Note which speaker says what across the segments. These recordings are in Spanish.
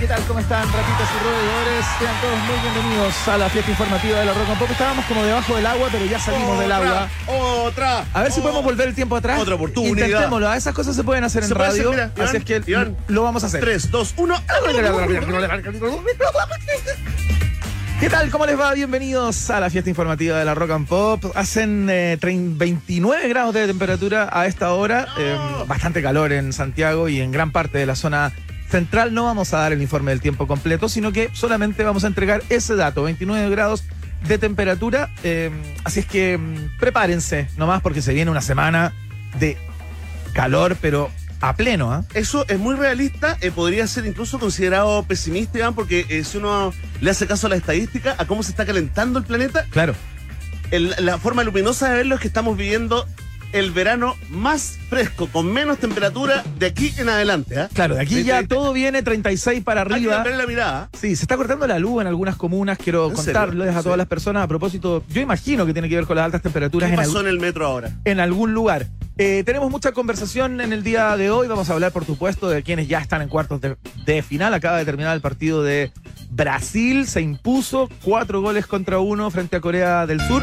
Speaker 1: ¿Qué tal? ¿Cómo están, ratitas y roedores? Sean todos muy bienvenidos a la fiesta informativa de la Rock and Pop. Estábamos como debajo del agua, pero ya salimos del agua.
Speaker 2: Otra.
Speaker 1: A ver si podemos volver el tiempo atrás.
Speaker 2: Otra oportunidad.
Speaker 1: Intentémoslo. Esas cosas se pueden hacer en
Speaker 2: Se puede hacer,
Speaker 1: radio.
Speaker 2: mira, Iván,
Speaker 1: así es que
Speaker 2: Iván.
Speaker 1: lo vamos a hacer. Ah,
Speaker 2: 3, 2, 1.
Speaker 1: ¿Qué tal? ¿Cómo les va? Bienvenidos a la fiesta informativa de la Rock and Pop. Hacen eh, trein- 29 grados de temperatura a esta hora.
Speaker 2: No.
Speaker 1: Eh, bastante calor en Santiago y en gran parte de la zona central. No vamos a dar el informe del tiempo completo, sino que solamente vamos a entregar ese dato, 29 grados de temperatura. Eh, así es que mm, prepárense nomás porque se viene una semana de calor, pero a pleno, ¿ah?
Speaker 2: Eso es muy realista, eh, podría ser incluso considerado pesimista, Iván, porque eh, si uno le hace caso a la estadística, a cómo se está calentando el planeta,
Speaker 1: Claro.
Speaker 2: el- la forma luminosa de verlo es que estamos viviendo el verano más fresco, con menos temperatura de aquí en adelante. ¿ah?
Speaker 1: Claro, de aquí
Speaker 2: Te-
Speaker 1: ya
Speaker 2: te-
Speaker 1: todo viene 36 para
Speaker 2: Hay que
Speaker 1: arriba.
Speaker 2: cambiar la mirada. ¿ah?
Speaker 1: Sí, se está cortando la luz en algunas comunas. Quiero
Speaker 2: ¿En serio?
Speaker 1: contarles a todas
Speaker 2: Sí.
Speaker 1: las personas a propósito. Yo imagino que tiene que ver con las altas
Speaker 2: ¿Qué
Speaker 1: temperaturas en,
Speaker 2: pasó
Speaker 1: algún-
Speaker 2: en el metro ahora?
Speaker 1: en algún lugar. Eh, tenemos mucha conversación en el día de hoy. Vamos a hablar, por supuesto, de quienes ya están en cuartos de, de final. Acaba de terminar el partido de Brasil. Se impuso cuatro goles contra uno frente a Corea del Sur.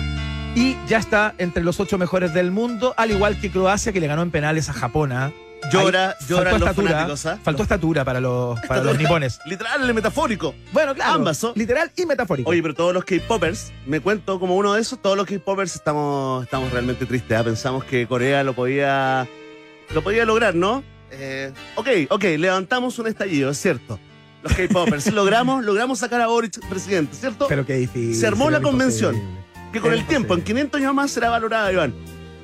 Speaker 1: Y ya está entre los ocho mejores del mundo, al igual que Croacia, que le ganó en penales a Japón. ¿ah?
Speaker 2: Llora,
Speaker 1: Ahí
Speaker 2: lloran los
Speaker 1: estatura,
Speaker 2: fanáticos. ¿ah?
Speaker 1: Faltó estatura para los, para
Speaker 2: Estatura.
Speaker 1: los nipones.
Speaker 2: Literal, metafórico.
Speaker 1: Bueno, claro.
Speaker 2: Ambas son-
Speaker 1: Literal y metafórico.
Speaker 2: Oye, pero todos los K-popers, me cuento como uno de esos, todos los K-popers estamos, estamos realmente tristes. ¿ah? Pensamos que Corea lo podía, lo podía lograr, ¿no? Eh, ok, ok, levantamos un estallido, es cierto. Los K-popers, logramos, logramos sacar a Boric presidente, ¿cierto?
Speaker 1: pero qué difícil.
Speaker 2: Se armó la
Speaker 1: era imposible.
Speaker 2: convención. que con
Speaker 1: era
Speaker 2: el tiempo, en 500 años más, será valorada, Iván.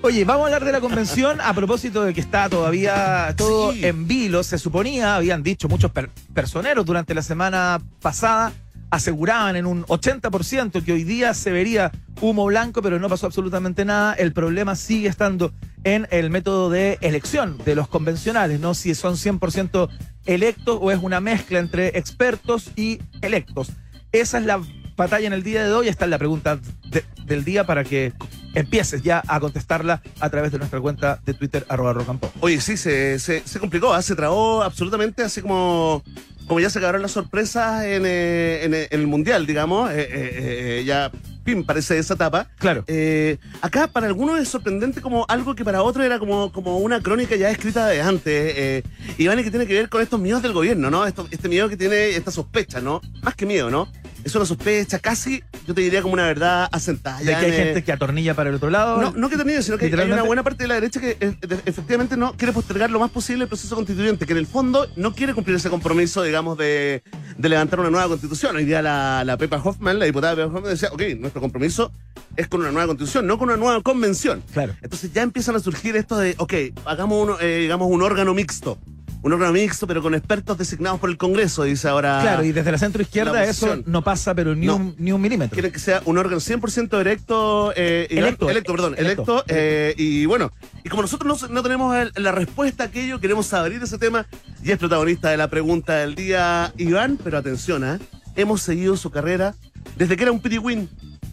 Speaker 1: Oye, vamos a hablar de la convención a propósito de que está todavía todo
Speaker 2: Sí.
Speaker 1: en vilo. Se suponía, habían dicho muchos per- personeros durante la semana pasada, aseguraban en un 80% que hoy día se vería humo blanco, pero no pasó absolutamente nada. El problema sigue estando en el método de elección de los convencionales, ¿no? Si son 100% electos o es una mezcla entre expertos y electos. Esa es la batalla en el día de hoy. Está en la pregunta de- del día para que empieces ya a contestarla a través de nuestra cuenta de Twitter, arroba rock and pop.
Speaker 2: Oye, sí, se, se, se complicó, ¿ah? se trabó absolutamente, así como, como ya se acabaron las sorpresas en, eh, en, eh, en el Mundial, digamos. eh, eh, eh, ya, pim, parece esa etapa.
Speaker 1: Claro.
Speaker 2: Eh, acá para algunos es sorprendente como algo que para otros era como, como una crónica ya escrita de antes. Eh, Iván, y que tiene que ver con estos miedos del gobierno, ¿no? Esto- este miedo que tiene esta sospecha, ¿no? Más que miedo, ¿no? Es una sospecha casi, yo te diría como una verdad asentada.
Speaker 1: De
Speaker 2: ya
Speaker 1: que hay
Speaker 2: en, eh,
Speaker 1: gente que atornilla para el otro lado.
Speaker 2: no, no que tenía, sino que hay
Speaker 1: Literalmente.
Speaker 2: una buena parte de la derecha que eh, de- efectivamente no quiere postergar lo más posible el proceso constituyente, que en el fondo no quiere cumplir ese compromiso, digamos, de, de levantar una nueva constitución. Hoy día la, la Pepa Hoffman, la diputada Pepa Hoffman, decía, ok, nuestro compromiso es con una nueva constitución, no con una nueva convención.
Speaker 1: Claro.
Speaker 2: Entonces ya empiezan a surgir esto de, ok, hagamos uno, eh, digamos, un órgano mixto. Un órgano mixto, pero con expertos designados por el Congreso, dice ahora.
Speaker 1: Claro, y desde la centro
Speaker 2: La
Speaker 1: izquierda eso
Speaker 2: oposición.
Speaker 1: no pasa, pero ni,
Speaker 2: No.
Speaker 1: un, ni un milímetro.
Speaker 2: Quieren que sea un órgano 100% electo, eh, Iván-
Speaker 1: Electo,
Speaker 2: electo, perdón,
Speaker 1: electo,
Speaker 2: electo, eh, y bueno, y como nosotros no, no tenemos el- la respuesta a aquello, queremos abrir ese tema, y es protagonista de la pregunta del día, Iván, pero atención, ¿ah? hemos seguido su carrera desde que era un pirigüín,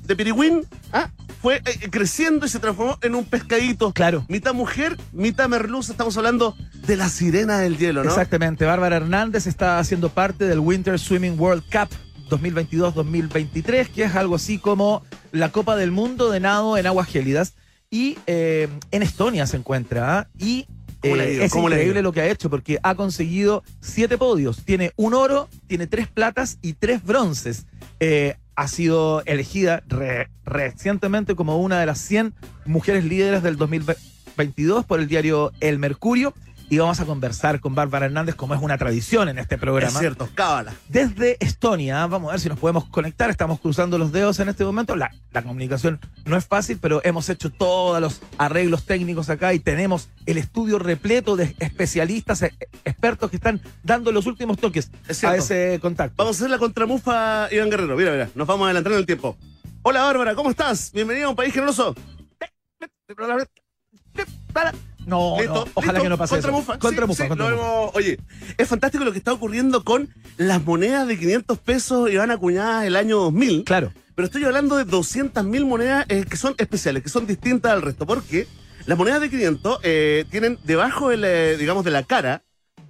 Speaker 2: de pirigüín, ¿ah? fue eh, creciendo y se transformó en un pescadito,
Speaker 1: Claro.
Speaker 2: mitad mujer, mitad merluza, estamos hablando de la sirena del hielo, ¿no?
Speaker 1: Exactamente. Bárbara Hernández está haciendo parte del Winter Swimming World Cup 2022-2023, que es algo así como la Copa del Mundo de Nado en aguas gélidas. Y eh, en Estonia se encuentra. ¿ah? Y
Speaker 2: ¿Cómo le
Speaker 1: eh,
Speaker 2: ha ido?
Speaker 1: es
Speaker 2: ¿Cómo le ha
Speaker 1: increíble
Speaker 2: ido?
Speaker 1: lo que ha hecho, porque ha conseguido siete podios. Tiene un oro, tiene tres platas y tres bronces. Eh, ha sido elegida re- recientemente como una de las 100 mujeres líderes del 2022 por el diario El Mercurio y vamos a conversar con Bárbara Hernández, como es una tradición en este
Speaker 2: Es
Speaker 1: programa.
Speaker 2: cierto, cábala.
Speaker 1: Desde Estonia, vamos a ver si nos podemos conectar. Estamos cruzando los dedos en este momento. La, la comunicación no es fácil, pero hemos hecho todos los arreglos técnicos acá y tenemos el estudio repleto de especialistas, e- expertos que están dando los últimos toques
Speaker 2: Es
Speaker 1: a
Speaker 2: cierto.
Speaker 1: ese contacto.
Speaker 2: Vamos a hacer la contramufa, Iván Guerrero. Mira, mira, nos vamos a adelantar en el tiempo. Hola, Bárbara, ¿cómo estás? Bienvenida a un país generoso.
Speaker 1: No, no,
Speaker 2: Listo,
Speaker 1: ojalá
Speaker 2: listo.
Speaker 1: que no pase
Speaker 2: contramufa.
Speaker 1: eso. Contramufa,
Speaker 2: Sí, sí,
Speaker 1: contramufa.
Speaker 2: lo vemos. Oye, es fantástico lo que está ocurriendo con las monedas de 500 pesos, Iván, acuñadas el año 2000.
Speaker 1: Claro,
Speaker 2: Pero estoy hablando de 200.000 monedas eh, que son especiales, que son distintas al eh, resto, porque las monedas de 500 eh, tienen debajo, de la- digamos, de la cara,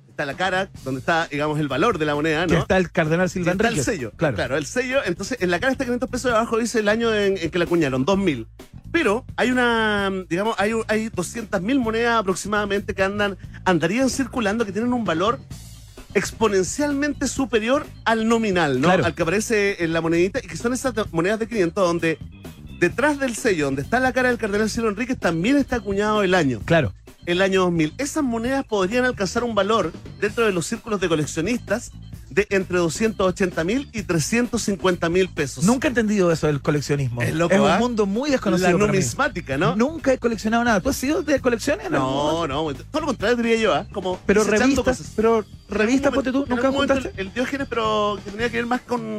Speaker 2: está la cara, donde está, digamos, el valor de la moneda,
Speaker 1: Que
Speaker 2: ¿no?
Speaker 1: está el cardenal
Speaker 2: Y
Speaker 1: Silva
Speaker 2: está el
Speaker 1: Enríquez.
Speaker 2: sello. Claro.
Speaker 1: Claro.
Speaker 2: el sello. Entonces, en la cara este está 500 pesos y abajo dice el año en, en que la acuñaron, 2000. Pero hay una, digamos, hay, un- hay 200.000 monedas aproximadamente que andan, andarían circulando que tienen un valor exponencialmente superior al nominal, ¿no?
Speaker 1: Claro.
Speaker 2: Al que aparece en la monedita y que son esas monedas de 500 donde detrás del sello, donde está la cara del cardenal Silva Enríquez, también está acuñado el año
Speaker 1: Claro.
Speaker 2: el año 2000. Esas monedas podrían alcanzar un valor dentro de los círculos de coleccionistas de entre 280 mil y 350 mil pesos.
Speaker 1: Nunca he entendido eso del coleccionismo.
Speaker 2: Pues, Es loco,
Speaker 1: un
Speaker 2: ¿ah?
Speaker 1: mundo muy
Speaker 2: La
Speaker 1: desconocido. para mí.
Speaker 2: numismática, ¿no?
Speaker 1: Nunca he coleccionado nada. ¿Tú has sido de colecciones? en algún momento?
Speaker 2: no, no, Todo lo contrario diría yo, ¿ah? Como
Speaker 1: Pero
Speaker 2: desechando
Speaker 1: revistas,
Speaker 2: cosas.
Speaker 1: pero
Speaker 2: En algún
Speaker 1: revistas, ponte
Speaker 2: momento-
Speaker 1: tú,
Speaker 2: en
Speaker 1: nunca
Speaker 2: algún momento
Speaker 1: juntaste.
Speaker 2: El, el Diógenes, pero que tenía que ver más con,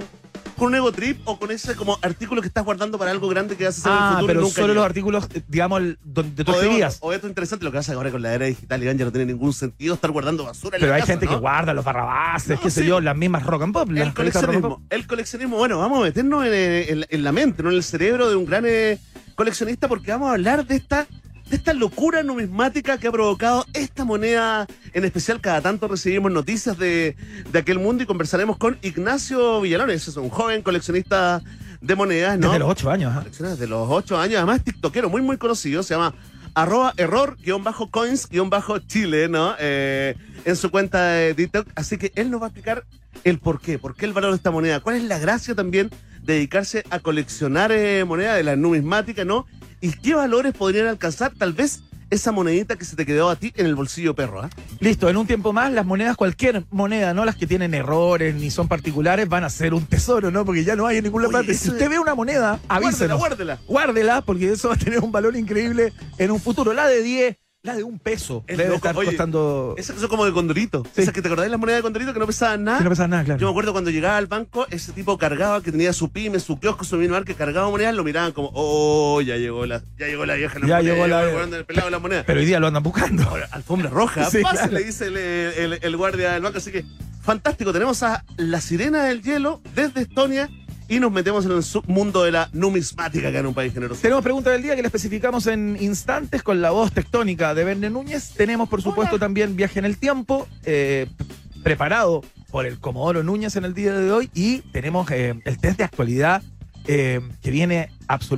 Speaker 2: con un ego trip o con ese como artículo que estás guardando para algo grande que vas a hacer en el
Speaker 1: Ah,
Speaker 2: futuro. y
Speaker 1: pero
Speaker 2: nunca
Speaker 1: solo
Speaker 2: llega.
Speaker 1: los artículos, eh, digamos, el- donde tú
Speaker 2: o, de-
Speaker 1: escribías.
Speaker 2: o esto es interesante lo que haces ahora con la era digital, Iván, ya no tiene ningún sentido estar guardando basura en
Speaker 1: Pero
Speaker 2: la
Speaker 1: hay
Speaker 2: casa,
Speaker 1: gente
Speaker 2: ¿no?
Speaker 1: que guarda los barrabases,
Speaker 2: No,
Speaker 1: qué sé
Speaker 2: sí.
Speaker 1: yo, las mismas rock and pop.
Speaker 2: El
Speaker 1: las revistas rock and pop.
Speaker 2: coleccionismo, el coleccionismo, bueno, vamos a meternos en, eh, en- en la mente, no en el cerebro de un gran eh, coleccionista, porque vamos a hablar de esta, de esta locura numismática que ha provocado esta moneda. En especial, cada tanto recibimos noticias de, de aquel mundo y conversaremos con Ignacio Villalones, es un joven coleccionista de monedas, ¿no?
Speaker 1: Desde los ocho años. ¿ah?
Speaker 2: colecciona desde los 8 años, además tiktokero muy muy conocido, se llama arroba error guión bajo coins guión bajo chile, ¿no? Eh, en su cuenta de TikTok, así que él nos va a explicar el por qué, por qué el valor de esta moneda, cuál es la gracia también de dedicarse a coleccionar eh, moneda de la numismática, ¿no? Y qué valores podrían alcanzar tal vez esa monedita que se te quedó a ti en el bolsillo perro, ¿ah?
Speaker 1: Listo, en un tiempo más, las monedas, cualquier moneda, no las que tienen errores ni son particulares, van a ser un tesoro, ¿no? Porque ya no hay en ningún
Speaker 2: Oye,
Speaker 1: lugar.
Speaker 2: eso
Speaker 1: Si usted
Speaker 2: es-
Speaker 1: ve una moneda,
Speaker 2: Guárdela,
Speaker 1: avísenos.
Speaker 2: guárdela.
Speaker 1: guárdela porque eso va a tener un valor increíble en un futuro. La de 10, la de un peso,
Speaker 2: Es
Speaker 1: debe
Speaker 2: loco,
Speaker 1: estar
Speaker 2: oye,
Speaker 1: costando.
Speaker 2: Esas que son como de condorito.
Speaker 1: Sí.
Speaker 2: Esas que te acordás de las monedas de condorito que no pesaban nada.
Speaker 1: que no pesa nada,
Speaker 2: Yo me
Speaker 1: claro.
Speaker 2: acuerdo cuando llegaba al banco, ese tipo cargaba, que tenía su pyme, su kiosco, su minibar, que cargaba monedas, lo miraban como, oh, ya llegó la, ya llegó la vieja en la
Speaker 1: Ya
Speaker 2: moneda,
Speaker 1: llegó la-
Speaker 2: el weón del pelado en la moneda.
Speaker 1: Pero hoy día lo andan buscando.
Speaker 2: Alfombra roja,
Speaker 1: Sí,
Speaker 2: pase,
Speaker 1: claro.
Speaker 2: le dice el, el- el guardia del banco. Así que, fantástico, tenemos a la sirena del hielo desde Estonia y nos metemos en el mundo de la numismática acá en un país generoso.
Speaker 1: Tenemos pregunta del día que la especificamos en instantes con la voz tectónica de Verne Núñez. Tenemos, por supuesto, también viaje en el tiempo, eh, p- preparado por el Comodoro Núñez en el día de hoy. Y tenemos eh, el test de actualidad eh, que viene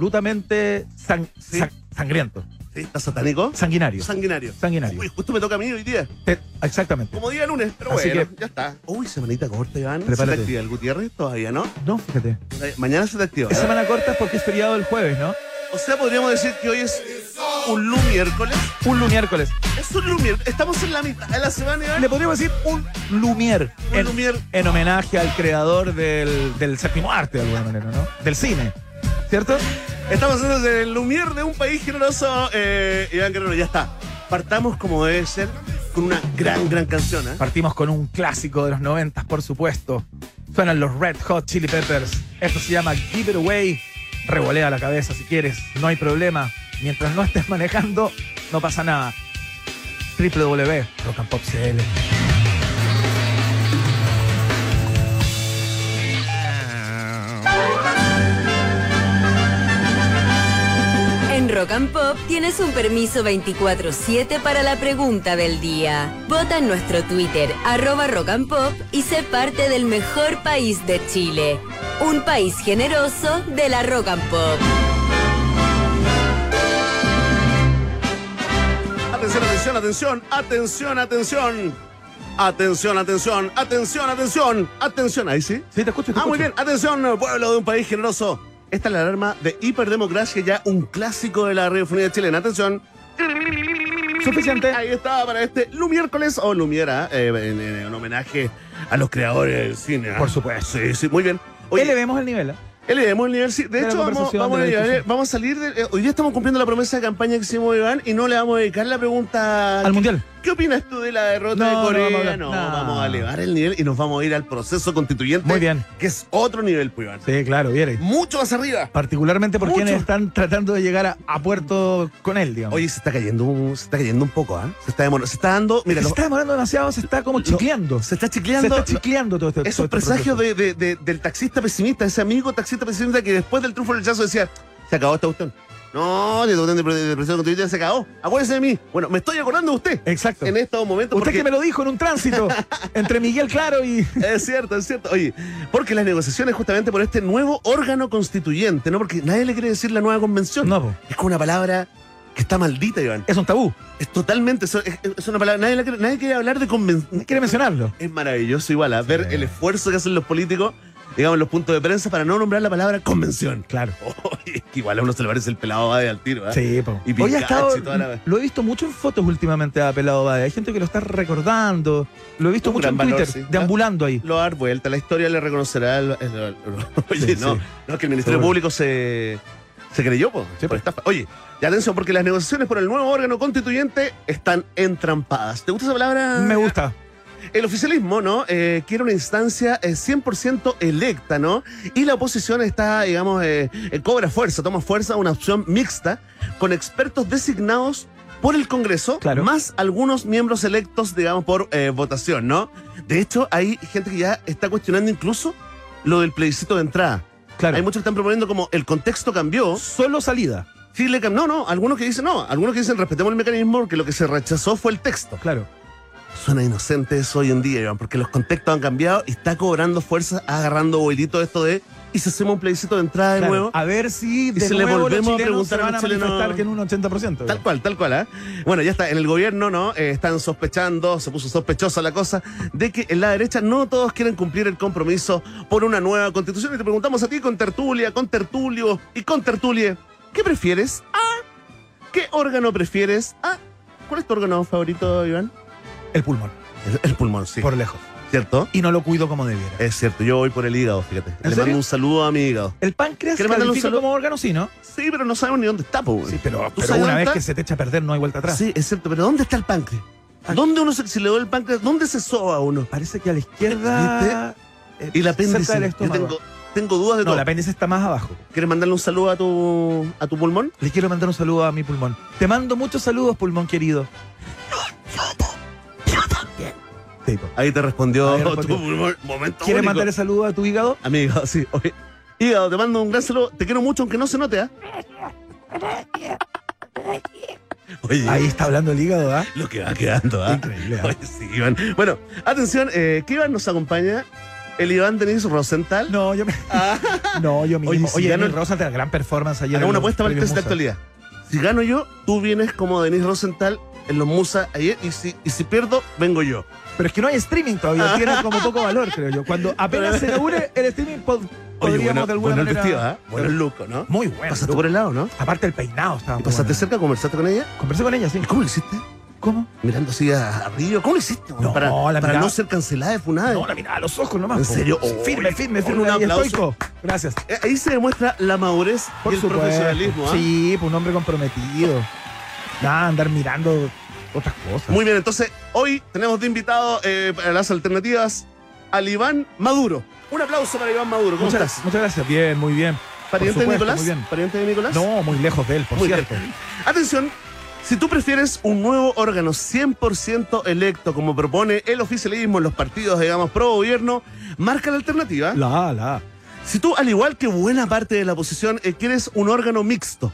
Speaker 1: absolutamente sang-
Speaker 2: Sí.
Speaker 1: sang- sangriento,
Speaker 2: Sí, ¿Está satánico?
Speaker 1: sanguinario.
Speaker 2: Sanguinario.
Speaker 1: Sanguinario.
Speaker 2: Uy, justo me toca a mí hoy día.
Speaker 1: Te- exactamente.
Speaker 2: Como día lunes, pero
Speaker 1: Así
Speaker 2: bueno, ya está. Uy, semanita corta, Iván. ¿Se te
Speaker 1: Prepárate.
Speaker 2: activa el Gutiérrez? Todavía no. Eh,
Speaker 1: No, fíjate.
Speaker 2: Mañana se te activa.
Speaker 1: Es semana corta porque es feriado el jueves, ¿no?
Speaker 2: O sea, podríamos decir que hoy es un lu miércoles.
Speaker 1: Un lumiércoles.
Speaker 2: Es un lu miércoles. Estamos en la mitad de la semana, Iván.
Speaker 1: Le podríamos decir un lumier.
Speaker 2: ¿Eh? Un
Speaker 1: En,
Speaker 2: lu mier-
Speaker 1: en homenaje al creador del, del séptimo arte, de alguna manera, ¿no? Del cine. ¿Cierto?
Speaker 2: Estamos en el Lumier de un país generoso. Eh, Iván Guerrero, ya está. Partamos como debe ser con una gran, gran canción. ¿eh?
Speaker 1: Partimos con un clásico de los noventas, por supuesto. Suenan los Red Hot Chili Peppers. Esto se llama Give It Away. Revolea la cabeza si quieres, no hay problema. Mientras no estés manejando, no pasa nada. www.rockandpopcl.
Speaker 3: En Rock and Pop tienes un permiso 24-7 para la pregunta del día. Vota en nuestro Twitter, arroba Rock and Pop, y sé parte del mejor país de Chile. Un país generoso de la Rock and Pop.
Speaker 2: Atención, atención, atención, atención, atención. Atención, atención, atención, atención, atención. Ahí sí.
Speaker 1: Sí, te escucho, te
Speaker 2: Ah, muy
Speaker 1: escucho.
Speaker 2: bien. Atención, pueblo de un país generoso. Esta es la alarma de hiperdemocracia, ya un clásico de la radiofonía chilena. Atención.
Speaker 1: Suficiente.
Speaker 2: Ahí estaba para este Lumiércoles o Lumiera, eh, en, en- en homenaje a los creadores del cine. ¿ah?
Speaker 1: Por supuesto.
Speaker 2: Sí, sí, muy bien. Oye,
Speaker 1: Elevemos el nivel. ¿eh?
Speaker 2: elevemos el nivel. sí. De
Speaker 1: de la
Speaker 2: hecho, vamos,
Speaker 1: conversación,
Speaker 2: vamos
Speaker 1: de
Speaker 2: a,
Speaker 1: la
Speaker 2: llevar-
Speaker 1: discusión.
Speaker 2: vamos a salir. de- eh, hoy día estamos cumpliendo la promesa de campaña que hicimos, Iván, y no le vamos a dedicar la pregunta.
Speaker 1: Al mundial.
Speaker 2: ¿Qué opinas tú de la
Speaker 1: No,
Speaker 2: derrota
Speaker 1: no
Speaker 2: de
Speaker 1: vamos a
Speaker 2: Corea?
Speaker 1: hablar.
Speaker 2: No,
Speaker 1: No.
Speaker 2: vamos a elevar el nivel y nos vamos a ir al proceso constituyente,
Speaker 1: Muy bien.
Speaker 2: que es otro nivel, pues, Iván.
Speaker 1: Sí, claro, viene.
Speaker 2: Mucho más arriba.
Speaker 1: Particularmente por
Speaker 2: Mucho.
Speaker 1: quienes están tratando de llegar a, a puerto con él, digamos.
Speaker 2: Oye, se está cayendo, un- se está cayendo un poco, ¿ah? Se está demorando. Se está dando. Mira,
Speaker 1: se
Speaker 2: los-
Speaker 1: está demorando demasiado, se está como
Speaker 2: lo-
Speaker 1: chicleando.
Speaker 2: se está
Speaker 1: se
Speaker 2: chicleando.
Speaker 1: está chicleando todo este esto.
Speaker 2: Esos presagios de- de- de- del taxista pesimista, ese amigo taxista pesimista que después del triunfo del rechazo decía, se acabó esta cuestión. No, de de- de- de depresión constitutiva se acabó. Acuérdese de mí. Bueno, me estoy acordando de usted.
Speaker 1: Exacto.
Speaker 2: En estos momentos.
Speaker 1: Usted
Speaker 2: porque-
Speaker 1: que me lo dijo en un tránsito entre Miguel Claro y.
Speaker 2: Es cierto, es cierto. Oye, porque las negociaciones justamente por este nuevo órgano constituyente, ¿no? Porque nadie le quiere decir la nueva convención.
Speaker 1: No, po.
Speaker 2: Es como una palabra que está maldita, Iván.
Speaker 1: es un tabú.
Speaker 2: Es totalmente, es, es- es una palabra, nadie, la quiere- nadie quiere hablar de
Speaker 1: No
Speaker 2: convención.
Speaker 1: quiere mencionarlo.
Speaker 2: Es maravilloso igual, a ver
Speaker 1: Sí.
Speaker 2: el esfuerzo que hacen los políticos, digamos, en los puntos de prensa para no nombrar la palabra convención.
Speaker 1: Claro.
Speaker 2: Oye, que igual a uno se le parece el pelado va al tiro, ¿eh?
Speaker 1: Sí, po.
Speaker 2: Y
Speaker 1: Hoy ha
Speaker 2: Pikachu
Speaker 1: estado-
Speaker 2: y toda la-
Speaker 1: Lo he visto mucho en fotos últimamente a Pelado Bade. Hay gente que lo está recordando. Lo he visto
Speaker 2: Un
Speaker 1: mucho en
Speaker 2: gran valor,
Speaker 1: Twitter,
Speaker 2: sí.
Speaker 1: deambulando ahí.
Speaker 2: Lo va a dar vuelta, la historia le reconocerá. el- el- el- oye,
Speaker 1: Sí,
Speaker 2: no,
Speaker 1: sí.
Speaker 2: no, es que el Ministerio
Speaker 1: Seguro.
Speaker 2: Público se, se creyó po,
Speaker 1: Sí,
Speaker 2: por
Speaker 1: pues.
Speaker 2: estafa. Oye, y atención, porque las negociaciones por el nuevo órgano constituyente están entrampadas. ¿Te gusta esa palabra?
Speaker 1: Me gusta.
Speaker 2: El oficialismo, ¿no? Eh, quiere una instancia eh, 100% electa, ¿no? Y la oposición está, digamos, eh, eh, cobra fuerza, toma fuerza una opción mixta con expertos designados por el Congreso,
Speaker 1: Claro.
Speaker 2: más algunos miembros electos, digamos, por eh, votación, ¿no? De hecho, hay gente que ya está cuestionando incluso lo del plebiscito de entrada.
Speaker 1: Claro.
Speaker 2: Hay muchos que están proponiendo como el contexto cambió.
Speaker 1: Solo salida.
Speaker 2: Chile cam- no, no, algunos que dicen no, algunos que dicen respetemos el mecanismo porque lo que se rechazó fue el texto.
Speaker 1: Claro.
Speaker 2: Suena inocente eso hoy en día, Iván, porque los contextos han cambiado y está cobrando fuerza, agarrando vuelito esto de y se hacemos un plebiscito de entrada de
Speaker 1: Claro, Ah.
Speaker 2: nuevo.
Speaker 1: A ver si de
Speaker 2: si le
Speaker 1: nuevo
Speaker 2: volvemos a
Speaker 1: los chilenos
Speaker 2: preguntar
Speaker 1: se
Speaker 2: a
Speaker 1: van a
Speaker 2: los chilenos-
Speaker 1: manifestar que en un 80%.
Speaker 2: Tal cual, tal cual, ¿ah? Bueno, ya está, en el gobierno, ¿no? Eh, están sospechando, se puso sospechosa la cosa, de que en la derecha no todos quieren cumplir el compromiso por una nueva constitución. Y te preguntamos a ti, con tertulia, con tertulio y con tertulie, ¿qué prefieres? ¿Ah? ¿Qué órgano prefieres? ¿Ah? ¿Cuál es tu órgano favorito, Iván?
Speaker 1: El pulmón,
Speaker 2: El, el pulmón, sí.
Speaker 1: por lejos.
Speaker 2: ¿Cierto?
Speaker 1: Y no lo cuido como debiera.
Speaker 2: Es cierto, yo voy por el hígado, fíjate. Le
Speaker 1: serio?
Speaker 2: mando un saludo a mi hígado.
Speaker 1: El páncreas
Speaker 2: ¿Quieres mandarle un
Speaker 1: califica
Speaker 2: saludo?
Speaker 1: como órgano, sí, ¿no?
Speaker 2: Sí, pero no sabemos ni dónde está, po, güey.
Speaker 1: Sí, pero,
Speaker 2: ¿Tú
Speaker 1: pero
Speaker 2: sabes
Speaker 1: una
Speaker 2: dónde
Speaker 1: vez
Speaker 2: está?
Speaker 1: que se te echa a perder no hay vuelta atrás.
Speaker 2: Sí, es cierto, pero ¿dónde está el páncreas?
Speaker 1: Ah.
Speaker 2: ¿Dónde uno se, si le duele el páncreas? ¿Dónde se soba uno?
Speaker 1: Parece que a la izquierda... eh,
Speaker 2: Y la
Speaker 1: cerca
Speaker 2: apéndice.
Speaker 1: del
Speaker 2: Yo
Speaker 1: estómago.
Speaker 2: tengo, tengo dudas de
Speaker 1: No,
Speaker 2: todo.
Speaker 1: la apéndice está más abajo.
Speaker 2: ¿Quieres mandarle un saludo a tu, a tu pulmón?
Speaker 1: Le quiero mandar un saludo a mi pulmón. Te mando muchos saludos, pulmón querido. Sí, po.
Speaker 2: Ahí te respondió,
Speaker 1: Ahí respondió.
Speaker 2: tu pulmón. Momento
Speaker 1: ¿Quieres
Speaker 2: único.
Speaker 1: mandarle saludos a tu hígado?
Speaker 2: Amigo, sí. Oye, hígado, te mando un gran saludo. Te quiero mucho, aunque no se note, ¿ah? Oye,
Speaker 1: Ahí está hablando el hígado, ¿ah?
Speaker 2: lo que va quedando, ¿ah?
Speaker 1: Increíble, ¿ah?
Speaker 2: Oye, sí, Iván. Bueno, atención, eh, ¿qué Iván nos acompaña? El Iván Denis Rosenthal.
Speaker 1: No, yo me... No, yo mismo.
Speaker 2: Ah. Oye,
Speaker 1: Oye,
Speaker 2: si gano el-
Speaker 1: Emil Rosa, la gran performance ayer.
Speaker 2: Hagamos
Speaker 1: en
Speaker 2: una
Speaker 1: los
Speaker 2: apuesta para el
Speaker 1: premios
Speaker 2: test de
Speaker 1: Musa.
Speaker 2: actualidad. Si gano yo, tú vienes como Denis Rosenthal en los Musa ayer. Y si, y si pierdo, vengo yo.
Speaker 1: Pero es que no hay streaming todavía, tiene como poco valor, creo yo. Cuando apenas se inaugure el streaming, pod-
Speaker 2: Oye,
Speaker 1: podríamos
Speaker 2: bueno,
Speaker 1: de alguna
Speaker 2: bueno el
Speaker 1: manera.
Speaker 2: vestido, ¿ah? Bueno el look, ¿no?
Speaker 1: Muy bueno.
Speaker 2: Pasaste
Speaker 1: loco.
Speaker 2: por el lado, ¿no?
Speaker 1: Aparte el peinado estaba
Speaker 2: ¿Y
Speaker 1: muy
Speaker 2: pasaste
Speaker 1: bueno.
Speaker 2: cerca? ¿Conversaste con ella?
Speaker 1: Conversé con ella, sí.
Speaker 2: ¿Y cómo lo hiciste?
Speaker 1: ¿Cómo?
Speaker 2: Mirando así a arriba. ¿Cómo lo hiciste? güey?
Speaker 1: No,
Speaker 2: para
Speaker 1: la
Speaker 2: para
Speaker 1: mirada-
Speaker 2: no ser cancelada de funada.
Speaker 1: No, la mirada a los ojos nomás.
Speaker 2: ¿En
Speaker 1: po.
Speaker 2: serio?
Speaker 1: Sí, Firme,
Speaker 2: Oye,
Speaker 1: firme,
Speaker 2: un
Speaker 1: firme. ahí
Speaker 2: aplauso.
Speaker 1: estoico. Gracias.
Speaker 2: Eh, Ahí se demuestra la madurez
Speaker 1: Por
Speaker 2: y el
Speaker 1: supuesto.
Speaker 2: profesionalismo. ¿ah?
Speaker 1: Sí, pues un hombre comprometido. Nada, andar mirando otras cosas.
Speaker 2: Muy bien, entonces hoy tenemos de invitado eh, para las alternativas al Iván Maduro. Un aplauso para Iván Maduro. ¿Cómo
Speaker 1: muchas,
Speaker 2: estás?
Speaker 1: gracias, muchas gracias. Bien, muy bien.
Speaker 2: ¿Pariente
Speaker 1: Por
Speaker 2: de
Speaker 1: supuesto,
Speaker 2: Nicolás?
Speaker 1: muy bien.
Speaker 2: ¿Pariente de Nicolás?
Speaker 1: No, muy lejos de él, por
Speaker 2: Muy ¿eh?
Speaker 1: cierto.
Speaker 2: Atención, si tú prefieres un nuevo órgano 100% electo, como propone el oficialismo en los partidos, digamos, pro gobierno, marca la alternativa.
Speaker 1: La A, la A.
Speaker 2: Si tú, al igual que buena parte de la oposición, eh, quieres un órgano mixto,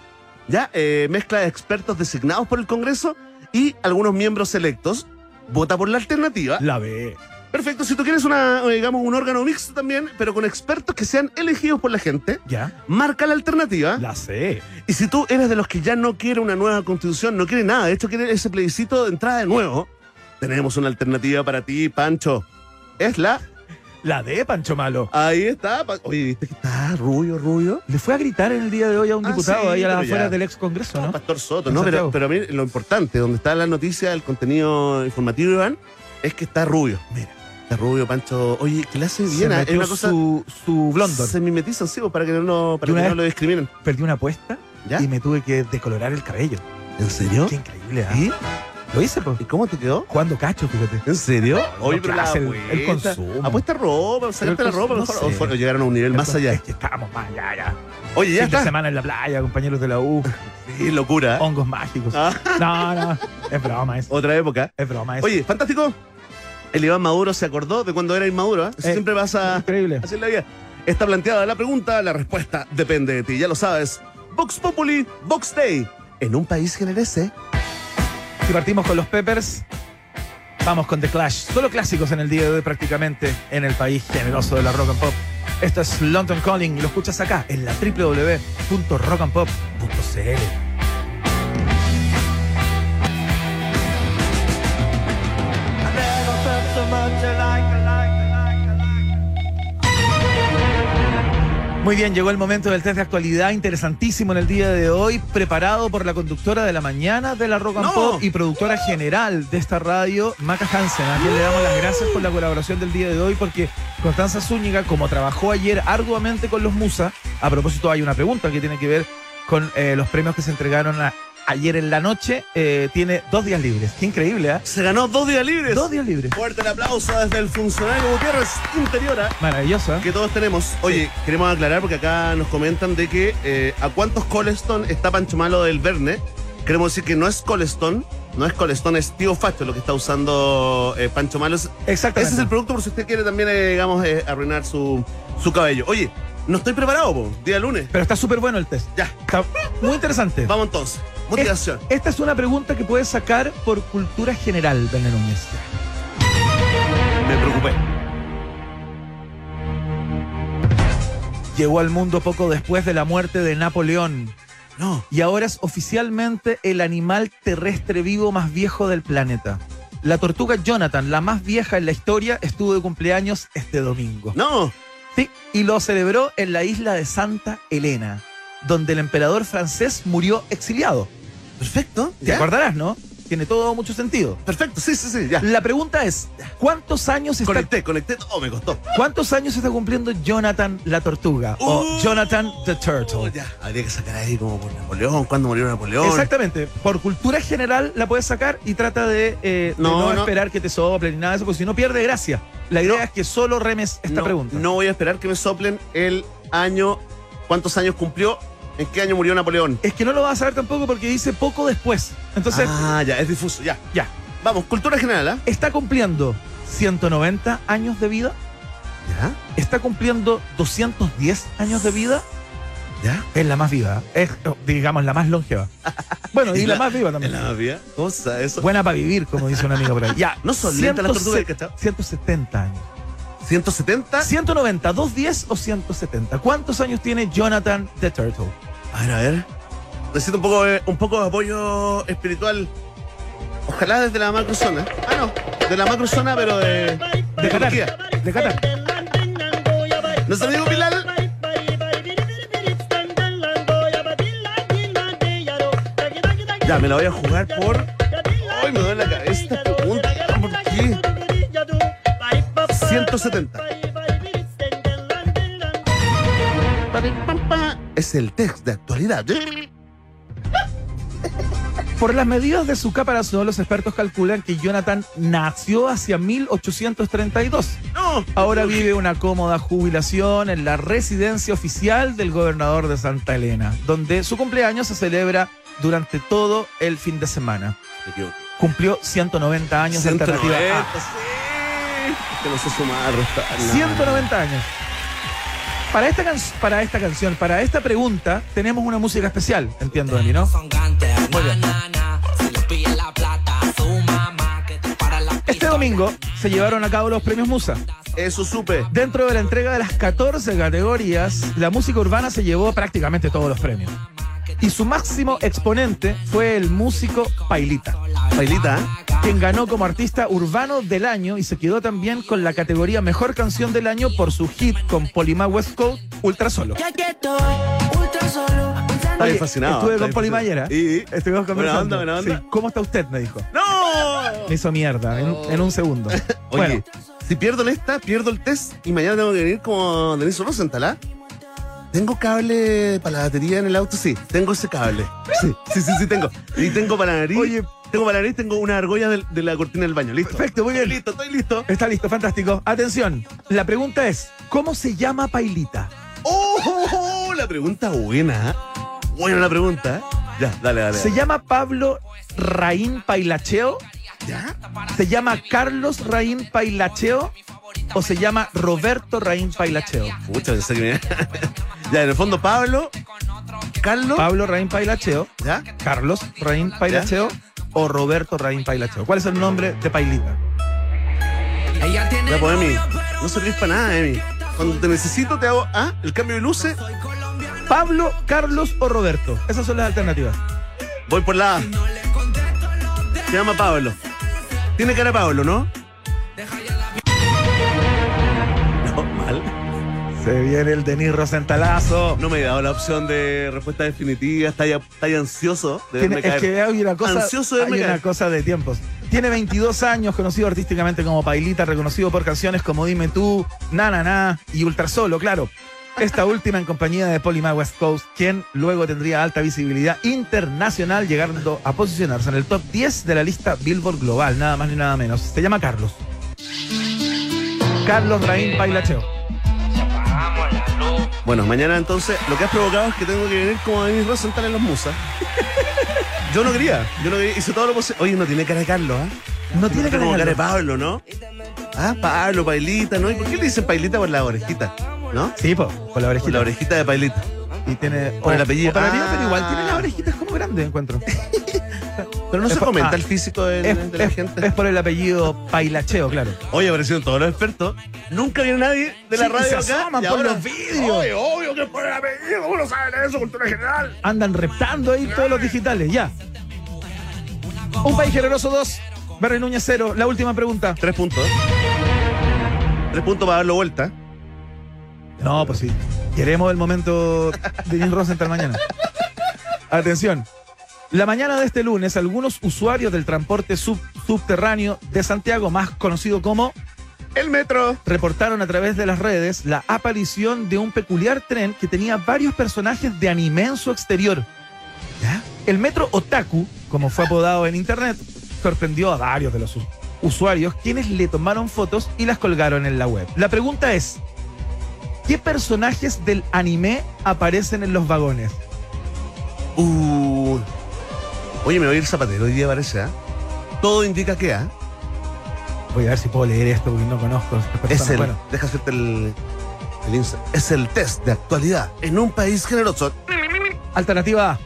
Speaker 2: ¿ya? Eh, mezcla de expertos designados por el Congreso y algunos miembros electos. Vota por la alternativa.
Speaker 1: La B.
Speaker 2: Perfecto, si tú quieres una, eh, digamos, un órgano mixto también, pero con expertos que sean elegidos por la gente,
Speaker 1: Ya.
Speaker 2: marca la alternativa.
Speaker 1: La C.
Speaker 2: Y si tú eres de los que ya no quiere una nueva constitución, no quiere nada, de hecho quiere ese plebiscito de entrada de nuevo, tenemos una alternativa para ti, Pancho. Es la.
Speaker 1: La D, Pancho Malo.
Speaker 2: Ahí está. pa- Oye, viste que está rubio, rubio.
Speaker 1: Le fue a gritar en el día de hoy a un
Speaker 2: Ah,
Speaker 1: diputado
Speaker 2: sí,
Speaker 1: ahí a las
Speaker 2: pero ya.
Speaker 1: afueras del ex Congreso, ¿no?
Speaker 2: Pastor Soto,
Speaker 1: En
Speaker 2: ¿no?
Speaker 1: Santiago.
Speaker 2: Pero, pero a mí lo importante, donde está la noticia, el contenido informativo, Iván, es que está rubio.
Speaker 1: Mira.
Speaker 2: Está rubio, Pancho. Oye, que le hace
Speaker 1: Se
Speaker 2: bien. ah, Es
Speaker 1: metió
Speaker 2: una cosa.
Speaker 1: su, su blondor.
Speaker 2: Se mimetizan, sí, pues, para que no, para
Speaker 1: Y una
Speaker 2: que no
Speaker 1: vez-
Speaker 2: lo discriminen.
Speaker 1: Perdí una apuesta
Speaker 2: ¿Ya?
Speaker 1: y me tuve que decolorar el cabello.
Speaker 2: ¿En serio?
Speaker 1: Qué increíble, ¿ah?
Speaker 2: ¿Y?
Speaker 1: Lo hice, pues.
Speaker 2: ¿Y cómo te quedó?
Speaker 1: Jugando cacho, fíjate.
Speaker 2: ¿En serio? Oye,
Speaker 1: No,
Speaker 2: pero
Speaker 1: ¿qué
Speaker 2: la
Speaker 1: hace el-
Speaker 2: apuesta,
Speaker 1: el consumo?
Speaker 2: Apuesta ropa, sacarte
Speaker 1: Pero
Speaker 2: la
Speaker 1: el
Speaker 2: ropa,
Speaker 1: consumo,
Speaker 2: mejor.
Speaker 1: no
Speaker 2: O
Speaker 1: sé.
Speaker 2: fueron- llegaron a un nivel más allá.
Speaker 1: Es que estábamos más allá, ya.
Speaker 2: Oye, ya
Speaker 1: Fin de Oh.
Speaker 2: está.
Speaker 1: semana en la playa, compañeros de la U,
Speaker 2: Sí, locura. ¿eh?
Speaker 1: hongos mágicos.
Speaker 2: Ah.
Speaker 1: No, no, es broma, es,
Speaker 2: Otra época.
Speaker 1: es broma. Es,
Speaker 2: Oye, fantástico. El Iván Maduro se acordó de cuando era inmaduro. ¿eh? Eso
Speaker 1: Eh,
Speaker 2: siempre pasa
Speaker 1: increíble.
Speaker 2: así en la vida. Está planteada la pregunta, la respuesta depende de ti. Ya lo sabes. Vox Populi, Vox Day, en un país generese.
Speaker 1: Si partimos con los Peppers, vamos con The Clash. Solo clásicos en el día de hoy prácticamente en el país generoso de la rock and pop. Esto es London Calling, lo escuchas acá en la www.rockandpop.cl. Muy bien, llegó el momento del test de actualidad interesantísimo en el día de hoy, preparado por la conductora de la mañana de la Rock and
Speaker 2: ¡No!
Speaker 1: Pop y productora general de esta radio, Maca Hansen, a quien le damos las gracias por la colaboración del día de hoy, porque Constanza Zúñiga, como trabajó ayer arduamente con los Musa, a propósito hay una pregunta que tiene que ver con eh, los premios que se entregaron a- ayer en la noche, eh, tiene dos días libres. Qué increíble, ¿ah?
Speaker 2: Se ganó dos días libres.
Speaker 1: Dos días libres.
Speaker 2: Fuerte el aplauso desde el funcionario Gutiérrez ¿ah? Interiora.
Speaker 1: Maravilloso, ¿eh?
Speaker 2: que todos tenemos. Oye, queremos aclarar porque acá nos comentan de que eh, a cuántos Colestone está Pancho Malo del Verne. Queremos decir que no es Colestone, no es Colestone, es Tío Facho lo que está usando eh, Pancho Malo. Es-
Speaker 1: Exactamente.
Speaker 2: Ese es el producto por si usted quiere también, eh, digamos, eh, arruinar su, su cabello. Oye, no estoy preparado, po. día lunes.
Speaker 1: Pero está súper bueno el test.
Speaker 2: Ya,
Speaker 1: Está muy interesante.
Speaker 2: vamos entonces. Motivación.
Speaker 1: Esta es una pregunta que puedes sacar por cultura general, Daniel Núñez.
Speaker 2: Me preocupé.
Speaker 1: Llegó al mundo poco después de la muerte de Napoleón
Speaker 2: No.
Speaker 1: y ahora es oficialmente el animal terrestre vivo más viejo del planeta. La tortuga Jonathan, la más vieja en la historia, estuvo de cumpleaños este domingo.
Speaker 2: No.
Speaker 1: Sí, y lo celebró en la isla de Santa Elena, donde el emperador francés murió exiliado.
Speaker 2: Perfecto.
Speaker 1: ¿Te
Speaker 2: ya.
Speaker 1: acordarás, no? Tiene todo mucho sentido.
Speaker 2: Perfecto. Sí, sí, sí. Ya.
Speaker 1: La pregunta es, ¿cuántos años está
Speaker 2: Conecté, conecté. Oh, me costó.
Speaker 1: ¿Cuántos años está cumpliendo Jonathan la Tortuga? o
Speaker 2: Uh,
Speaker 1: Jonathan the
Speaker 2: Oh,
Speaker 1: Turtle.
Speaker 2: ya. Habría que sacar ahí como por Napoleón, cuándo murió Napoleón.
Speaker 1: Exactamente. Por cultura general la puedes sacar y trata de, eh, de no,
Speaker 2: No, no.
Speaker 1: esperar que te soplen ni nada de eso, porque si no pierde gracia. La idea
Speaker 2: No.
Speaker 1: es que solo remes esta
Speaker 2: no,
Speaker 1: pregunta.
Speaker 2: No voy a esperar que me soplen el año, cuántos años cumplió, en qué año murió Napoleón.
Speaker 1: Es que no lo vas a saber tampoco porque dice poco después. Entonces,
Speaker 2: ah, ya, es difuso, ya.
Speaker 1: ya.
Speaker 2: Vamos, cultura general, ¿ah?
Speaker 1: Está cumpliendo 190 años de vida.
Speaker 2: Ya,
Speaker 1: Está cumpliendo 210 años de vida.
Speaker 2: ya.
Speaker 1: Es la más viva. ¿eh? Es, oh, digamos, la más longeva. Bueno, y
Speaker 2: Es
Speaker 1: la,
Speaker 2: la-
Speaker 1: más viva
Speaker 2: En
Speaker 1: también.
Speaker 2: la vida, cosa, eso.
Speaker 1: Buena para vivir, como dice un amigo por ahí. Ya,
Speaker 2: No son lentas las
Speaker 1: 107
Speaker 2: tortugas, ¿Ah? ¿cachai?
Speaker 1: 170 años.
Speaker 2: 170.
Speaker 1: 190, 210 o 170. ¿Cuántos años tiene Jonathan the Turtle?
Speaker 2: A ver, a ver. Necesito un poco, de- un poco de apoyo espiritual. Ojalá desde la macrozona. Ah, no, de la macrozona, pero de,
Speaker 1: De Qatar.
Speaker 2: Turquía.
Speaker 1: De Qatar.
Speaker 2: Nuestro amigo Pilar Ya, me la voy a jugar por. Ay, me duele la cabeza esta pregunta. ¿Por qué? 170. Es el test de actualidad. ¿eh?
Speaker 1: Por las medidas de su caparazón, los expertos calculan que Jonathan nació hacia 1832.
Speaker 2: No.
Speaker 1: Ahora vive una cómoda jubilación en la residencia oficial del gobernador de Santa Elena, donde su cumpleaños se celebra durante todo el fin de semana.
Speaker 2: Me equivoqué.
Speaker 1: Cumplió 190 años de alternativa Ah, A.
Speaker 2: 190, sí. Que no sé sumar, restar, nada.
Speaker 1: 190 años. Para esta, can- para esta canción, para esta pregunta, tenemos una música especial, entiendo, Dani, ¿no?
Speaker 4: Muy bien.
Speaker 1: Este domingo se llevaron a cabo los premios Musa.
Speaker 2: Eso supe.
Speaker 1: Dentro de la entrega de las 14 categorías, la música urbana se llevó prácticamente todos los premios. Y su máximo exponente fue el músico Pailita,
Speaker 2: Bailita, ¿eh?
Speaker 1: quien ganó como artista urbano del año y se quedó también con la categoría Mejor Canción del Año por su hit con Polima West Coast, Ultra Solo.
Speaker 2: Está
Speaker 1: Oye,
Speaker 2: fascinado.
Speaker 1: Estuve
Speaker 2: está
Speaker 1: con Poli ¿eh?
Speaker 2: fascinado.
Speaker 1: Mayera.
Speaker 2: Y.
Speaker 1: Estuvimos
Speaker 2: Buena
Speaker 1: conversando.
Speaker 2: onda, buena onda.
Speaker 1: Sí, ¿Cómo está usted? Me dijo.
Speaker 2: ¡No!
Speaker 1: Me hizo mierda en, en un segundo.
Speaker 2: Oye,
Speaker 1: Bueno,
Speaker 2: si pierdo en esta, pierdo el test y mañana tengo que venir como Denise Rosenthal, ¿ah? ¿Tengo cable para la batería en el auto? Sí, tengo ese cable. Sí, sí, sí, sí, tengo. Y tengo para la nariz.
Speaker 1: Oye.
Speaker 2: Tengo para la nariz, tengo una argolla del- de, la cortina del baño. Listo.
Speaker 1: Perfecto, muy bien.
Speaker 2: Estoy listo, estoy listo.
Speaker 1: está listo, fantástico. Atención, la pregunta es, ¿cómo se llama Pailita?
Speaker 2: ¡Oh! oh, oh, la pregunta buena. ¿ah? Buena la pregunta. ¿eh? Ya, dale, dale.
Speaker 1: ¿Se
Speaker 2: dale.
Speaker 1: llama Pablo Raín Pailacheo?
Speaker 2: ¿Ya?
Speaker 1: ¿Se llama Carlos Raín Pailacheo? ¿O se llama Roberto Raín Pailacheo?
Speaker 2: Pucha, pensé que me- ya, en el fondo, Pablo, Carlos.
Speaker 1: Pablo Raín Pailacheo,
Speaker 2: ¿Ya?
Speaker 1: Carlos Raín Pailacheo o Roberto Raín Pailacheo. ¿Cuál es el nombre de Pailita?
Speaker 2: Ya, pues, Emi. No servís para nada, Emi. Cuando te necesito, te hago. Ah, el cambio de luces.
Speaker 1: Pablo, Carlos o Roberto. Esas son las alternativas.
Speaker 2: Voy por la A. Se llama Pablo. Tiene cara de Pablo, ¿no? No, mal.
Speaker 1: Se viene el Denis Rosentalazo.
Speaker 2: No me he dado la opción de respuesta definitiva. Está ya, está ya ansioso de
Speaker 1: Tiene-
Speaker 2: verme
Speaker 1: es
Speaker 2: caer.
Speaker 1: que hay una cosa,
Speaker 2: Ansioso de verme
Speaker 1: hay una
Speaker 2: caer.
Speaker 1: cosa de tiempos. Tiene 22 años, conocido artísticamente como Pailita, reconocido por canciones como Dime tú, Na Na Na y Ultrasolo, claro. Esta última en compañía de Polima West Coast, quien luego tendría alta visibilidad internacional, llegando a posicionarse en el top 10 de la lista Billboard Global, nada más ni nada menos. Se llama Carlos. Carlos Raín Pailacheo.
Speaker 2: Bueno, mañana entonces lo que has provocado es que tengo que venir como Denis Rosenthal en los musas. Yo no quería, yo no quería, hice todo lo posible. Oye, no tiene cara de Carlos, ¿ah?
Speaker 1: No tiene que
Speaker 2: como cara de
Speaker 1: ver.
Speaker 2: Pablo, ¿no? Ah, Pablo, Pailita, ¿no? ¿Y por qué le dicen Pailita por la orejita? ¿No?
Speaker 1: Sí, po, con la
Speaker 2: Por
Speaker 1: orejita.
Speaker 2: la orejita de Pailita.
Speaker 1: Y tiene.
Speaker 2: Por el apellido.
Speaker 1: o para arriba, pero igual
Speaker 2: Ah.
Speaker 1: tiene las orejitas como grandes, encuentro.
Speaker 2: Pero no
Speaker 1: Es
Speaker 2: se
Speaker 1: por-
Speaker 2: comenta
Speaker 1: ah,
Speaker 2: el físico de,
Speaker 1: Es,
Speaker 2: de la
Speaker 1: es-
Speaker 2: gente.
Speaker 1: es por el apellido Pailacheo, claro.
Speaker 2: Hoy aparecieron todos los expertos. Nunca viene nadie de la
Speaker 1: Sí,
Speaker 2: radio
Speaker 1: se
Speaker 2: acá.
Speaker 1: asoman
Speaker 2: y
Speaker 1: por
Speaker 2: ahora-
Speaker 1: los vidrios.
Speaker 2: Oye, obvio que es por el apellido. ¿Cómo no saben eso, cultura general?
Speaker 1: Andan reptando ahí todos los digitales, ya. Un país generoso 2, Barry Núñez 0. La última pregunta.
Speaker 2: Tres puntos. Tres puntos para darlo vuelta.
Speaker 1: No, pues sí. Queremos el momento de Jim Rosenthal mañana. Atención. La mañana de este lunes, algunos usuarios del transporte sub- subterráneo de Santiago, más conocido como
Speaker 2: El metro.
Speaker 1: reportaron a través de las redes la aparición de un peculiar tren que tenía varios personajes de anime en su exterior. ¿Ya? El metro Otaku, como fue apodado en internet, sorprendió a varios de los us- usuarios quienes le tomaron fotos y las colgaron en la web. La pregunta es, ¿qué personajes del anime aparecen en los vagones?
Speaker 2: Uh. Oye, me voy a ir zapatero hoy día, parece, ¿ah? Todo indica que, ¿ah?
Speaker 1: Voy a ver si puedo leer esto porque no conozco a estas personas.
Speaker 2: Es el.
Speaker 1: Bueno,
Speaker 2: Deja hacerte el. el insta- es el test de actualidad en un país generoso.
Speaker 1: Alternativa A.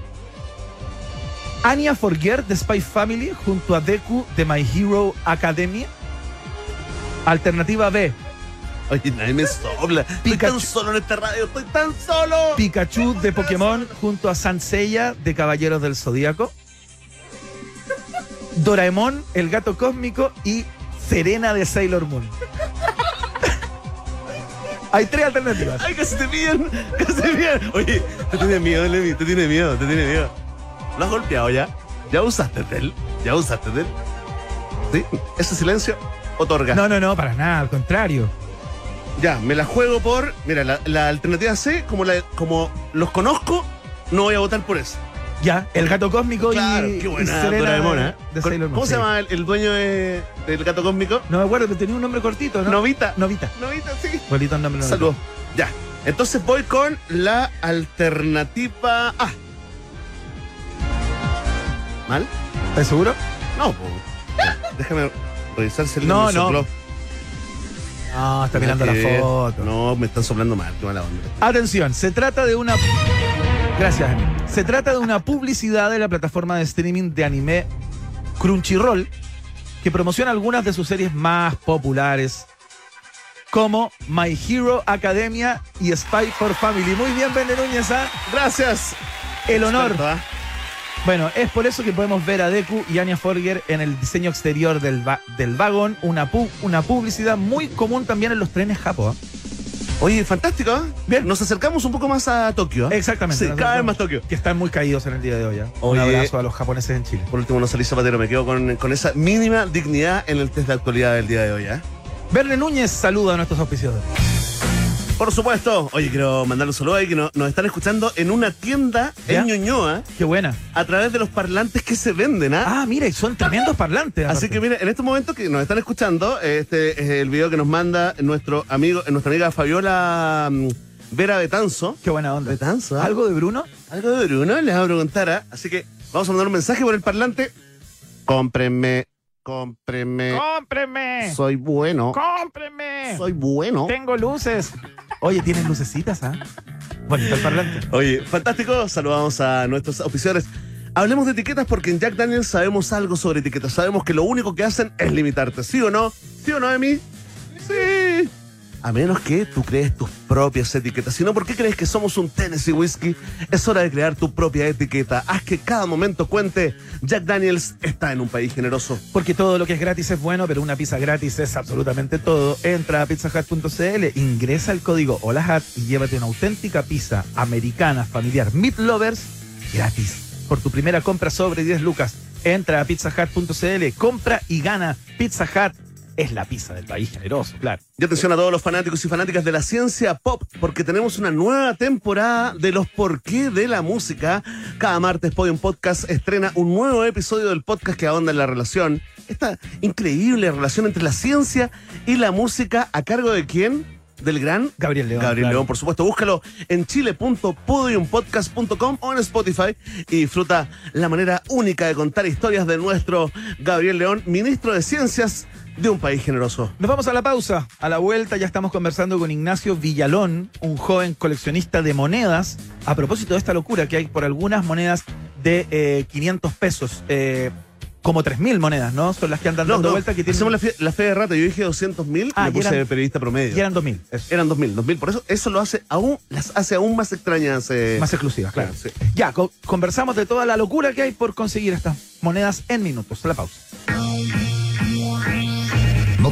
Speaker 1: Anya Forger de Spy Family junto a Deku de My Hero Academia. Alternativa B.
Speaker 2: Oye, nadie me sopla. Estoy
Speaker 1: Pikachu.
Speaker 2: tan solo en esta radio, estoy tan solo.
Speaker 1: Pikachu de Pokémon junto a Sansella de Caballeros del Zodíaco. Doraemon, el gato cósmico y Serena de Sailor Moon. Hay tres alternativas.
Speaker 2: Ay, casi te pillan, casi te pillan. Oye, te tiene miedo, Levi, te tiene miedo, te tiene miedo. ¿Lo has golpeado ya? ¿Ya usaste tel? ¿Ya usaste tel? ¿Sí? Ese silencio otorga.
Speaker 1: No, no, no, para nada, al contrario.
Speaker 2: Ya, me la juego por. Mira, la, la alternativa C, como, la, como los conozco, no voy a votar por esa.
Speaker 1: Ya, el gato cósmico
Speaker 2: Claro,
Speaker 1: y,
Speaker 2: qué
Speaker 1: y
Speaker 2: buena
Speaker 1: Serena
Speaker 2: Doraemon, ¿eh?
Speaker 1: de
Speaker 2: Con-
Speaker 1: Sailor Moon.
Speaker 2: ¿Cómo
Speaker 1: sí.
Speaker 2: se llama el, el dueño de- del gato cósmico?
Speaker 1: No me acuerdo, pero tenía un nombre cortito, ¿no?
Speaker 2: Novita.
Speaker 1: Novita.
Speaker 2: Novita, sí.
Speaker 1: Bonito nombre. bonito.
Speaker 2: Saludos. Ya. Entonces voy con la alternativa A. ¿Mal?
Speaker 1: ¿Estás seguro?
Speaker 2: No, po. Déjame revisar si alguien
Speaker 1: No,
Speaker 2: me
Speaker 1: no.
Speaker 2: sopló.
Speaker 1: No, está mirando la
Speaker 2: Nada que ver.
Speaker 1: foto.
Speaker 2: No, me están soplando mal. Qué mala onda.
Speaker 1: Atención, se trata de una. Gracias, Ani. Se trata de una publicidad de la plataforma de streaming de anime Crunchyroll, que promociona algunas de sus series más populares, como My Hero Academia y Spy for Family. Muy bien, Bene Núñez, ¿ah?
Speaker 2: Gracias.
Speaker 1: el honor.
Speaker 2: Experto, ¿ah?
Speaker 1: Bueno, es por eso que podemos ver a Deku y Anya Forger en el diseño exterior del, va- del vagón, una, pu- una publicidad muy común también en los trenes japo. ¿ah?
Speaker 2: Oye, fantástico. ¿ah?
Speaker 1: Bien.
Speaker 2: Nos acercamos un poco más a Tokio. ¿ah?
Speaker 1: Exactamente.
Speaker 2: Sí, cada vez más Tokio.
Speaker 1: Que están muy caídos en el día de hoy. ¿ah? Un
Speaker 2: Oye.
Speaker 1: abrazo a los japoneses en Chile.
Speaker 2: Por último, no salí zapatero. Me quedo con, con esa mínima dignidad en el test de actualidad del día de hoy. ¿ah?
Speaker 1: Verne Núñez saluda a nuestros auspiciadores.
Speaker 2: Por supuesto. Oye, quiero mandar un saludo ahí que no- nos están escuchando en una tienda
Speaker 1: ¿Ya?
Speaker 2: en Ñuñoa.
Speaker 1: Qué buena.
Speaker 2: a través de los parlantes que se venden, ¿ah?
Speaker 1: Ah, mira, y son tremendos parlantes.
Speaker 2: Así que
Speaker 1: mira.
Speaker 2: mira, en estos momentos que nos están escuchando, este es el video que nos manda nuestro amigo, nuestra amiga Fabiola mm, Vera Betanzo.
Speaker 1: Qué buena onda.
Speaker 2: Betanzo, ¿ah?
Speaker 1: ¿Algo de Bruno?
Speaker 2: algo de Bruno, les abro contar, ¿ah? Así que vamos a mandar un mensaje por el parlante. Cómprenme, cómprenme,
Speaker 1: Eh. ¡Cómpreme!
Speaker 2: soy bueno,
Speaker 1: ¡Cómpreme!
Speaker 2: soy bueno.
Speaker 1: Tengo luces. Oye, tienen lucecitas, ¿ah? Bonito el parlante.
Speaker 2: Oye, fantástico. Saludamos a nuestros oficiales. Hablemos de etiquetas porque en Jack Daniels sabemos algo sobre etiquetas. Sabemos que lo único que hacen es limitarte, ¿sí o no? ¿Sí o no, Emi? Sí. A menos que tú crees tus propias etiquetas. Si no, ¿por qué crees que somos un Tennessee Whiskey? Es hora de crear tu propia etiqueta. Haz que cada momento cuente. Jack Daniels está en un país generoso.
Speaker 1: Porque todo lo que es gratis es bueno, pero una pizza gratis es absolutamente todo. Entra a pizzahut.cl, ingresa el código HOLAHAT y llévate una auténtica pizza americana familiar Meat Lovers gratis. Por tu primera compra sobre 10 lucas, entra a pizzahut.cl, compra y gana. Pizza Hut es la pizza del país generoso, claro.
Speaker 2: Y atención a todos los fanáticos y fanáticas de la ciencia pop, porque tenemos una nueva temporada de los por qué de la música. Cada martes Podium Podcast estrena un nuevo episodio del podcast que ahonda en la relación. Esta increíble relación entre la ciencia y la música, ¿a cargo de quién? Del gran
Speaker 1: Gabriel León.
Speaker 2: Gabriel
Speaker 1: claro.
Speaker 2: León, por supuesto. Búscalo en chile.podiumpodcast.com o en Spotify y disfruta la manera única de contar historias de nuestro Gabriel León, ministro de Ciencias de un país generoso.
Speaker 1: Nos vamos a la pausa. A la vuelta ya estamos conversando con Ignacio Villalón, un joven coleccionista de monedas, a propósito de esta locura que hay por algunas monedas de eh, 500 pesos. eh, como 3.000 monedas, ¿no? Son las que andan
Speaker 2: No,
Speaker 1: dando
Speaker 2: no,
Speaker 1: vuelta que tienen...
Speaker 2: hacemos la fe, la fe de rata. Yo dije 200 mil
Speaker 1: Ah,
Speaker 2: le
Speaker 1: y
Speaker 2: puse
Speaker 1: eran-
Speaker 2: de periodista promedio.
Speaker 1: Y eran 2.000. eso.
Speaker 2: Eran 2000, 2000. Por eso, eso lo hace aún, las hace aún más extrañas. eh,
Speaker 1: Más exclusivas, claro.
Speaker 2: sí.
Speaker 1: Ya, co- conversamos de toda la locura que hay por conseguir estas monedas en minutos. La pausa.
Speaker 4: No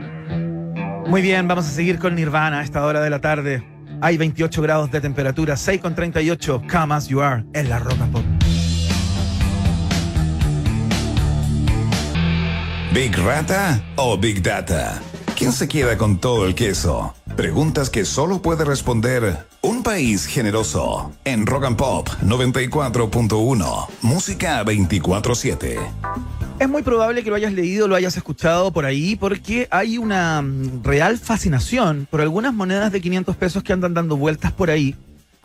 Speaker 1: Muy bien, vamos a seguir con Nirvana a esta hora de la tarde. Hay 28 grados de temperatura, 6 con 38. Come as you are en la roca pop.
Speaker 4: ¿Big Rata o Big Data? ¿Quién se queda con todo el queso? Preguntas que solo puede responder un país generoso. En Rock and Pop 94.1, música 24-7.
Speaker 1: Es muy probable que lo hayas leído, lo hayas escuchado por ahí, porque hay una mm, real fascinación por algunas monedas de 500 pesos que andan dando vueltas por ahí,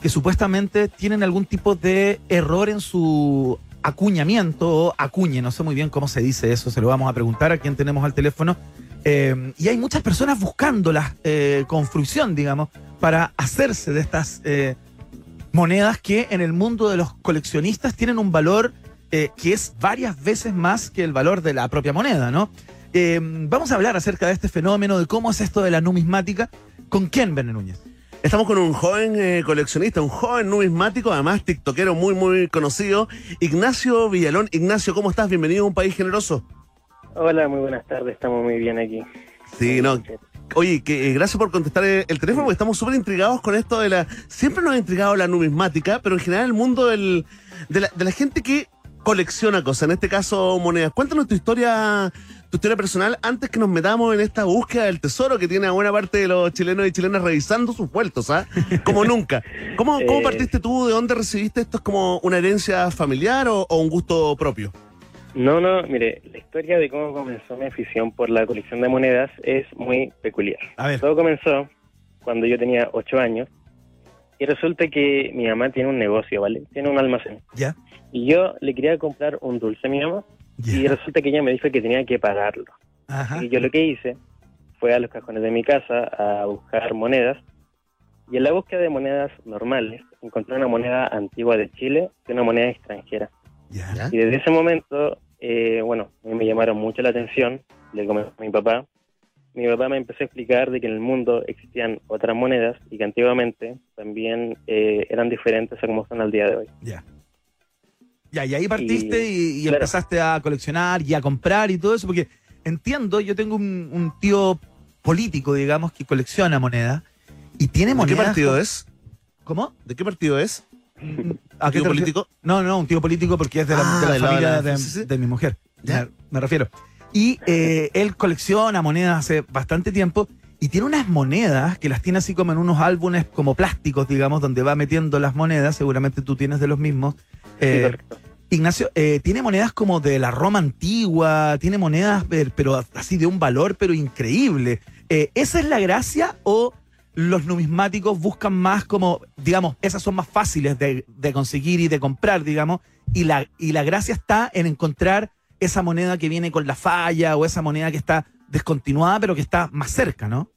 Speaker 1: que supuestamente tienen algún tipo de error en su acuñamiento o acuñe, no sé muy bien cómo se dice eso, se lo vamos a preguntar a quien tenemos al teléfono. Eh, y hay muchas personas buscándolas eh, con fruición, digamos, para hacerse de estas eh, monedas que en el mundo de los coleccionistas tienen un valor eh, que es varias veces más que el valor de la propia moneda, ¿no? Eh, vamos a hablar acerca de este fenómeno, de cómo es esto de la numismática. ¿Con quién, Verne Núñez?
Speaker 2: Estamos con un joven eh, coleccionista, un joven numismático, además tiktokero muy, muy conocido, Ignacio Villalón. Ignacio, ¿cómo estás? Bienvenido a un país generoso.
Speaker 5: Hola, muy buenas tardes, estamos muy bien aquí.
Speaker 2: Sí, no. Oye, que, eh, gracias por contestar eh, el teléfono porque estamos súper intrigados con esto de la... Siempre nos ha intrigado la numismática, pero en general el mundo del, de, la, de la gente que colecciona cosas, en este caso monedas. Cuéntanos tu historia, tu historia personal antes que nos metamos en esta búsqueda del tesoro que tiene a buena parte de los chilenos y chilenas revisando sus vueltos, ¿ah? Como nunca. ¿Cómo, cómo
Speaker 5: Eh.
Speaker 2: partiste tú? ¿De dónde recibiste esto? ¿Es como una herencia familiar o- o un gusto propio?
Speaker 5: No, no, mire, la historia de cómo comenzó mi afición por la colección de monedas es muy peculiar.
Speaker 1: A ver,
Speaker 5: Todo comenzó cuando yo tenía ocho años y resulta que mi mamá tiene un negocio, ¿vale? Tiene un almacén.
Speaker 1: ya.
Speaker 5: Y yo le quería comprar un dulce a mi mamá y
Speaker 1: ya. Ah,
Speaker 5: resulta que ella me dijo que tenía que pagarlo.
Speaker 1: Ajá.
Speaker 5: Y yo lo que hice fue a los cajones de mi casa a buscar monedas. Y en la búsqueda de monedas normales, encontré una moneda antigua de Chile y una moneda extranjera.
Speaker 1: Ya.
Speaker 5: Y desde ese momento, eh, bueno, a mí me llamaron mucho la atención, le comenté a mi papá. Mi papá me empezó a explicar de que en el mundo existían otras monedas y que antiguamente también eh, eran diferentes a como son al día de hoy.
Speaker 1: Ya, y ahí partiste y, y
Speaker 5: claro.
Speaker 1: empezaste a coleccionar y a comprar y todo eso, porque entiendo, yo tengo un, un tío político, digamos, que colecciona monedas y tiene
Speaker 2: ¿De qué
Speaker 1: monedas.
Speaker 2: partido es?
Speaker 1: ¿Cómo?
Speaker 2: ¿De qué partido es?
Speaker 1: ¿A qué
Speaker 2: ¿Partido
Speaker 1: te refieres?
Speaker 2: político?
Speaker 1: No, no, un tío político porque es de la,
Speaker 2: Ah,
Speaker 1: de la
Speaker 2: de la-
Speaker 1: familia
Speaker 2: la-
Speaker 1: de,
Speaker 2: sí, sí.
Speaker 1: de mi mujer.
Speaker 2: Ya.
Speaker 1: Me, me refiero. Y eh, él colecciona monedas hace bastante tiempo y tiene unas monedas que las tiene así como en unos álbumes como plásticos, digamos, donde va metiendo las monedas. Seguramente tú tienes de los mismos. Eh,
Speaker 5: Sí, correcto.
Speaker 1: Ignacio, eh, tiene monedas como de la Roma antigua, tiene monedas, per- pero así de un valor, pero increíble. Eh, ¿Esa es la gracia o los numismáticos buscan más como, digamos, esas son más fáciles de, de conseguir y de comprar, digamos, y la, y la gracia está en encontrar esa moneda que viene con la falla o esa moneda que está descontinuada, pero que está más cerca, ¿no?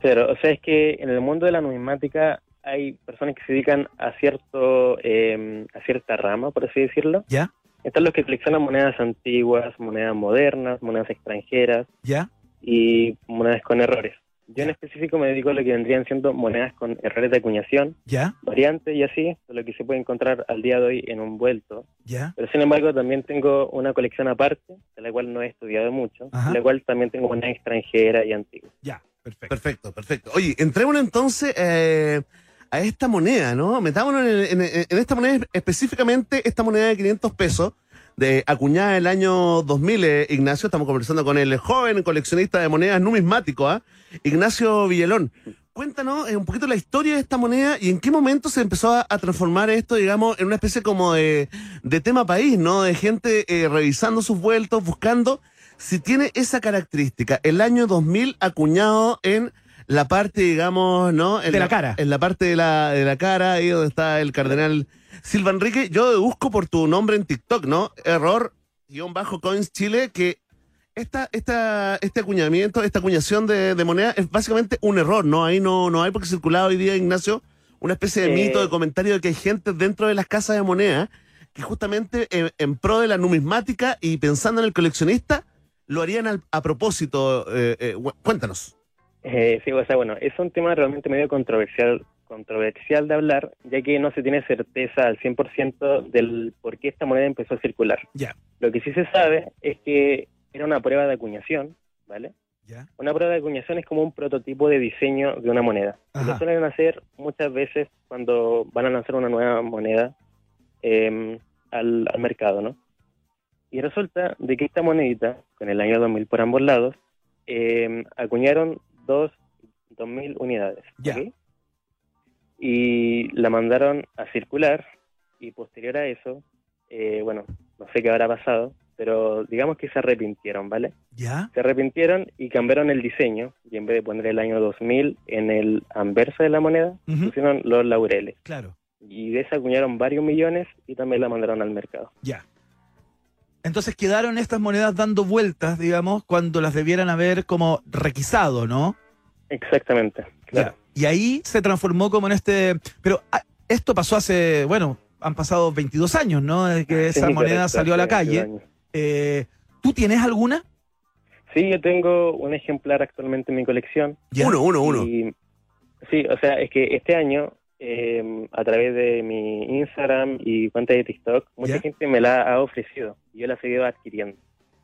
Speaker 5: Claro, o sea, es que en el mundo de la numismática hay personas que se dedican a cierto eh, a cierta rama, por así decirlo.
Speaker 1: ¿Ya?
Speaker 5: Están los que coleccionan monedas antiguas, monedas modernas, monedas extranjeras
Speaker 1: ¿Ya?
Speaker 5: y monedas con errores. Yo en específico me dedico a lo que vendrían siendo monedas con errores de acuñación,
Speaker 1: ¿Ya?
Speaker 5: variantes y así, de lo que se puede encontrar al día de hoy en un vuelto.
Speaker 1: ¿Ya?
Speaker 5: Pero sin embargo también tengo una colección aparte, de la cual no he estudiado mucho,
Speaker 1: Ajá.
Speaker 5: de la cual también tengo monedas extranjeras y antiguas.
Speaker 1: Ya. Perfecto.
Speaker 2: Perfecto, perfecto. Oye, entrémonos entonces eh, a esta moneda, ¿no? Metámonos en, en- en esta moneda, específicamente esta moneda de 500 pesos, de acuñada en el año 2000, eh, Ignacio. Estamos conversando con el joven coleccionista de monedas numismático, ¿ah? Ignacio Villalón. Cuéntanos eh, un poquito la historia de esta moneda y en qué momento se empezó a, a transformar esto, digamos, en una especie como de, de tema país, ¿no? De gente eh, revisando sus vueltos, buscando si tiene esa característica, el año 2000 acuñado en la parte, digamos, ¿no? En
Speaker 1: De la cara.
Speaker 2: En la parte de la, de la cara, ahí donde está el cardenal Silva Enrique. Yo deduzco por tu nombre en TikTok, ¿no? Error, guión bajo Coins Chile, que esta, esta, este acuñamiento, esta acuñación de, de moneda es básicamente un error, ¿no? Ahí no, no hay porque circulaba hoy día, Ignacio, una especie de
Speaker 5: Eh.
Speaker 2: mito, de comentario de que hay gente dentro de las casas de moneda que justamente en, en pro de la numismática y pensando en el coleccionista, lo harían al- a propósito. eh, eh, gu- cuéntanos.
Speaker 5: Eh, sí, o sea, bueno, es un tema realmente medio controversial, controversial de hablar, ya que no se tiene certeza al 100% del por qué esta moneda empezó a circular.
Speaker 1: Ya.
Speaker 5: Lo que sí se sabe es que era una prueba de acuñación, ¿vale?
Speaker 1: ¿Ya?
Speaker 5: Una prueba de acuñación es como un prototipo de diseño de una moneda.
Speaker 1: Ajá.
Speaker 5: Lo suelen hacer muchas veces cuando van a lanzar una nueva moneda eh, al, al mercado, ¿no? Y resulta de que esta monedita, con el año 2000 por ambos lados, eh, acuñaron dos, 2000 unidades.
Speaker 1: Ya.
Speaker 5: ¿ok? Y la mandaron a circular y posterior a eso, eh, bueno, no sé qué habrá pasado, pero digamos que se arrepintieron, ¿vale?
Speaker 1: ¿Ya?
Speaker 5: se arrepintieron y cambiaron el diseño y en vez de poner el año 2000 en el anverso de la moneda,
Speaker 1: Ujú,
Speaker 5: pusieron los laureles.
Speaker 1: Claro.
Speaker 5: Y de esa acuñaron varios millones y también la mandaron al mercado.
Speaker 1: Ya. Entonces quedaron estas monedas dando vueltas, digamos, cuando las debieran haber como requisado, ¿no?
Speaker 5: Exactamente. Claro.
Speaker 1: Ya. Y ahí se transformó como en este... Pero ah, esto pasó hace, bueno, han pasado 22 años, ¿no? Desde que
Speaker 5: Sí,
Speaker 1: esa moneda
Speaker 5: correcto,
Speaker 1: salió a la
Speaker 5: hace 22
Speaker 1: calle.
Speaker 5: años.
Speaker 1: Eh, ¿Tú tienes alguna?
Speaker 5: Sí, yo tengo un ejemplar actualmente en mi colección.
Speaker 1: Ya.
Speaker 2: Uno, uno, uno.
Speaker 5: Y- sí, o sea, es que este año, eh, a través de mi Instagram y cuenta de TikTok, mucha
Speaker 1: Ya.
Speaker 5: gente me la ha ofrecido y yo las he ido adquiriendo.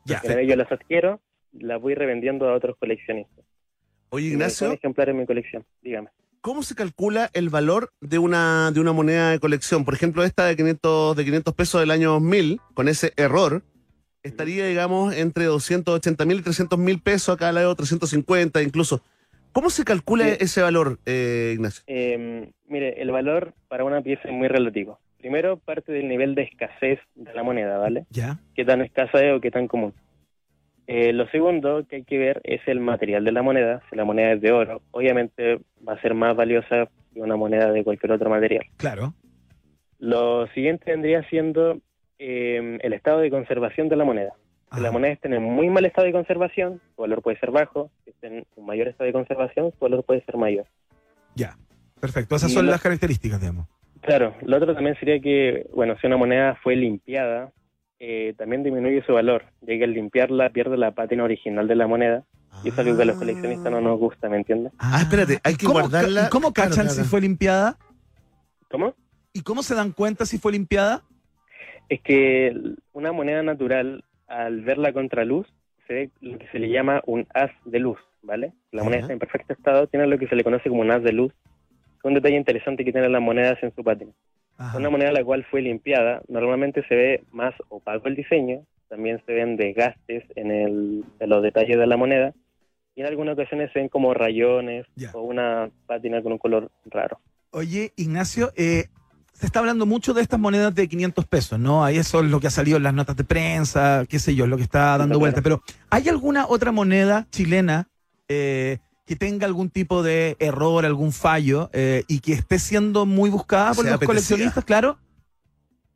Speaker 1: Ya.
Speaker 5: Cada vez yo las adquiero, las voy revendiendo a otros coleccionistas.
Speaker 2: Oye,
Speaker 5: Tengo
Speaker 2: Ignacio,
Speaker 5: Un ejemplar Eh, en mi colección, dígame.
Speaker 2: ¿cómo se calcula el valor de una, de una moneda de colección? Por ejemplo, esta de 500, de 500 pesos del año 2000, con ese error, estaría, digamos, entre 280 mil y 300 mil pesos, acá al lado 350 incluso. ¿Cómo se calcula
Speaker 5: Sí.
Speaker 2: ese valor, eh, Ignacio?
Speaker 5: Eh, mire, el valor para una pieza es muy relativo. Primero parte del nivel de escasez de la moneda, ¿vale?
Speaker 1: Ya.
Speaker 5: ¿Qué tan escasa es o qué tan común? Eh, lo segundo que hay que ver es el material de la moneda. Si la moneda es de oro, obviamente va a ser más valiosa que una moneda de cualquier otro material.
Speaker 1: Claro.
Speaker 5: Lo siguiente vendría siendo eh, el estado de conservación de la moneda. Si
Speaker 1: Ajá.
Speaker 5: la moneda está en muy mal estado de conservación, su valor puede ser bajo. Si está en un mayor estado de conservación, su valor puede ser mayor.
Speaker 1: Ya. Perfecto. Esas
Speaker 5: Y
Speaker 1: son
Speaker 5: lo-
Speaker 1: las características, digamos.
Speaker 5: Claro, lo otro también sería que, bueno, si una moneda fue limpiada, eh, también disminuye su valor, ya que al limpiarla pierde la pátina original de la moneda, y es algo que a los coleccionistas no nos gusta, ¿me entiendes?
Speaker 2: Ah, espérate, hay
Speaker 1: ¿y
Speaker 2: que
Speaker 1: cómo ca-
Speaker 2: guardarla-
Speaker 1: y ¿Cómo
Speaker 2: Claro,
Speaker 1: cachan
Speaker 2: claro.
Speaker 1: si fue limpiada?
Speaker 5: ¿Cómo?
Speaker 1: ¿Y cómo se dan cuenta si fue limpiada?
Speaker 5: Es que una moneda natural, al verla contra luz, se ve lo que se le llama un haz de luz, ¿vale? La moneda
Speaker 2: Ajá.
Speaker 5: está en perfecto estado, tiene lo que se le conoce como un haz de luz, que es un detalle interesante que tienen las monedas en su pátina.
Speaker 1: Ajá.
Speaker 5: Una moneda la cual fue limpiada, normalmente se ve más opaco el diseño, también se ven desgastes en, el, en los detalles de la moneda y en algunas ocasiones se ven como rayones
Speaker 1: Ya.
Speaker 5: o una pátina con un color raro.
Speaker 1: Oye, Ignacio, eh, se está hablando mucho de estas monedas de 500 pesos, ¿no? Ahí eso es lo que ha salido en las notas de prensa, qué sé yo, lo que está dando
Speaker 5: Claro.
Speaker 1: vuelta. Pero ¿hay alguna otra moneda chilena eh, que tenga algún tipo de error, algún fallo eh, y que esté siendo muy buscada por
Speaker 2: Sea
Speaker 1: los
Speaker 2: apetecida.
Speaker 1: coleccionistas, claro?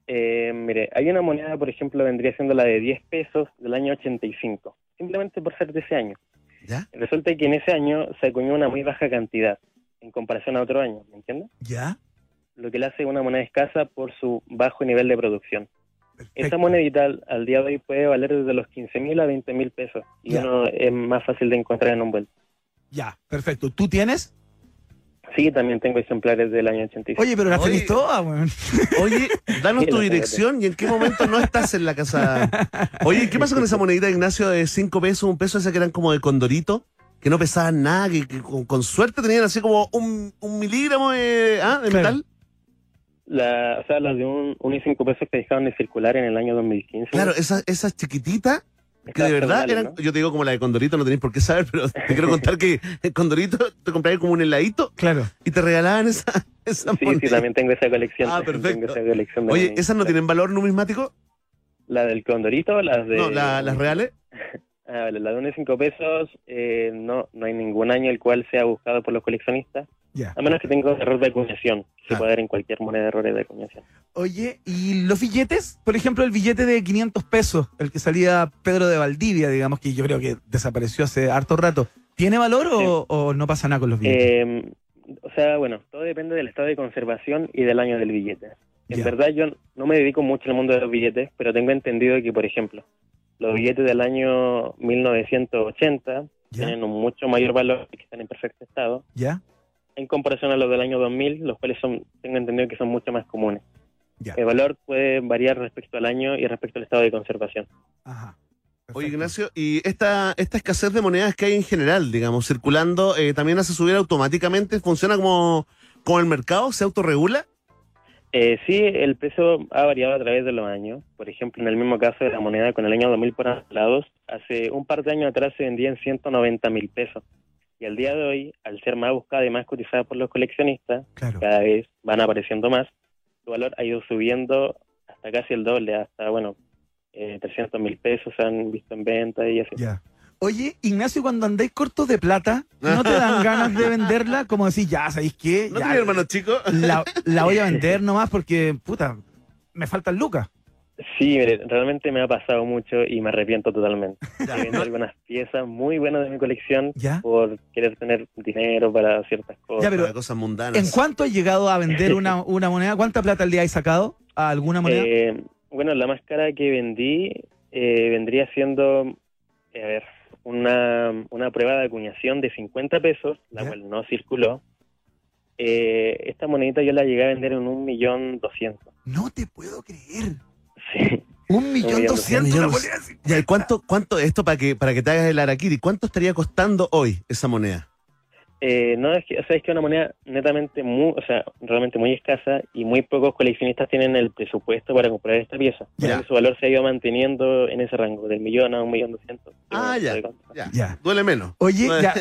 Speaker 5: Eh, mire, hay una moneda, por ejemplo, vendría siendo la de 10 pesos del año 85, simplemente por ser de ese año.
Speaker 2: ¿Ya?
Speaker 5: Resulta que en ese año se acuñó una muy baja cantidad en comparación a otro año, ¿me entiendes?
Speaker 1: Ya.
Speaker 5: lo que le hace una moneda escasa por su bajo nivel de producción. Esa
Speaker 1: Perfecto.
Speaker 5: monedita al- al día de hoy puede valer desde los 15 mil a 20 mil pesos y
Speaker 1: Ya.
Speaker 5: uno es más fácil de encontrar en un vuelto.
Speaker 1: Ya, perfecto. ¿Tú tienes?
Speaker 5: Sí, también tengo ejemplares del año 85.
Speaker 1: Oye, pero las
Speaker 2: Oye.
Speaker 1: tenés todas, weón.
Speaker 2: Oye, danos
Speaker 5: Sí,
Speaker 2: tu
Speaker 5: la
Speaker 2: dirección y en qué momento no estás en la casa. Oye, ¿qué pasa con esa monedita, Ignacio, de 5 pesos, un peso, esa que eran como de condorito? Que no pesaban nada, que, que con, con suerte tenían así como un, un miligramo de, ah, de
Speaker 1: Claro.
Speaker 2: metal.
Speaker 5: La- o sea, las de un, un y cinco pesos que dejaron de circular en el año 2015.
Speaker 2: Claro, esas esas chiquititas que de
Speaker 5: Estaban
Speaker 2: verdad
Speaker 5: fenomenales,
Speaker 2: eran.
Speaker 5: ¿no?
Speaker 2: Yo te digo como la de Condorito, no tenéis por qué saber, pero te quiero contar que el Condorito te comprabas como un heladito
Speaker 1: Claro.
Speaker 2: y te regalaban esa, esa
Speaker 5: Sí, sí,
Speaker 2: moneda.
Speaker 5: también tengo esa colección.
Speaker 2: Ah,
Speaker 5: también
Speaker 2: perfecto.
Speaker 5: tengo esa colección de
Speaker 2: Oye,
Speaker 5: moneditas.
Speaker 2: ¿esas no tienen valor numismático?
Speaker 5: La del Condorito, las de...
Speaker 2: No, la- las reales.
Speaker 5: Ah, vale, la de unos cinco pesos, eh, no, no hay ningún año el cual sea buscado por los coleccionistas.
Speaker 1: Ya.
Speaker 5: A menos que tenga un error de acuñación. Se
Speaker 2: Claro.
Speaker 5: puede dar en cualquier moneda errores de acuñación.
Speaker 1: Oye, ¿y los billetes? Por ejemplo, el billete de 500 pesos, el que salía Pedro de Valdivia, digamos, que yo creo que desapareció hace harto rato. ¿Tiene valor o,
Speaker 5: Sí.
Speaker 1: o no pasa nada con los billetes?
Speaker 5: Eh, o sea, bueno, todo depende del estado de conservación y del año del billete. En
Speaker 1: Ya.
Speaker 5: verdad, yo no me dedico mucho al mundo de los billetes, pero tengo entendido que, por ejemplo, los billetes del año 1980
Speaker 1: ¿Ya?
Speaker 5: tienen un mucho mayor valor y que están en perfecto estado
Speaker 1: ¿Ya?
Speaker 5: en comparación a los del año 2000, los cuales son, tengo entendido que son mucho más comunes.
Speaker 1: Ya.
Speaker 5: El valor puede variar respecto al año y respecto al estado de conservación.
Speaker 1: Ajá.
Speaker 2: Oye,
Speaker 1: Perfecto.
Speaker 2: Ignacio, y esta, esta escasez de monedas que hay en general, digamos, circulando, eh, también hace subir automáticamente, funciona como, como el mercado, se autorregula.
Speaker 5: Eh, sí, el precio ha variado a través de los años. Por ejemplo, en el mismo caso de la moneda con el año 2000 por lados, hace un par de años atrás se vendía en 190 mil pesos. Y al día de hoy, al ser más buscada y más cotizada por los coleccionistas,
Speaker 1: Claro.
Speaker 5: cada vez van apareciendo más, su valor ha ido subiendo hasta casi el doble, hasta, bueno, eh, 300 mil pesos se han visto en venta y así.
Speaker 1: Ya. Oye, Ignacio, cuando andáis cortos de plata, ¿no te dan ganas de venderla? Como decir, ya, ¿sabéis qué?
Speaker 2: ¿No
Speaker 1: Ya,
Speaker 2: tenía hermanos chicos?
Speaker 1: la, la voy a vender nomás porque, puta, me faltan lucas.
Speaker 5: Sí, mire, realmente me ha pasado mucho y me arrepiento totalmente.
Speaker 2: Ya.
Speaker 5: He vendido algunas piezas muy buenas de mi colección
Speaker 1: ¿Ya?
Speaker 5: por querer tener dinero para ciertas cosas.
Speaker 1: Ya, pero-
Speaker 2: Para cosas mundanas.
Speaker 1: ¿En cuánto has llegado a vender una, una moneda? ¿Cuánta plata al día has sacado a alguna moneda?
Speaker 5: Eh, bueno, la más cara que vendí eh, vendría siendo, eh, a ver, una, una prueba de acuñación de 50 pesos, la
Speaker 1: Ya.
Speaker 5: cual no circuló. Eh, esta monedita yo la llegué a vender en un millón doscientos.
Speaker 1: No te puedo creer.
Speaker 5: Sí.
Speaker 1: Un millón
Speaker 5: millón
Speaker 1: doscientos. una
Speaker 2: doscientos.
Speaker 1: moneda de cincuenta.
Speaker 2: Ya, ¿y cuánto, cuánto esto para que, para que te hagas el araquiri? ¿Cuánto estaría costando hoy esa moneda?
Speaker 5: Eh, no, es que, o sea, es que una moneda netamente muy, o sea, realmente muy escasa y muy pocos coleccionistas tienen el presupuesto para comprar esta pieza. Por
Speaker 2: Ya.
Speaker 5: ende, Su valor se ha ido manteniendo en ese rango, del millón a un millón doscientos.
Speaker 2: Ah,
Speaker 5: Según
Speaker 2: ya.
Speaker 5: el contrato.
Speaker 2: Ya.
Speaker 1: Ya.
Speaker 2: Duele menos.
Speaker 1: Oye,
Speaker 2: Bueno.
Speaker 1: ya.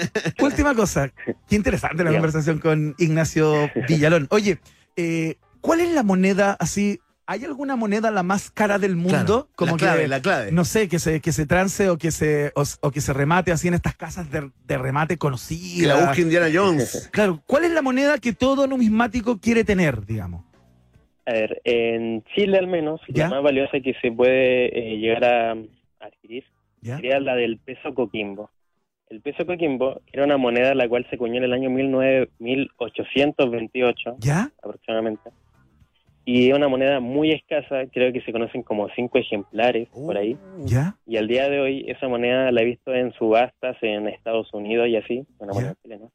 Speaker 1: Última cosa. Qué interesante la
Speaker 5: Ya.
Speaker 1: conversación con Ignacio Villalón. Oye, eh, ¿cuál es la moneda así? ¿Hay alguna moneda la más cara del mundo?
Speaker 2: Claro, la clave, la clave.
Speaker 1: no sé, que se, que se trance o que se, o, o que se remate así en estas casas de, de remate
Speaker 2: que
Speaker 1: conocidas.
Speaker 2: la busque Indiana Jones.
Speaker 1: Claro, ¿cuál es la moneda que todo numismático quiere tener, digamos?
Speaker 5: A ver, en Chile al menos,
Speaker 1: ¿Ya?
Speaker 5: la más valiosa que se puede eh, llegar a a adquirir
Speaker 1: ¿Ya?
Speaker 5: sería la del peso coquimbo. El peso coquimbo era una moneda la cual se acuñó en el año 19 1828
Speaker 1: ¿Ya?
Speaker 5: aproximadamente. Y es una moneda muy escasa, creo que se conocen como cinco ejemplares
Speaker 1: Uh.
Speaker 5: por ahí.
Speaker 1: ¿Ya?
Speaker 5: Y al día de hoy esa moneda la he visto en subastas en Estados Unidos y así, una
Speaker 1: Ya.
Speaker 5: moneda chilena.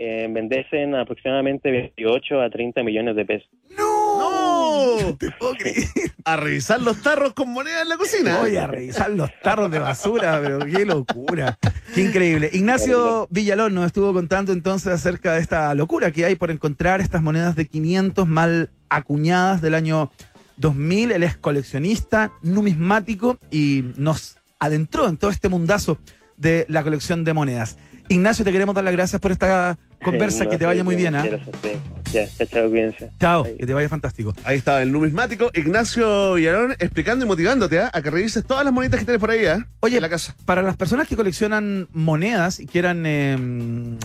Speaker 5: Eh, venderse en aproximadamente 28 a 30 millones de pesos.
Speaker 1: ¡No!
Speaker 2: ¡No!
Speaker 1: te puedo creer.
Speaker 2: A revisar los tarros con moneda en la cocina.
Speaker 1: Voy a revisar los tarros de basura, pero qué locura. Qué increíble. Ignacio Villalón nos estuvo contando entonces acerca de esta locura que hay por encontrar estas monedas de 500 mal acuñadas del año 2000. Él es coleccionista, numismático y nos adentró en todo este mundazo de la colección de monedas. Ignacio, te queremos dar las gracias por esta conversa.
Speaker 5: No
Speaker 1: que te
Speaker 5: sé,
Speaker 1: vaya muy
Speaker 5: yo
Speaker 1: bien. ¿ah?
Speaker 5: quiero eso, sí. Ya, chao, chao, cuídense.
Speaker 1: Chao,
Speaker 5: Ahí.
Speaker 1: que te vaya fantástico.
Speaker 2: Ahí está el numismático Ignacio Villarón explicando y motivándote ¿ah? a que revises todas las monitas que tienes por ahí, ¿ah?
Speaker 1: Oye,
Speaker 2: en la casa.
Speaker 1: Para las personas que coleccionan monedas y quieran, eh,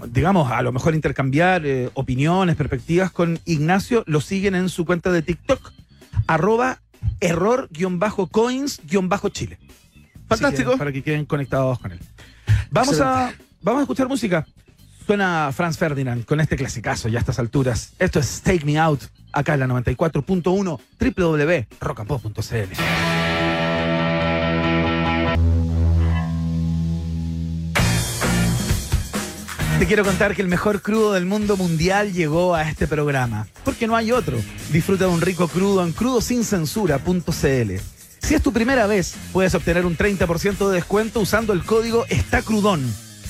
Speaker 1: digamos, a lo mejor intercambiar eh, opiniones, perspectivas con Ignacio, lo siguen en su cuenta de TikTok, arroba error-coins-chile.
Speaker 2: Fantástico.
Speaker 1: Así que, para que queden conectados con él. Vamos a, vamos a escuchar música. Suena Franz Ferdinand con este clasicazo ya a estas alturas. Esto es Take Me Out, acá en la 94.1 www.rockandpop.cl. Te quiero contar que el mejor crudo del mundo mundial llegó a este programa, porque no hay otro. Disfruta de un rico crudo en crudosincensura.cl. Si es tu primera vez, puedes obtener un 30% de descuento usando el código ESTÁCRUDON,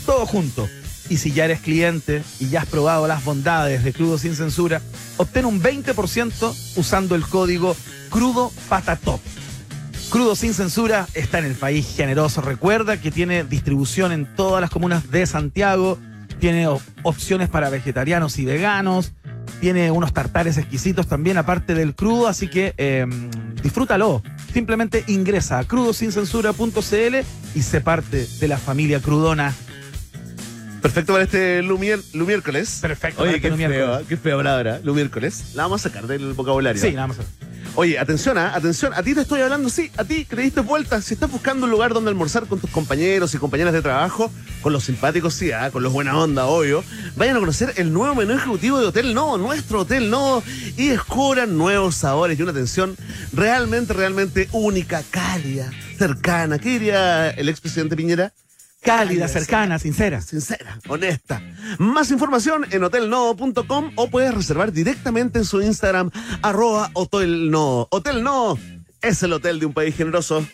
Speaker 1: todo junto. Y si ya eres cliente y ya has probado las bondades de Crudo Sin Censura, obtén un 20% usando el código Crudo Patatop. Crudo Sin Censura está en el país generoso. Recuerda que tiene distribución en todas las comunas de Santiago, tiene op- opciones para vegetarianos y veganos, tiene unos tartares exquisitos también, aparte del crudo, así que eh, disfrútalo. Simplemente ingresa a crudosincensura.cl y sé parte de la familia crudona.
Speaker 2: Perfecto para este Lumier, Lumiércoles.
Speaker 1: Perfecto.
Speaker 2: Oye,
Speaker 1: para
Speaker 2: qué
Speaker 1: este
Speaker 2: feo,
Speaker 1: miércoles.
Speaker 2: ¿eh? qué fea palabra, Lumiércoles. La vamos a sacar del vocabulario.
Speaker 1: ¿eh? Sí, nada más.
Speaker 2: Oye, atención, ¿ah? atención, a ti te estoy hablando, sí, a ti que le diste vuelta. Si estás buscando un lugar donde almorzar con tus compañeros y compañeras de trabajo, con los simpáticos, sí, ah, con los buena onda, obvio, vayan a conocer el nuevo menú ejecutivo de Hotel Nodo, nuestro Hotel Nodo, y descubran nuevos sabores y una atención realmente, realmente única, cálida, cercana. ¿Qué diría el expresidente Piñera?
Speaker 1: Cálida,
Speaker 2: Cálida,
Speaker 1: cercana, sincera.
Speaker 2: sincera, honesta. Más información en hotelnodo.com o puedes reservar directamente en su Instagram, arroba hotelnodo. Hotel Nodo es el hotel de un país generoso.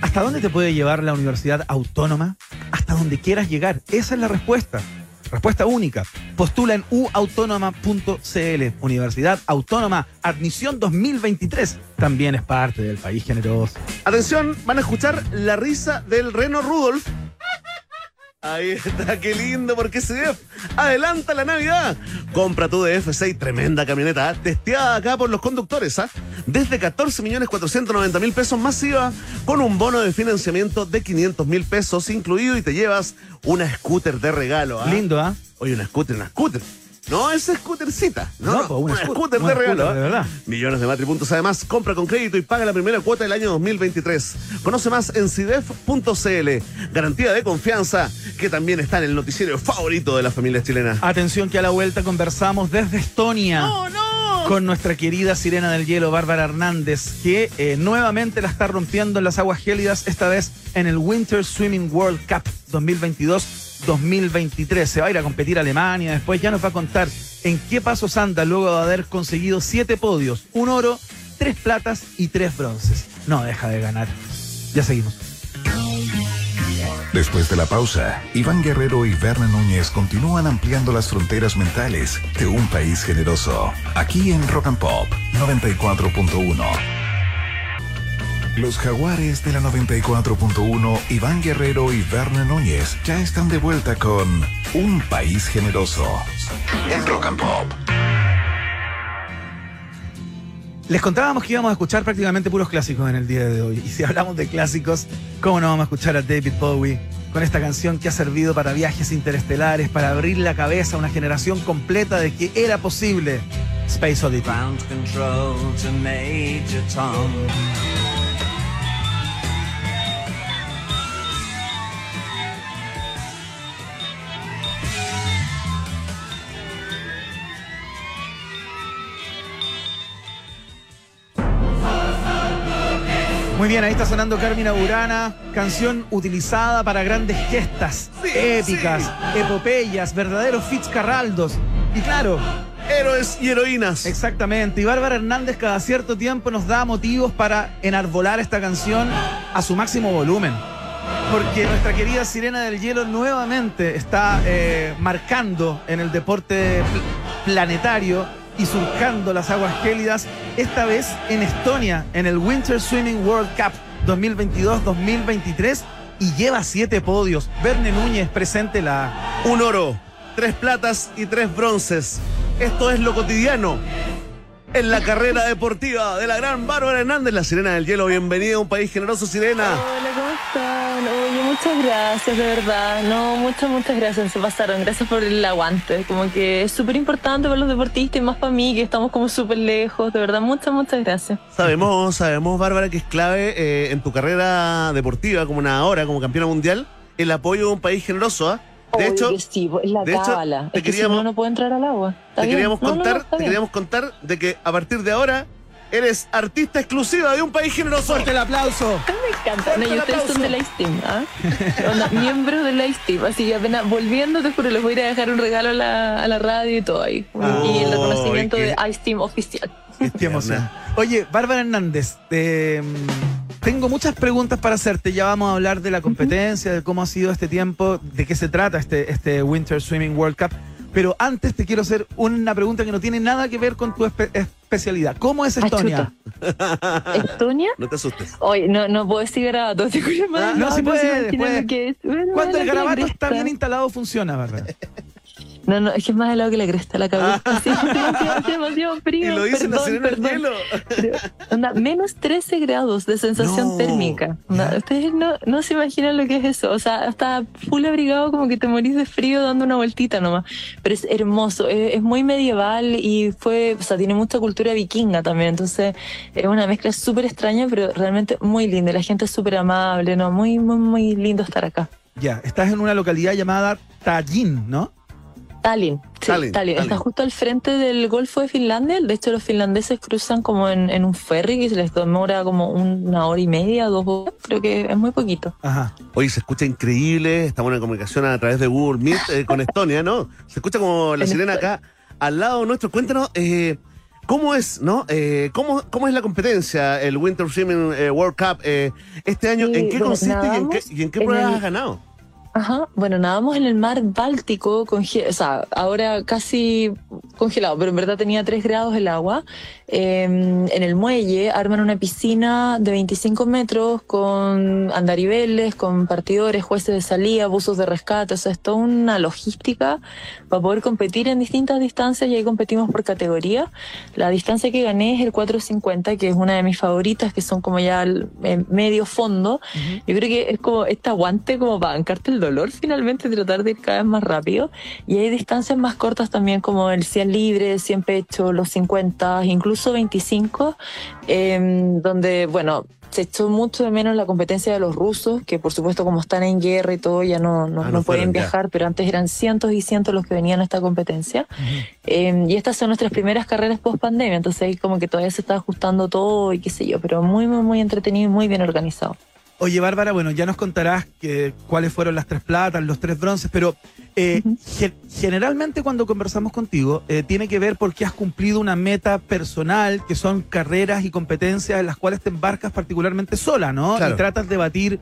Speaker 1: ¿Hasta dónde te puede llevar la universidad autónoma? Hasta donde quieras llegar. Esa es la respuesta. Respuesta única. Postula en uautónoma.cl. Universidad Autónoma, admisión 2023. También es parte del país generoso.
Speaker 2: Atención, van a escuchar la risa del reno Rudolf. Ahí está, qué lindo, porque CDF adelanta la Navidad. Compra tu DF6, tremenda camioneta, ¿ah? testeada acá por los conductores, ¿ah? Desde 14 millones 490 mil pesos masiva, con un bono de financiamiento de 500 mil pesos incluido y te llevas una scooter de regalo, ¿ah?
Speaker 1: Lindo, ¿ah?
Speaker 2: Oye, una scooter, una scooter. No es scootercita, no, no,
Speaker 1: pues,
Speaker 2: una,
Speaker 1: scoot-
Speaker 2: scooter
Speaker 1: una
Speaker 2: de regalo. ¿ah?
Speaker 1: scooter, de verdad.
Speaker 2: Millones de matripuntos. Además, compra con crédito y paga la primera cuota del año 2023. Conoce más en CIDEF.cl. Garantía de confianza que también está en el noticiero favorito de las familias chilenas.
Speaker 1: Atención que a la vuelta conversamos desde Estonia.
Speaker 2: no!
Speaker 1: con nuestra querida sirena del hielo, Bárbara Hernández, que eh, nuevamente la está rompiendo en las aguas gélidas, esta vez en el Winter Swimming World Cup 2022-2023. Se va a ir a competir a Alemania, después ya nos va a contar en qué pasos anda luego de haber conseguido siete podios, un oro, tres platas y tres bronces. No deja de ganar. Ya seguimos.
Speaker 4: Después de la pausa, Iván Guerrero y Berna Núñez continúan ampliando las fronteras mentales de un país generoso. Aquí en Rock and Pop 94.1. Los jaguares de la 94.1, Iván Guerrero y Berna Núñez, ya están de vuelta con Un País Generoso. En Rock and Pop.
Speaker 1: Les contábamos que íbamos a escuchar prácticamente puros clásicos en el día de hoy. Y si hablamos de clásicos, ¿cómo no vamos a escuchar a David Bowie con esta canción que ha servido para viajes interestelares, para abrir la cabeza a una generación completa de que era posible? Space Oddity.
Speaker 6: Ground control to Major Tom.
Speaker 1: Muy bien, ahí está sonando Carmina Burana, canción utilizada para grandes gestas,
Speaker 2: Sí,
Speaker 1: épicas, epopeyas, verdaderos Fitzcarraldos. Y claro,
Speaker 2: Héroes y heroínas.
Speaker 1: Exactamente, y Bárbara Hernández cada cierto tiempo nos da motivos para enarbolar esta canción a su máximo volumen. Porque nuestra querida Sirena del Hielo nuevamente está eh, marcando en el deporte pl- planetario y surcando las aguas gélidas, esta vez en Estonia, en el Winter Swimming World Cup 2022-2023, y lleva siete podios. Verne Núñez presente la.
Speaker 2: Un oro, tres platas y tres bronces. Esto es lo cotidiano. En la carrera deportiva de la gran Bárbara Hernández, la Sirena del Hielo. Bienvenida a un país generoso, Sirena.
Speaker 7: Hola, ¿cómo están? Oye, muchas gracias, de verdad. Ah, No, muchas, muchas gracias. Se pasaron. Gracias por el aguante. Como que es súper importante para los deportistas y más para mí, que estamos como súper lejos. De verdad, muchas, muchas gracias.
Speaker 2: Sabemos, sabemos, Bárbara, que es clave eh, en tu carrera deportiva como una hora, como campeona mundial, el apoyo de un país generoso. ¿ah? De
Speaker 7: Oye,
Speaker 2: hecho,
Speaker 7: que sí, pues, es la
Speaker 2: de hecho,
Speaker 7: cábala.
Speaker 2: te
Speaker 7: es que si
Speaker 2: queríamos-
Speaker 7: no, no puedo entrar al agua. Está
Speaker 2: te
Speaker 7: bien.
Speaker 2: queríamos
Speaker 7: No, no, no,
Speaker 2: contar,
Speaker 7: está
Speaker 2: te
Speaker 7: bien.
Speaker 2: queríamos contar de que a partir de ahora eres artista exclusiva de un país generoso.
Speaker 1: ¡Fuerte el aplauso!
Speaker 7: Me encanta.
Speaker 2: Fuerte
Speaker 7: No,
Speaker 2: el
Speaker 7: y ustedes
Speaker 2: aplauso.
Speaker 7: son del Ice Team, ¿ah? Onda, miembros del Ice Team. Así que apenas volviendo, te juro, les voy a ir a dejar un regalo a la, a la radio y todo ahí. y el reconocimiento
Speaker 2: Ay, qué-
Speaker 7: de Ice Team oficial.
Speaker 1: Qué emoción. Este Oye, Bárbara Hernández, eh, tengo muchas preguntas para hacerte. Ya vamos a hablar de la competencia, de cómo ha sido este tiempo, de qué se trata este, este Winter Swimming World Cup. Pero antes te quiero hacer una pregunta que no tiene nada que ver con tu espe- especialidad. ¿Cómo es
Speaker 7: Ay,
Speaker 1: Estonia?
Speaker 7: chuta. ¿Estonia?
Speaker 2: No te asustes.
Speaker 7: Oye, no, no puedo decir grabado, te juro, madre,
Speaker 1: no, sí
Speaker 7: puedo
Speaker 1: puede,
Speaker 7: imaginar
Speaker 1: puede.
Speaker 7: lo que es. Bueno,
Speaker 1: Cuando
Speaker 7: más
Speaker 1: el
Speaker 7: helado que la
Speaker 1: garabato está
Speaker 7: cresta.
Speaker 1: bien instalado, funciona, Bárbara.
Speaker 7: No, no, es que es más helado que la cresta, la cabeza. Sí, es demasiado, es demasiado
Speaker 2: Y
Speaker 7: frío.
Speaker 2: lo dice la
Speaker 7: perdón,
Speaker 2: Sirena del
Speaker 7: perdón.
Speaker 2: Hielo.
Speaker 7: Onda, menos 13 grados de sensación
Speaker 2: No.
Speaker 7: térmica. Onda, ustedes no, no se imaginan lo que es eso. O sea, está full abrigado, como que te morís de frío dando una vueltita nomás. Pero es hermoso, es, es muy medieval y fue, o sea, tiene mucha cultura vikinga también. Entonces, es una mezcla súper extraña, pero realmente muy linda. La gente es súper amable, ¿no? Muy, muy, muy lindo estar acá.
Speaker 1: Ya, estás en una localidad llamada Tallinn, ¿no?
Speaker 7: Tallinn, sí,
Speaker 2: Tallinn,
Speaker 7: Tallinn,
Speaker 2: Tallinn.
Speaker 7: Está justo al frente del Golfo de Finlandia. De hecho, los finlandeses cruzan como en, en un ferry que se les demora como una hora y media, dos horas. Creo que es muy poquito.
Speaker 1: Ajá.
Speaker 2: Oye, se escucha increíble. Estamos en comunicación a través de Google Meet eh, con Estonia, ¿no? Se escucha como la
Speaker 7: En
Speaker 2: sirena
Speaker 7: Estonia.
Speaker 2: acá al lado nuestro. Cuéntanos, eh, ¿cómo es, no? Eh, ¿cómo, ¿Cómo es la competencia, el Winter Swimming eh, World Cup? eh, este año,
Speaker 7: Sí,
Speaker 2: ¿en qué
Speaker 7: bueno,
Speaker 2: consiste y en qué,
Speaker 7: nadamos
Speaker 2: y en qué
Speaker 7: en
Speaker 2: pruebas
Speaker 7: el-
Speaker 2: has ganado?
Speaker 7: Ajá. Bueno, nadamos en el mar Báltico, conge- o sea, ahora casi congelado, pero en verdad tenía 3 grados el agua. Eh, en el muelle arman una piscina de 25 metros con andaribeles, con partidores, jueces de salida, buzos de rescate. O sea, es toda una logística para poder competir en distintas distancias y ahí competimos por categoría. La distancia que gané es el 450, que es una de mis favoritas, que son como ya el- eh, medio fondo. Yo creo que es como este aguante como para bancarte el dolor finalmente, tratar de ir cada vez más rápido. Y hay distancias más cortas también como el 100 libre, 100 pecho, los 50, incluso 25, em, donde, bueno, se echó mucho de menos la competencia de los rusos, que por supuesto como están en guerra y todo, ya
Speaker 2: Ah,
Speaker 7: no, no, no
Speaker 2: no fueron,
Speaker 7: pueden
Speaker 2: ya.
Speaker 7: viajar, pero antes eran cientos y cientos los que venían a esta competencia. Eh, y estas son nuestras primeras carreras post pandemia, entonces ahí como que todavía se está ajustando todo y qué sé yo, pero muy, muy, muy entretenido y muy bien organizado.
Speaker 1: Oye, Bárbara, bueno, ya nos contarás que, cuáles fueron las tres platas, los tres bronces, pero eh,
Speaker 7: Ujú.
Speaker 1: gen- generalmente cuando conversamos contigo eh, tiene que ver porque has cumplido una meta personal, que son carreras y competencias en las cuales te embarcas particularmente sola, ¿no?
Speaker 2: Claro.
Speaker 1: Y tratas de batir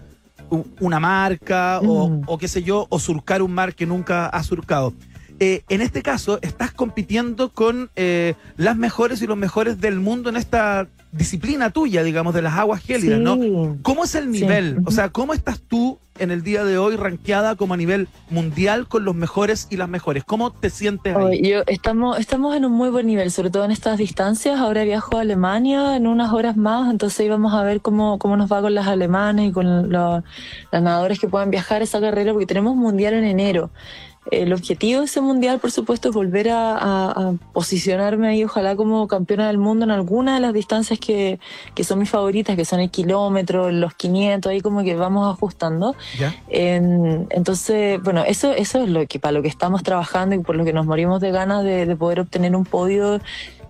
Speaker 1: u- una marca o-
Speaker 7: Mm.
Speaker 1: o, qué sé yo, o surcar un mar que nunca has surcado. Eh, en este caso, estás compitiendo con eh, las mejores y los mejores del mundo en esta disciplina tuya, digamos, de las aguas gélidas, ¿no?
Speaker 7: Sí.
Speaker 1: ¿Cómo es el
Speaker 7: Sí.
Speaker 1: nivel? O
Speaker 7: Ujú.
Speaker 1: sea, ¿cómo estás tú en el día de hoy rankeada como a nivel mundial con los mejores y las mejores? ¿Cómo te sientes
Speaker 7: Oh,
Speaker 1: ahí?
Speaker 7: yo- estamos, estamos en un muy buen nivel, sobre todo en estas distancias. Ahora viajo a Alemania en unas horas más, entonces ahí vamos a ver cómo, cómo nos va con las alemanas y con lo- las nadadoras que puedan viajar esa carrera, porque tenemos mundial en enero. El objetivo de ese mundial, por supuesto, es volver a, a- a posicionarme ahí, ojalá como campeona del mundo en alguna de las distancias que, que son mis favoritas, que son el kilómetro, los 500, ahí como que vamos ajustando.
Speaker 1: ¿Ya?
Speaker 7: En- entonces, bueno, eso, eso es lo que para lo que estamos trabajando y por lo que nos morimos de ganas de, de poder obtener un podio.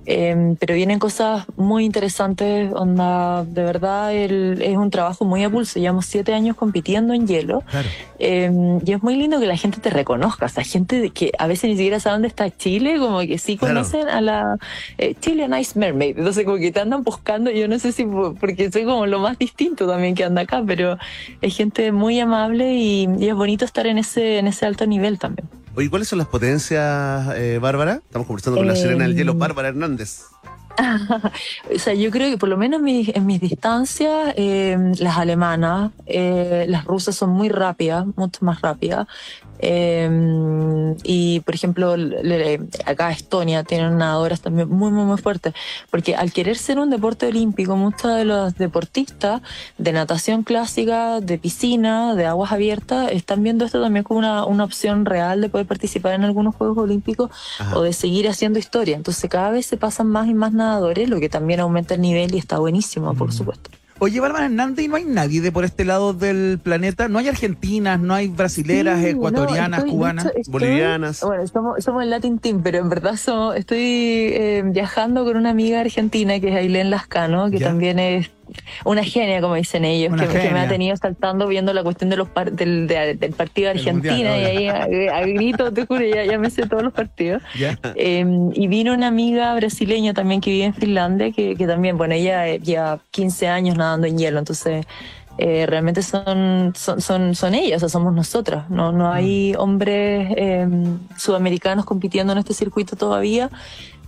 Speaker 7: em, pero vienen cosas muy interesantes, onda, de verdad el- es un trabajo muy a pulso. Llevamos siete años compitiendo en hielo
Speaker 1: Claro.
Speaker 7: em, y es muy lindo que la gente te reconozca. O sea, gente de que a veces ni siquiera sabe dónde está Chile, como que sí
Speaker 2: Claro.
Speaker 7: conocen a la eh, Chilean Ice Mermaid. Entonces, como que te andan buscando. Yo no sé si por- porque soy como lo más distinto también que anda acá, pero es gente muy amable y, y es bonito estar en ese, en ese alto nivel también.
Speaker 2: Oye, ¿cuáles son las potencias, eh, Bárbara? Estamos conversando con la
Speaker 7: Eh,
Speaker 2: sirena del hielo, Bárbara Hernández.
Speaker 7: O sea, yo creo que por lo menos mis- en mis distancias, eh, las alemanas, eh, las rusas son muy rápidas, mucho más rápidas. Eh, y, por ejemplo, le- le- acá Estonia tiene nadadoras también muy, muy, muy fuertes. Porque al querer ser un deporte olímpico, muchos de los deportistas de natación clásica, de piscina, de aguas abiertas, están viendo esto también como una, una opción real de poder participar en algunos Juegos Olímpicos
Speaker 2: Ajá.
Speaker 1: Ah.
Speaker 7: o de seguir haciendo historia. Entonces cada vez se pasan más y más nadadores, lo que también aumenta el nivel y está buenísimo,
Speaker 1: Mm.
Speaker 7: por supuesto.
Speaker 1: Oye, Bárbara Hernández, ¿y no hay nadie de por este lado del planeta? ¿No hay argentinas, no hay brasileras,
Speaker 7: Sí, no,
Speaker 1: ecuatorianas,
Speaker 7: estoy- de
Speaker 1: cubanas?
Speaker 7: hecho, estoy-
Speaker 2: Bolivianas.
Speaker 7: Bueno, somos, somos el Latin Team, pero en verdad somos- estoy eh, viajando con una amiga argentina que es Ailén Lascano, que
Speaker 1: Ya.
Speaker 7: también es una genia, como dicen ellos,
Speaker 1: Una
Speaker 7: que, que me
Speaker 1: genia.
Speaker 7: ha tenido saltando viendo la cuestión de los par- del, de- del partido de
Speaker 1: Del mundial,
Speaker 7: Argentina y ahí a, a grito, te juro, ya, ya me sé todos los partidos.
Speaker 1: Ya.
Speaker 7: Eh, y vino una amiga brasileña también que vive en Finlandia, que, que también, bueno, ella eh, lleva 15 años nadando en hielo, entonces eh, realmente son, son, son, son ellas, o sea, somos nosotras. No, no hay
Speaker 2: Mm.
Speaker 7: hombres eh, sudamericanos compitiendo en este circuito todavía.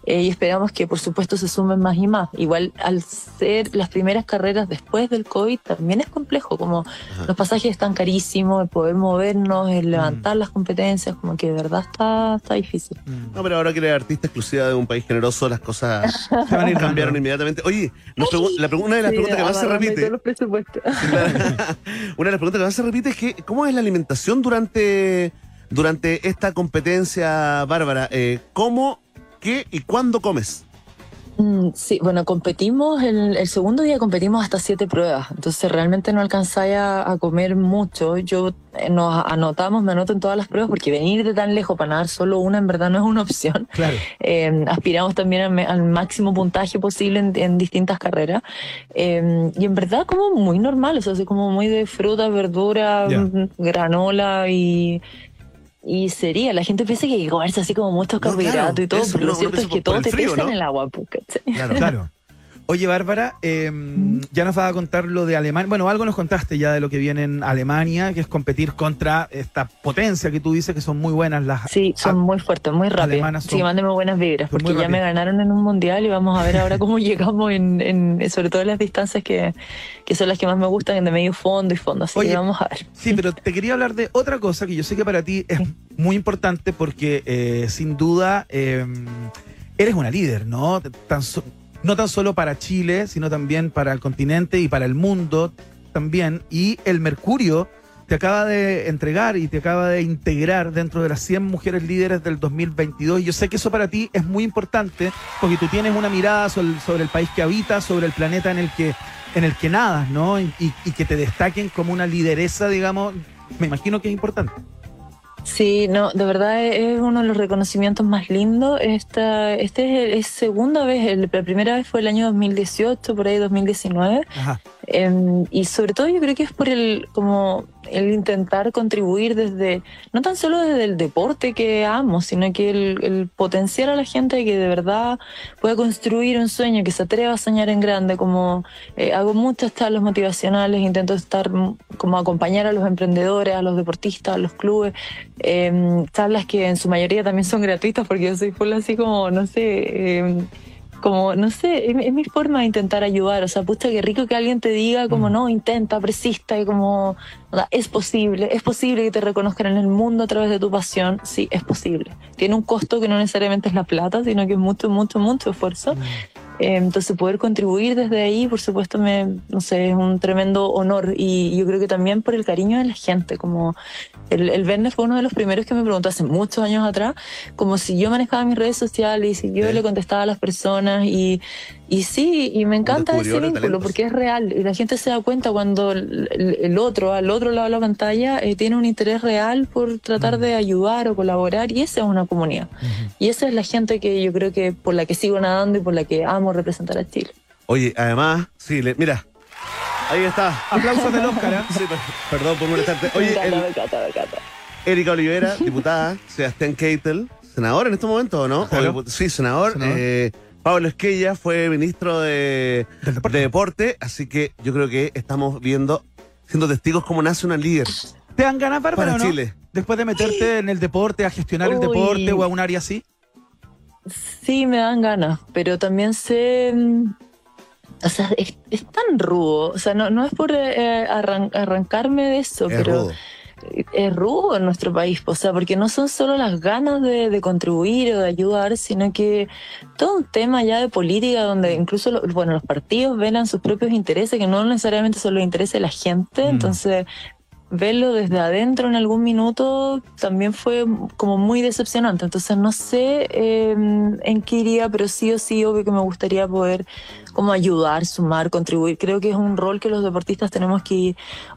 Speaker 7: eh, y esperamos que, por supuesto, se sumen más y más. Igual, al ser las primeras carreras después del COVID, también es complejo. Como los pasajes están carísimos, el poder movernos, el levantar
Speaker 2: Mm.
Speaker 7: las competencias, como que de verdad está, está difícil.
Speaker 2: No, pero ahora que eres artista exclusiva de un país generoso, las cosas
Speaker 1: Se van a ir dando.
Speaker 2: cambiaron inmediatamente. Oye, nos pregu- la pregu- una de las preguntas que más se repite, una de las preguntas que más se repite es que ¿cómo es la alimentación durante, durante esta competencia, Bárbara? Eh, ¿Cómo, qué y cuándo comes?
Speaker 7: Mm, Sí, bueno, competimos, el, el segundo día competimos hasta siete pruebas, entonces realmente no alcanzáis a, a comer mucho. Yo eh, nos anotamos, me anoto en todas las pruebas porque venir de tan lejos para nadar solo una en verdad no es una opción.
Speaker 1: Claro.
Speaker 7: Eh, aspiramos también al, me- al máximo puntaje posible en, en distintas carreras. Eh, y en verdad como muy normal, o sea, así como muy de fruta, verdura,
Speaker 1: Ya.
Speaker 7: mm, granola y... Y sería, la gente piensa que hay que comerse así como
Speaker 2: No,
Speaker 7: muchos
Speaker 2: claro,
Speaker 7: carbohidratos y todo,
Speaker 2: eso,
Speaker 7: pero
Speaker 2: uno-
Speaker 7: lo
Speaker 2: uno
Speaker 7: cierto es
Speaker 2: piensa
Speaker 7: que
Speaker 2: por- por
Speaker 7: todo
Speaker 2: el
Speaker 7: te
Speaker 2: frío,
Speaker 7: pesa
Speaker 2: ¿no?
Speaker 7: en el agua, po, ¿cachai?
Speaker 2: Claro.
Speaker 1: Claro. Oye, Bárbara, eh, ya nos vas a contar lo de Alemania. Bueno, algo nos contaste ya de lo que viene en Alemania, que es competir contra esta potencia que tú dices que son muy buenas las.
Speaker 7: Sí, son
Speaker 1: ah,
Speaker 7: muy fuertes, muy
Speaker 1: alemanas
Speaker 7: rápidas.
Speaker 1: son-
Speaker 7: Sí, mándeme buenas vibras,
Speaker 1: son muy
Speaker 7: porque ya me
Speaker 1: rápidas.
Speaker 7: ganaron en un mundial y vamos a ver ahora cómo llegamos en, en- sobre todo en las distancias que, que son las que más me gustan, en de medio fondo y fondo. Así
Speaker 1: Oye,
Speaker 7: que vamos a ver.
Speaker 1: Sí, pero te quería hablar de otra cosa que yo sé que para ti es muy importante porque eh, sin duda eh, eres una líder, ¿no? Tan so- no tan solo para Chile, sino también para el continente y para el mundo también. Y el Mercurio te acaba de entregar y te acaba de integrar dentro de las 100 mujeres líderes del 2022. Y yo sé que eso para ti es muy importante porque tú tienes una mirada sobre, sobre el país que habitas, sobre el planeta en el que en el que nadas, ¿no? Y, y- y que te destaquen como una lideresa, digamos, me imagino que es importante.
Speaker 7: Sí, no, de verdad es- es uno de los reconocimientos más lindos. Esta, este es, el- es segunda vez, el- la primera vez fue el año 2018, por ahí 2019.
Speaker 1: Ajá.
Speaker 7: Em, y sobre todo yo creo que es por el como el intentar contribuir desde no tan solo desde el deporte que amo sino que el, el potenciar a la gente que de verdad pueda construir un sueño que se atreva a soñar en grande como eh, hago muchas charlas motivacionales intento estar mm, como acompañar a los emprendedores a los deportistas a los clubes em, charlas que en su mayoría también son gratuitas porque yo soy full así como no sé em, como, no sé, es, mi- es mi forma de intentar ayudar. O sea, pucha, qué rico que alguien te diga, como,
Speaker 1: Mm.
Speaker 7: no, intenta, persista, y como, onda, es posible, es posible que te reconozcan en el mundo a través de tu pasión. Sí, es posible. Tiene un costo que no necesariamente es la plata, sino que es mucho, mucho, mucho esfuerzo. Eh, entonces, poder contribuir desde ahí, por supuesto, me, no sé, es un tremendo honor. Y yo creo que también por el cariño de la gente, como el, el Verne fue uno de los primeros que me preguntó hace muchos años atrás, como si yo manejaba mis redes sociales y si yo
Speaker 2: Sí.
Speaker 7: le contestaba a las personas y, y sí, y me encanta
Speaker 2: descubridor
Speaker 7: ese
Speaker 2: de
Speaker 7: vínculo
Speaker 2: talentos.
Speaker 7: porque es real y la gente se da cuenta cuando el, el- el otro, al otro lado de la pantalla, eh, tiene un interés real por tratar de ayudar o colaborar y esa es una comunidad. Y esa es la gente que yo creo que por la que sigo nadando y por la que amo representar a Chile.
Speaker 2: Oye, además, sí, le- mira, ahí está.
Speaker 1: Aplausos del Oscar, ¿ah?
Speaker 2: Sí, per- perdón por molestarte.
Speaker 7: me
Speaker 2: Oye,
Speaker 7: encanta,
Speaker 2: el-
Speaker 7: me encanta, me encanta.
Speaker 2: Erika Olivera, diputada, Sebastián Keitel, senador en este momento, ¿o ¿no? O
Speaker 1: Claro.
Speaker 2: dipu- sí, senador.
Speaker 1: Senador.
Speaker 2: eh, Pablo Esquella fue ministro de,
Speaker 1: Del deporte.
Speaker 2: de deporte, así que yo creo que estamos viendo, siendo testigos cómo nace una líder
Speaker 1: ¿Te dan ganas, Bárbara,
Speaker 2: para
Speaker 1: o no?
Speaker 2: Chile.
Speaker 1: Después de meterte en el deporte, a gestionar el
Speaker 7: Uy.
Speaker 1: deporte o a un área así.
Speaker 7: sí me dan ganas, pero también sé. mm, O sea, es, es tan rudo. O sea, no, no es por eh, arran- arrancarme de eso,
Speaker 8: Es
Speaker 7: pero
Speaker 8: rudo.
Speaker 7: es rudo en nuestro país, o sea, porque no son solo las ganas de, de contribuir o de ayudar, sino que todo un tema ya de política donde incluso lo- bueno, los partidos velan sus propios intereses, que no necesariamente son los intereses de la gente,
Speaker 1: Mm.
Speaker 7: entonces verlo desde adentro en algún minuto también fue como muy decepcionante, entonces no sé eh, en qué iría, pero sí o sí, obvio que me gustaría poder como ayudar, sumar, contribuir, creo que es un rol que los deportistas tenemos que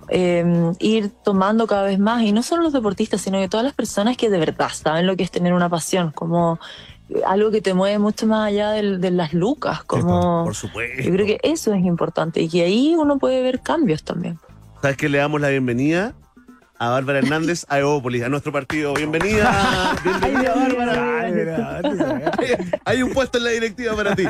Speaker 7: eh, ir tomando cada vez más, y no solo los deportistas, sino que todas las personas que de verdad saben lo que es tener una pasión, como algo que te mueve mucho más allá del- de, las lucas, como...
Speaker 2: Por supuesto.
Speaker 7: Yo creo que eso es importante y que ahí uno puede ver cambios también.
Speaker 2: ¿Sabes qué? Le damos la bienvenida a Bárbara Hernández a Evópolis, a nuestro partido. Bienvenida. Bienvenida, Bárbara.
Speaker 1: Ay, mira,
Speaker 2: Hay un puesto en la directiva para ti.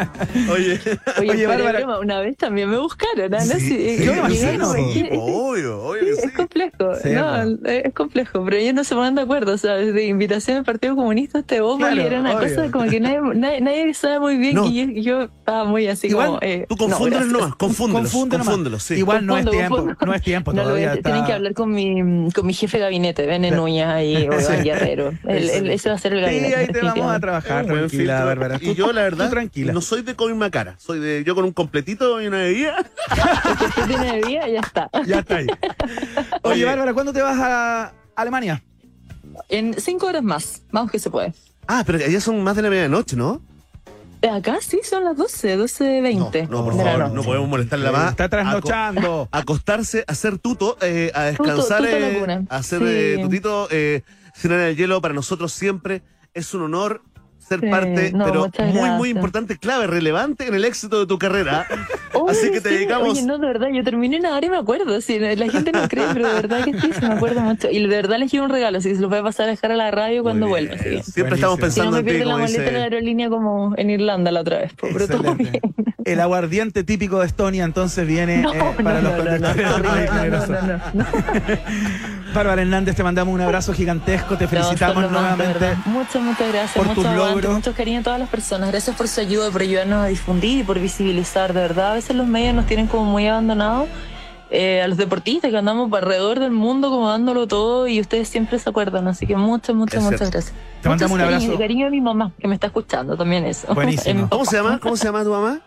Speaker 2: Oye,
Speaker 7: Oye,
Speaker 1: Oye,
Speaker 7: fuera de
Speaker 1: Bárbara.
Speaker 7: broma, una vez también me buscaron, ¿no?
Speaker 2: Sí,
Speaker 7: Sí, eh,
Speaker 1: sí,
Speaker 7: yo
Speaker 1: me
Speaker 7: llegué,
Speaker 1: imagino.
Speaker 7: ¿no? ¿Qué-
Speaker 2: obvio, obvio que
Speaker 7: Sí,
Speaker 2: sí.
Speaker 7: es complejo,
Speaker 1: Sí,
Speaker 7: no,
Speaker 1: bueno.
Speaker 7: es complejo, pero ellos no se ponen de acuerdo, o sea, desde invitación al Partido Comunista este Bópoli
Speaker 1: Claro,
Speaker 7: era una
Speaker 1: obvio.
Speaker 7: cosa como que nadie, nadie, nadie sabe muy bien
Speaker 2: No.
Speaker 7: y yo, yo estaba muy así
Speaker 1: Igual,
Speaker 7: como... eh,
Speaker 2: Tú
Speaker 7: no,
Speaker 2: confúndelos
Speaker 7: gracias.
Speaker 2: nomás, confúndelos.
Speaker 1: Confunde nomás.
Speaker 2: confúndelos, sí.
Speaker 1: Igual no es
Speaker 7: Confundo,
Speaker 1: tiempo,
Speaker 7: confundo.
Speaker 1: no es tiempo
Speaker 7: No, lo voy
Speaker 1: todavía.
Speaker 7: a-
Speaker 1: está-
Speaker 7: Tienen que hablar con mi, con mi jefe de gabinete, Ben
Speaker 1: Claro.
Speaker 7: Nuña y Iván Guerrero. El- el- ese va a ser el
Speaker 1: Sí,
Speaker 7: gabinete.
Speaker 1: ahí te vamos a
Speaker 7: definitivamente.
Speaker 1: trabajar,
Speaker 2: Un buen
Speaker 1: tranquila,
Speaker 2: filtro.
Speaker 1: Bárbara.
Speaker 2: Y yo, la verdad,
Speaker 1: tú tranquila.
Speaker 2: no soy de comer macara. Soy de yo con un completito y una bebida.
Speaker 7: Usted tiene de día, ya está.
Speaker 1: Ya está ahí. Oye,
Speaker 2: Oye.
Speaker 1: Bárbara, ¿cuándo te vas a Alemania?
Speaker 7: En cinco horas más, vamos que se puede.
Speaker 2: Ah, pero allá son más de la medianoche, ¿no?
Speaker 7: Eh, Acá sí son las 12, 12.20.
Speaker 2: No, no, por
Speaker 7: de la
Speaker 2: favor,
Speaker 7: noche.
Speaker 2: no podemos molestarla más.
Speaker 1: Está trasnochando.
Speaker 2: acostarse, hacer tuto, eh, a descansar,
Speaker 7: tuto
Speaker 2: eh,
Speaker 7: locura.
Speaker 2: hacer
Speaker 7: Sí.
Speaker 2: eh, tutito, eh, cenar en el hielo para nosotros siempre es un honor ser
Speaker 7: Sí,
Speaker 2: parte,
Speaker 7: no,
Speaker 2: pero
Speaker 7: muchas
Speaker 2: muy, muy
Speaker 7: gracias.
Speaker 2: importante, clave, relevante en el éxito de tu carrera.
Speaker 7: Oye,
Speaker 2: Así que te
Speaker 7: sí,
Speaker 2: dedicamos-
Speaker 7: Oye, no, de verdad, yo terminé en ahora y me acuerdo. sí, la gente no cree, pero de verdad que sí, se me acuerdo mucho. Y de verdad les llevo un regalo, así que se los voy a pasar a dejar a la radio cuando
Speaker 2: Muy
Speaker 7: vuelva.
Speaker 2: bien,
Speaker 7: así que-
Speaker 2: Siempre estamos
Speaker 1: Buenísimo.
Speaker 7: Si
Speaker 2: pensando
Speaker 7: no me
Speaker 2: en ti,
Speaker 7: pierdo la
Speaker 2: como
Speaker 7: maleta de la
Speaker 2: dice.
Speaker 7: aerolínea como en Irlanda la otra vez, po, pero todo
Speaker 1: Excelente.
Speaker 7: bien.
Speaker 1: El aguardiente típico de Estonia entonces viene
Speaker 7: No,
Speaker 1: eh,
Speaker 7: no,
Speaker 1: para los
Speaker 7: no, no, no,
Speaker 1: protectores de Rey
Speaker 7: no, no,
Speaker 1: Generoso.
Speaker 7: no, no, no.
Speaker 1: Bárbara Hernández, te mandamos un abrazo gigantesco, te felicitamos
Speaker 7: No, son lo más, de
Speaker 1: nuevamente.
Speaker 7: verdad. Muchas, muchas gracias.
Speaker 1: por tus
Speaker 7: mucho aguante,
Speaker 1: logros.
Speaker 7: mucho cariño a todas las personas. Gracias por su ayuda, por ayudarnos a difundir y por visibilizar. De verdad, a veces los medios nos tienen como muy abandonados. eh, a los deportistas que andamos alrededor del mundo como dándolo todo y ustedes siempre se acuerdan. Así que muchas, muchas,
Speaker 2: Es
Speaker 7: muchas
Speaker 2: cierto.
Speaker 7: gracias.
Speaker 1: Te mandamos un
Speaker 7: Muchos cariños,
Speaker 1: abrazo.
Speaker 7: y cariño de mi mamá, que me está escuchando también eso.
Speaker 1: Buenísimo.
Speaker 7: En mi
Speaker 2: ¿Cómo se llama? ¿Cómo se llama tu mamá?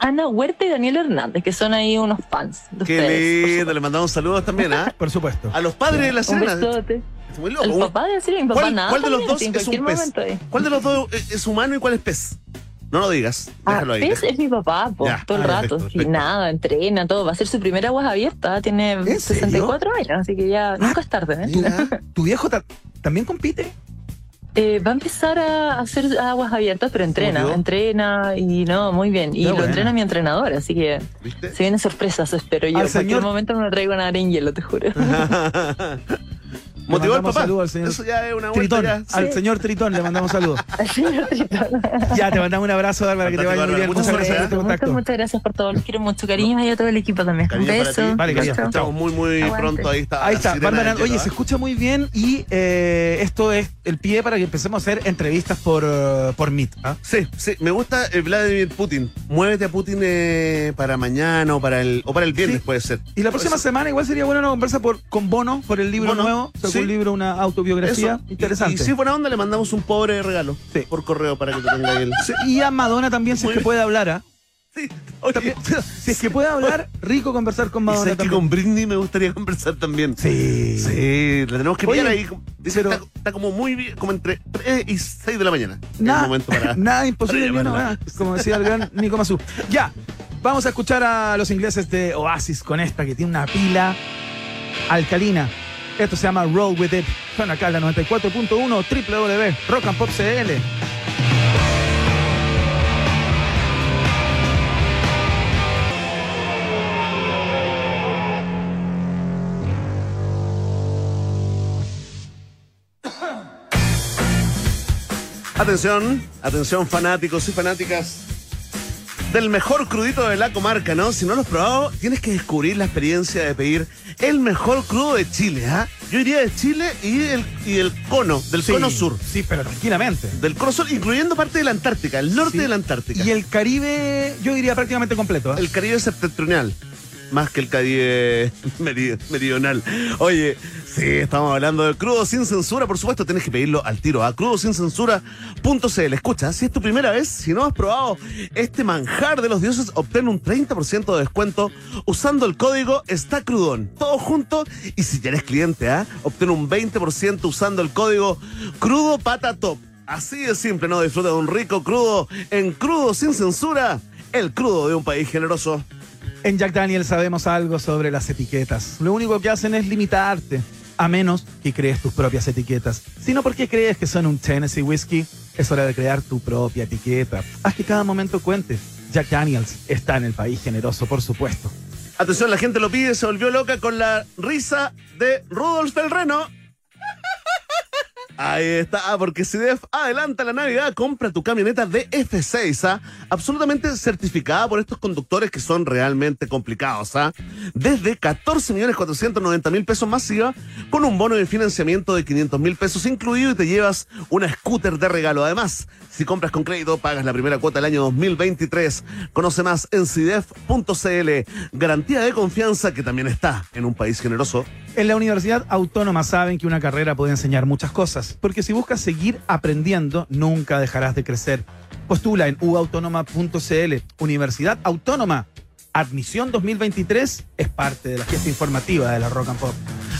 Speaker 7: Ana Huerta y Daniel Hernández, que son ahí unos fans de ustedes. por
Speaker 2: Qué lindo, le mandamos saludos también, ¿ah?
Speaker 1: Por supuesto.
Speaker 2: A los padres de la
Speaker 7: supuesto. Un
Speaker 2: Serena.
Speaker 7: besote.
Speaker 2: Es muy
Speaker 7: El
Speaker 2: loco.
Speaker 7: papá de Silvia, mi papá
Speaker 2: ¿Cuál-
Speaker 7: nada.
Speaker 2: cuál de los
Speaker 7: también,
Speaker 2: dos
Speaker 7: así, en
Speaker 2: es un
Speaker 7: cualquier
Speaker 2: pez?
Speaker 7: momento ahí.
Speaker 2: ¿Cuál de los dos es es humano y cuál es pez? No lo digas,
Speaker 7: Ah,
Speaker 2: déjalo ahí.
Speaker 7: Pez
Speaker 2: déjalo.
Speaker 7: es mi papá, po,
Speaker 2: Ya,
Speaker 7: todo el
Speaker 2: ah,
Speaker 7: rato.
Speaker 2: perfecto, perfecto.
Speaker 7: Y nada, entrena, todo. Va a ser su primera aguas abierta. Tiene
Speaker 1: serio?
Speaker 7: 64 años, así que ya nunca es tarde. ¿eh?
Speaker 1: Mira, ¿Tu viejo ta- también compite?
Speaker 7: Eh, va a empezar a hacer aguas abiertas, pero entrena,
Speaker 2: Obvio.
Speaker 7: entrena y no, muy bien. Y
Speaker 1: Qué
Speaker 7: lo
Speaker 1: buena.
Speaker 7: entrena mi entrenador, así que
Speaker 2: ¿Viste?
Speaker 7: se vienen sorpresas, espero yo.
Speaker 1: Al
Speaker 7: En cualquier
Speaker 1: señor-
Speaker 7: momento no traigo nada en hielo, te juro.
Speaker 2: Ah. Motivó al
Speaker 1: mandamos
Speaker 2: papá.
Speaker 1: saludos al señor
Speaker 2: Eso ya es una vuelta
Speaker 1: Tritón.
Speaker 2: ya.
Speaker 1: Al señor Tritón le mandamos saludos. Ya, te mandamos un abrazo, Bárbara, que te vaya
Speaker 2: Fantástico,
Speaker 1: muy bien.
Speaker 2: Bárbara,
Speaker 1: Muchas
Speaker 2: muchas
Speaker 1: gracias por tu
Speaker 7: Muchas,
Speaker 1: contacto.
Speaker 7: muchas gracias por todo. Los quiero mucho. Cariños ahí a todo el equipo también.
Speaker 2: Cariño
Speaker 7: Un
Speaker 2: para ti.
Speaker 7: beso.
Speaker 1: Vale,
Speaker 7: Chao,
Speaker 1: cariño.
Speaker 7: chao.
Speaker 2: Estamos muy, muy
Speaker 7: Aguante.
Speaker 2: pronto. Ahí está.
Speaker 1: Ahí
Speaker 2: la
Speaker 1: está,
Speaker 2: sirena
Speaker 1: Bárbara.
Speaker 2: del
Speaker 1: Oye,
Speaker 2: hielo,
Speaker 1: se
Speaker 2: ¿eh?
Speaker 1: escucha muy bien y eh, esto es el pie para que empecemos a hacer entrevistas por, eh, por Meet. ¿ah?
Speaker 2: Sí, sí, me gusta eh, Vladimir Putin. Muévete a Putin eh, para mañana o para el, o para el viernes,
Speaker 1: Sí.
Speaker 2: puede ser.
Speaker 1: Y la próxima
Speaker 2: Eso.
Speaker 1: semana igual sería buena una conversa por, con Bono por el libro
Speaker 2: Bono,
Speaker 1: nuevo, sacó
Speaker 2: sí.
Speaker 1: un libro, una autobiografía
Speaker 2: Eso.
Speaker 1: interesante.
Speaker 2: Y, y si es buena onda, le mandamos un pobre regalo
Speaker 1: Sí.
Speaker 2: por correo para que te tenga ahí el. Sí,
Speaker 1: Y a Madonna también, si
Speaker 2: Muy
Speaker 1: es que
Speaker 2: bien.
Speaker 1: puede hablar. ¿ah?
Speaker 2: sí. Oye,
Speaker 1: Si es que puede hablar, rico conversar con
Speaker 2: y
Speaker 1: Madonna.
Speaker 2: sabes que
Speaker 1: también.
Speaker 2: con Britney me gustaría conversar también.
Speaker 1: Sí.
Speaker 2: Sí, la tenemos que
Speaker 1: Oye,
Speaker 2: pillar ahí. Dice,
Speaker 1: pero-
Speaker 2: está, está como muy bien, como entre 3 y 6 de la mañana. Es el
Speaker 1: Nada,
Speaker 2: momento para.
Speaker 1: nada imposible,
Speaker 2: para
Speaker 1: ni una
Speaker 2: llamarla.
Speaker 1: weá, como decía el gran Nico Mazú. Ya, vamos a escuchar a los ingleses de Oasis con esta que tiene una pila alcalina. Esto se llama Roll With It. Suena acá en la 94.1 www Rock and Pop CL.
Speaker 2: Atención, atención fanáticos y fanáticas del mejor crudito de la comarca, ¿no? Si no lo has probado, tienes que descubrir la experiencia de pedir el mejor crudo de Chile, ¿ah? Yo iría de Chile y el, y el cono, del
Speaker 1: Sí,
Speaker 2: cono sur.
Speaker 1: Sí, pero tranquilamente.
Speaker 2: Del cono sur, incluyendo parte de la Antártica, el norte
Speaker 1: Sí.
Speaker 2: de la Antártica.
Speaker 1: Y el Caribe, yo diría prácticamente completo. ¿eh?
Speaker 2: El Caribe septentrional. Más que el Caribe meri- meridional. Oye, sí, estamos hablando de Crudo Sin Censura. Por supuesto, tienes que pedirlo al tiro a crudosincensura.cl. Escucha, si es tu primera vez, si no has probado este manjar de los dioses, obtén un 30% de descuento usando el código Está Crudón. Todo junto. Y si ya eres cliente, ¿ah? obtén un 20% usando el código Crudo Pata Top. Así de simple, ¿no? Disfruta de un rico crudo en Crudo Sin Censura. El crudo de un país generoso.
Speaker 1: En Jack Daniel sabemos algo sobre las etiquetas. Lo único que hacen es limitarte, a menos que crees tus propias etiquetas. Si no porque crees que son un Tennessee Whiskey, es hora de crear tu propia etiqueta. Haz que cada momento cuente. Jack Daniels está en el país generoso, por supuesto.
Speaker 2: Atención, la gente lo pide, se volvió loca con la risa de Rudolf del Reno. Ahí está, ah, porque CIDEF adelanta la Navidad, compra tu camioneta DF6, ¿ah? absolutamente certificada por estos conductores que son realmente complicados, ¿ah? desde 14.490.000 pesos masiva, con un bono de financiamiento de 500.000 pesos incluido y te llevas una scooter de regalo. Además, si compras con crédito, pagas la primera cuota del año 2023. Conoce más en CIDEF.cl, garantía de confianza que también está en un país generoso.
Speaker 1: En la Universidad Autónoma saben que una carrera puede enseñar muchas cosas, porque si buscas seguir aprendiendo, nunca dejarás de crecer. Postula en uautónoma.cl, Universidad Autónoma. Admisión 2023 es parte de la fiesta informativa de la Rock and Pop.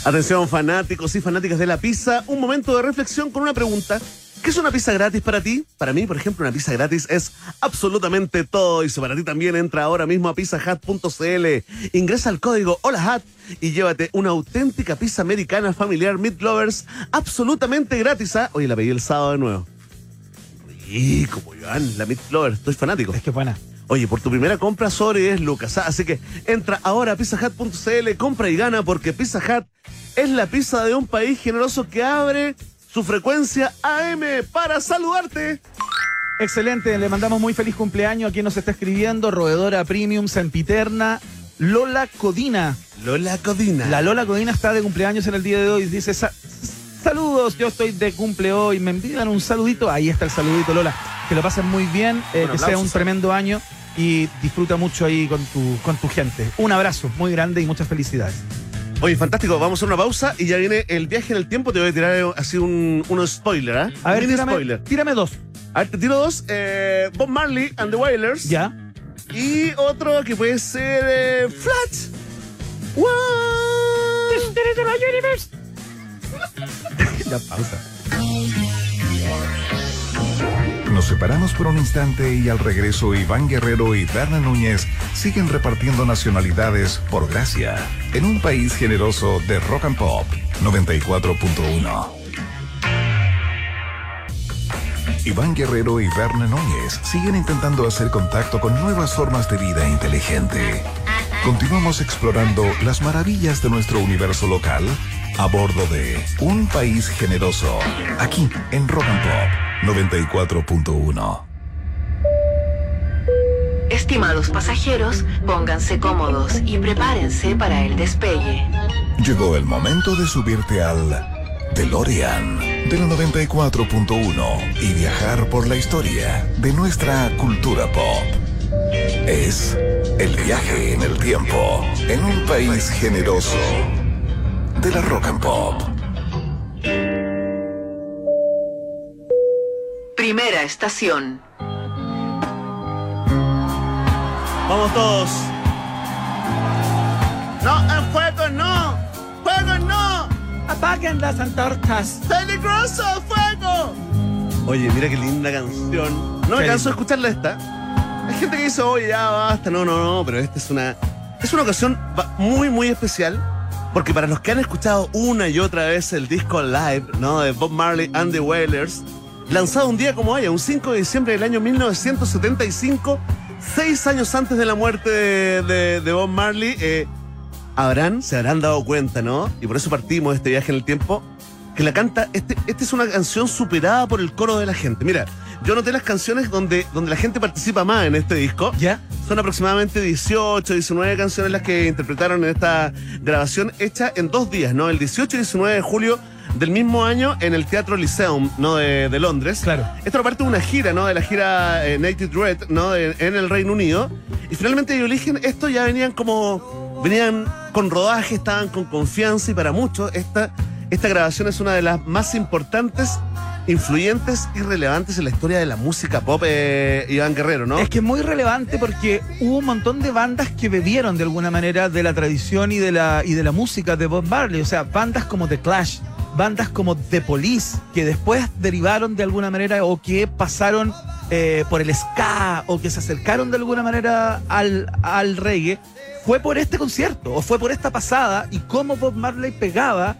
Speaker 2: Atención fanáticos y fanáticas de la pizza, un momento de reflexión con una pregunta. ¿Qué es una pizza gratis para ti? Para mí, por ejemplo, una pizza gratis es absolutamente todo. Y si para ti también entra ahora mismo a pizzahat.cl, ingresa al código HOLAHAT y llévate una auténtica pizza americana familiar Meat Lovers absolutamente gratis. ¿ah? Oye, la pedí el sábado de nuevo. Rico, po, Iván, la Meat Lovers, estoy fanático.
Speaker 1: Es que buena.
Speaker 2: Oye, por tu primera compra sobre 10 lucas. ¿ah? Así que entra ahora a pizzahut.cl, compra y gana porque Pizza Hut es la pizza de un país generoso que abre su frecuencia AM para saludarte.
Speaker 1: Excelente, le mandamos muy feliz cumpleaños a quien nos está escribiendo, Roedora Premium, Sempiterna, Lola Codina.
Speaker 2: Lola Codina.
Speaker 1: La Lola Codina está de cumpleaños en el día de hoy. Dice, "Sa- saludos, yo estoy de cumple hoy. Me envían un saludito. Ahí está el saludito, Lola. Que lo pasen muy bien, eh,
Speaker 2: Un
Speaker 1: que sea
Speaker 2: aplauso,
Speaker 1: un
Speaker 2: Sara.
Speaker 1: tremendo año y disfruta mucho ahí con tu, con tu gente. Un abrazo muy grande y muchas felicidades.
Speaker 2: Oye, fantástico. Vamos a una pausa y ya viene el viaje en el tiempo. Te voy a tirar eh, así un, unos spoiler, ¿ah?
Speaker 1: A ver,
Speaker 2: Mini
Speaker 1: tírame,
Speaker 2: spoiler.
Speaker 1: tírame dos.
Speaker 2: A ver, te tiro dos. eh, Bob Marley and the Wailers.
Speaker 1: Ya.
Speaker 2: Y otro que puede ser eh, Flat. Wow.
Speaker 1: Ya pausa.
Speaker 4: Nos separamos por un instante y al regreso Iván Guerrero y Dana Núñez siguen repartiendo nacionalidades por gracia en un país generoso de rock and pop 94.1. Iván Guerrero y Dana Núñez siguen intentando hacer contacto con nuevas formas de vida inteligente. Continuamos explorando las maravillas de nuestro universo local a bordo de Un País Generoso, aquí en Rock and Pop 94.1.
Speaker 8: Estimados pasajeros, pónganse cómodos y prepárense para el despegue.
Speaker 4: Llegó el momento de subirte al DeLorean del 94.1 y viajar por la historia de nuestra cultura pop. Es el viaje en el tiempo en un país generoso de la rock and pop.
Speaker 8: Primera estación.
Speaker 2: Vamos todos. No, en fuego no. Fuego no.
Speaker 1: Apaguen las antorchas.
Speaker 2: Peligroso fuego. Oye, mira qué linda canción. No me
Speaker 1: Qué
Speaker 2: canso de escucharla esta. Hay gente que dice, oye, ya basta. No, no, no, pero esta es una. Es una ocasión ba- muy, muy especial. Porque para los que han escuchado una y otra vez el disco live, ¿no? De Bob Marley and the Wailers, lanzado un día como hoy, un 5 de diciembre del año 1975, seis años antes de la muerte de, de- de Bob Marley, eh, habrán, se habrán dado cuenta, ¿no? Y por eso partimos este viaje en el tiempo, que la canta, este- esta es una canción superada por el coro de la gente. Mira, Yo noté las canciones donde, donde la gente participa más en este disco.
Speaker 1: ¿Ya?
Speaker 2: Son aproximadamente 18, 19 canciones las que interpretaron en esta grabación hecha en dos días, ¿no? El 18 y 19 de julio del mismo año en el Teatro Lyceum, ¿no? De, de Londres.
Speaker 1: Claro.
Speaker 2: Esto era parte de una gira, ¿no? De la gira eh, Native Dread, ¿no? De- en el Reino Unido. Y finalmente ellos eligen esto, ya venían como. Venían con rodaje, estaban con confianza y para muchos esta, esta grabación es una de las más importantes, influyentes y relevantes en la historia de la música pop, eh, Iván Guerrero, ¿no?
Speaker 1: Es que es muy relevante porque hubo un montón de bandas que bebieron de alguna manera de la tradición y de la, y de la música de Bob Marley. O sea, bandas como The Clash, bandas como The Police, que después derivaron de alguna manera o que pasaron eh, por el ska o que se acercaron de alguna manera al, al reggae, fue por este concierto o fue por esta pasada y cómo Bob Marley pegaba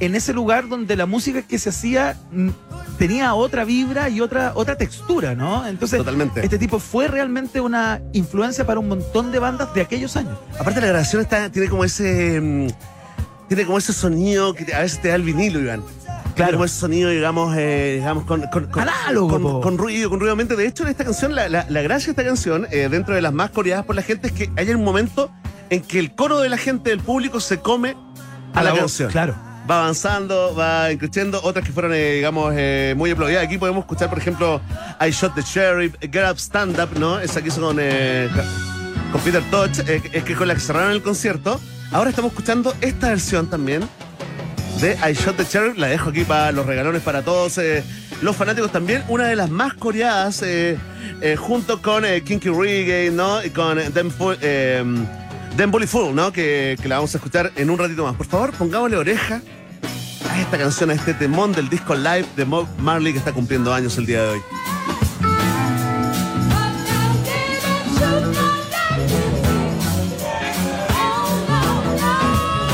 Speaker 1: en ese lugar donde la música que se hacía mm, tenía otra vibra y otra, otra textura, ¿no? Entonces,
Speaker 2: Totalmente.
Speaker 1: este tipo fue realmente una influencia para un montón de bandas de aquellos años.
Speaker 2: Aparte la grabación está, tiene como ese. mm, tiene como ese sonido que te- a veces te da el vinilo, Iván. Tiene Como ese sonido, digamos, eh, digamos con, con, con-
Speaker 1: Análogo,
Speaker 2: con-
Speaker 1: po.
Speaker 2: con ruido, con ruido ambiente. De hecho, en esta canción, la, la- la gracia de esta canción, eh, dentro de las más coreadas por la gente, es que hay un momento en que el coro de la gente, del público, se come a, la,
Speaker 1: voz,
Speaker 2: canción.
Speaker 1: Claro.
Speaker 2: Va avanzando, va increciendo. Otras que fueron, eh, digamos, eh, muy aplaudidas. Aquí podemos escuchar, por ejemplo, I Shot the Sheriff, Get Up, Stand Up, ¿no? Esa que hizo con, eh, con Peter Touch, eh, es que con la que cerraron el concierto. Ahora estamos escuchando esta versión también de I Shot the Sheriff. La dejo aquí para los regalones para todos eh, los fanáticos también. Una de las más coreadas, eh, eh, junto con eh, Kinky Reggae, ¿no? Y con eh, Them, Fu- eh, Them Bully Fool, ¿no? Que, que la vamos a escuchar en un ratito más. Por favor, pongámosle oreja a esta canción, a este temón del disco live de Bob Marley que está cumpliendo años el día de hoy.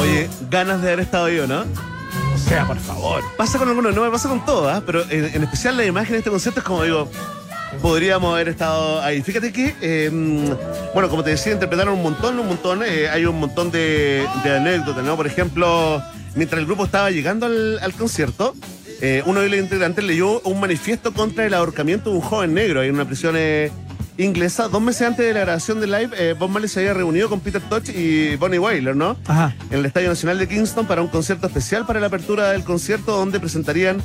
Speaker 2: Oye, ganas de haber estado yo, ¿no?
Speaker 1: O sea, por favor.
Speaker 2: Pasa con algunos, no me pasa con todas, pero en, en especial la imagen de este concierto es como digo, podríamos haber estado ahí. Fíjate que, eh, mm, bueno, como te decía, interpretaron un montón, un montón, eh, hay un montón de, de anécdotas, ¿no? Por ejemplo, mientras el grupo estaba llegando al, al concierto, eh, uno de los integrantes leyó un manifiesto contra el ahorcamiento de un joven negro ahí en una prisión eh, inglesa. Dos meses antes de la grabación del live, eh, Bob Marley se había reunido con Peter Touch y Bonnie Wailer, ¿no?
Speaker 1: Ajá.
Speaker 2: en el Estadio Nacional de Kingston para un concierto especial para la apertura del concierto donde presentarían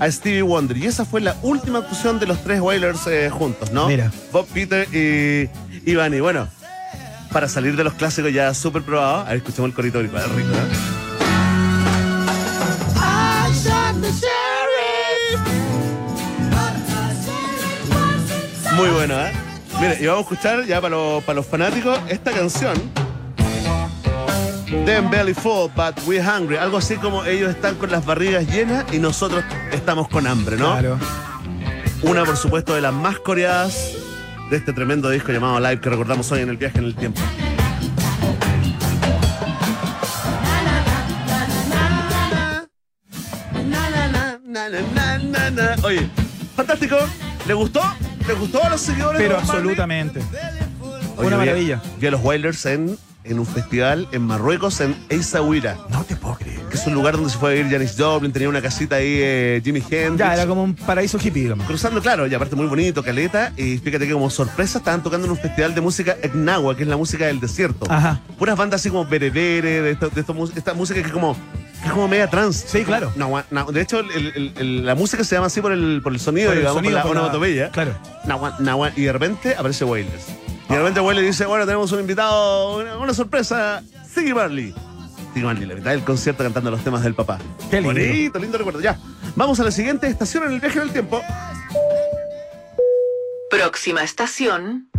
Speaker 2: a Stevie Wonder. Y esa fue la última actuación de los tres Wailers eh, juntos, ¿no?
Speaker 1: Mira.
Speaker 2: Bob, Peter y, y Bunny. Bueno, para salir de los clásicos ya súper probados, a ver, escuchemos el corito rico, rico, ¿no? Muy bueno, ¿eh? Mira, y vamos a escuchar ya para los, para los fanáticos esta canción. Them belly full, but we're hungry. Algo así como ellos están con las barrigas llenas y nosotros estamos con hambre, ¿no?
Speaker 1: Claro.
Speaker 2: Una, por supuesto, de las más coreadas de este tremendo disco llamado Live que recordamos hoy en el viaje en el tiempo. Oye, fantástico. ¿Le gustó? ¿Le gustó a los seguidores? de
Speaker 1: Pero
Speaker 2: Bob Marley?
Speaker 1: absolutamente.
Speaker 2: Oye,
Speaker 1: Una
Speaker 2: vi a-
Speaker 1: maravilla.
Speaker 2: Vi a los Wailers en, en un festival en Marruecos, en Eizahuira
Speaker 1: No te puedo creer.
Speaker 2: que es un lugar donde se fue a vivir Janis Joplin, tenía una casita ahí eh, Jimi Hendrix.
Speaker 1: Ya, era como un paraíso hippie, digamos.
Speaker 2: Cruzando, claro, y aparte muy bonito, caleta, y fíjate que como sorpresa estaban tocando en un festival de música etnagua, que es la música del desierto.
Speaker 1: Ajá.
Speaker 2: Puras bandas así como berebere, de, esto- de esto mu- esta música que es como, que es como media trans.
Speaker 1: Sí, claro.
Speaker 2: Nahua- nah- de hecho, el- el- el- la música se llama así por el, por el sonido,
Speaker 1: Por el
Speaker 2: digamos,
Speaker 1: sonido,
Speaker 2: por
Speaker 1: por
Speaker 2: la
Speaker 1: la-
Speaker 2: onomatopeya.
Speaker 1: claro.
Speaker 2: Nahua- nahua, y de repente aparece Wailers. Y de repente Wailers dice, bueno, tenemos un invitado, una, una sorpresa, Ziggy Marley. Ziggy Marley, la mitad del concierto cantando los temas del papá.
Speaker 1: Qué lindo.
Speaker 2: Bonito, lindo recuerdo. Ya, vamos a la siguiente estación en el viaje en el tiempo.
Speaker 8: Próxima estación.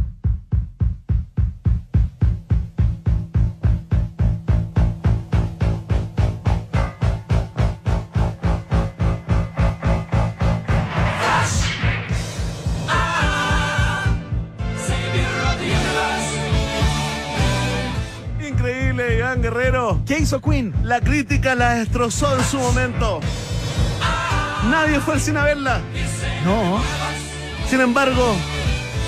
Speaker 2: Increíble, Iván Guerrero.
Speaker 1: ¿Qué hizo Queen?
Speaker 2: La crítica la destrozó en su momento. Nadie fue al cine a verla.
Speaker 1: No.
Speaker 2: Sin embargo,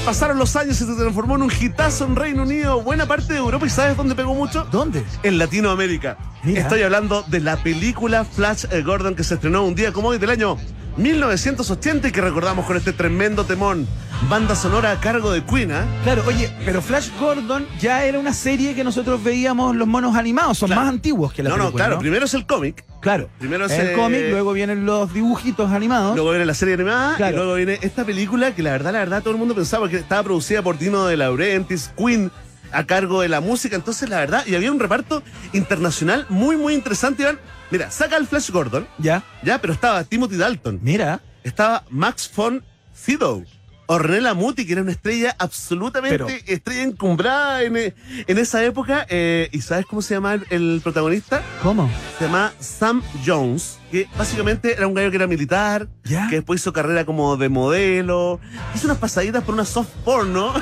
Speaker 2: pasaron los años y se transformó en un hitazo en Reino Unido, buena parte de Europa y ¿sabes dónde pegó mucho?
Speaker 1: ¿Dónde?
Speaker 2: En Latinoamérica.
Speaker 1: Mira.
Speaker 2: Estoy hablando de la película Flash eh, Gordon que se estrenó un día como hoy del año 1980 y que recordamos con este tremendo temón. Banda sonora a cargo de Queen, ¿ah?
Speaker 1: Claro, oye, pero Flash Gordon ya era una serie que nosotros veíamos los monos animados, son
Speaker 2: Claro.
Speaker 1: más antiguos que la
Speaker 2: No, no,
Speaker 1: película,
Speaker 2: claro. Primero es el cómic,
Speaker 1: Claro.
Speaker 2: primero es,
Speaker 1: el
Speaker 2: eh,
Speaker 1: cómic, luego vienen los dibujitos animados.
Speaker 2: luego viene la serie animada
Speaker 1: Claro.
Speaker 2: y luego viene esta película que la verdad, la verdad, todo el mundo pensaba que estaba producida por Dino de Laurentiis, Queen a cargo de la música. Entonces, la verdad, y había un reparto internacional muy, muy interesante, Iván. Mira, saca el Flash Gordon,
Speaker 1: Ya,
Speaker 2: ya, pero estaba Timothy Dalton.
Speaker 1: mira,
Speaker 2: estaba Max von Sydow. Ornella Muti, que era una estrella absolutamente
Speaker 1: Pero-
Speaker 2: estrella encumbrada en, eh, en esa época. eh, ¿Y sabes cómo se llama el, el protagonista?
Speaker 1: ¿cómo?
Speaker 2: Se llama Sam Jones, que básicamente era un gallo que era militar,
Speaker 1: Ya,
Speaker 2: que después hizo carrera como de modelo, hizo unas pasaditas por una soft porno,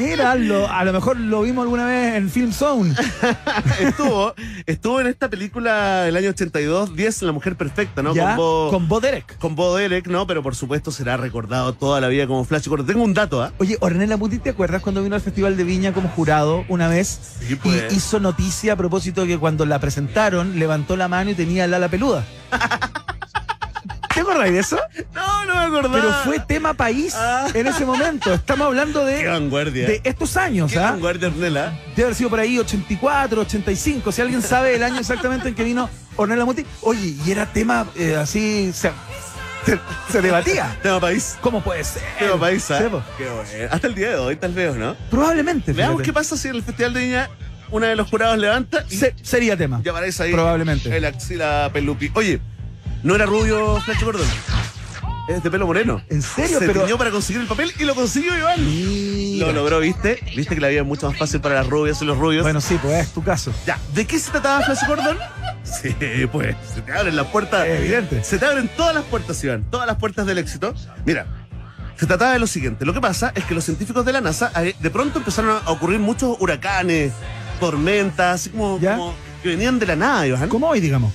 Speaker 1: mira, lo- a lo mejor lo vimos alguna vez en Film Zone.
Speaker 2: estuvo estuvo en esta película del año 82, 10, La Mujer Perfecta, ¿no?
Speaker 1: ya,
Speaker 2: Con Bo, con...
Speaker 1: con Bo Derek.
Speaker 2: Bo Derek, ¿no? Pero por supuesto será recordado toda la vida como Flash Gordon. Tengo un dato, ¿ah?
Speaker 1: Oye, Ornella Muti, ¿te acuerdas cuando vino al Festival de Viña como jurado una vez?
Speaker 2: Sí, pues.
Speaker 1: Y hizo noticia a propósito de que cuando la presentaron levantó la mano y tenía la ala peluda. ¿Te acordáis de eso?
Speaker 2: No, no me acordaba.
Speaker 1: Pero fue tema país
Speaker 2: Ah.
Speaker 1: en ese momento. Estamos hablando
Speaker 2: Qué
Speaker 1: de,
Speaker 2: vanguardia.
Speaker 1: de estos años,
Speaker 2: Qué
Speaker 1: ¿ah?
Speaker 2: vanguardia, Ornella.
Speaker 1: Debe haber sido por ahí 84, 85. Si alguien sabe el año exactamente en que vino Ornella Muti. Oye, y era tema eh, así, se, se, se debatía.
Speaker 2: Tema país.
Speaker 1: ¿Cómo puede ser?
Speaker 2: Tema país, ¿ah?
Speaker 1: Sí, po.
Speaker 2: Qué bueno. Hasta el día de hoy, tal vez, ¿no?
Speaker 1: Probablemente.
Speaker 2: Veamos
Speaker 1: fíjate.
Speaker 2: qué pasa si en el Festival de Viña una de los jurados levanta y
Speaker 1: Se- sería tema.
Speaker 2: llamaréis ahí
Speaker 1: Probablemente.
Speaker 2: eh, el axila pelupi. Oye, ¿no era rubio Flash Gordon? Es de pelo moreno.
Speaker 1: ¿En serio?
Speaker 2: Se
Speaker 1: Pero-
Speaker 2: tiñó para conseguir el papel y lo consiguió Iván.
Speaker 1: Mira.
Speaker 2: Lo logró, ¿viste? Viste que la vida es mucho más fácil para las rubias y los rubios.
Speaker 1: Bueno, sí, pues es tu caso.
Speaker 2: Ya, ¿de qué se trataba Flash Gordon? Sí, pues, se te abren las puertas.
Speaker 1: Es evidente.
Speaker 2: Se te abren todas las puertas, Iván, todas las puertas del éxito. Mira, se trataba de lo siguiente. Lo que pasa es que los científicos de la NASA eh, de pronto empezaron a ocurrir muchos huracanes, tormentas, así como,
Speaker 1: ¿Ya?
Speaker 2: como que venían de la nada, Iván.
Speaker 1: Como hoy, digamos.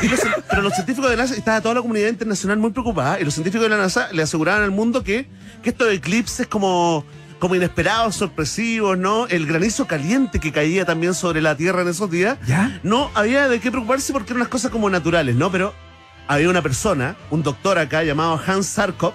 Speaker 2: Y los- pero los científicos de la NASA, estaba toda la comunidad internacional muy preocupada, y los científicos de la NASA le aseguraban al mundo que, que estos eclipses como, como inesperados, sorpresivos, ¿no? El granizo caliente que caía también sobre la Tierra en esos días,
Speaker 1: ¿Ya?
Speaker 2: no había de qué preocuparse porque eran unas cosas como naturales, ¿no? Pero había una persona, un doctor acá llamado Hans Sarkov,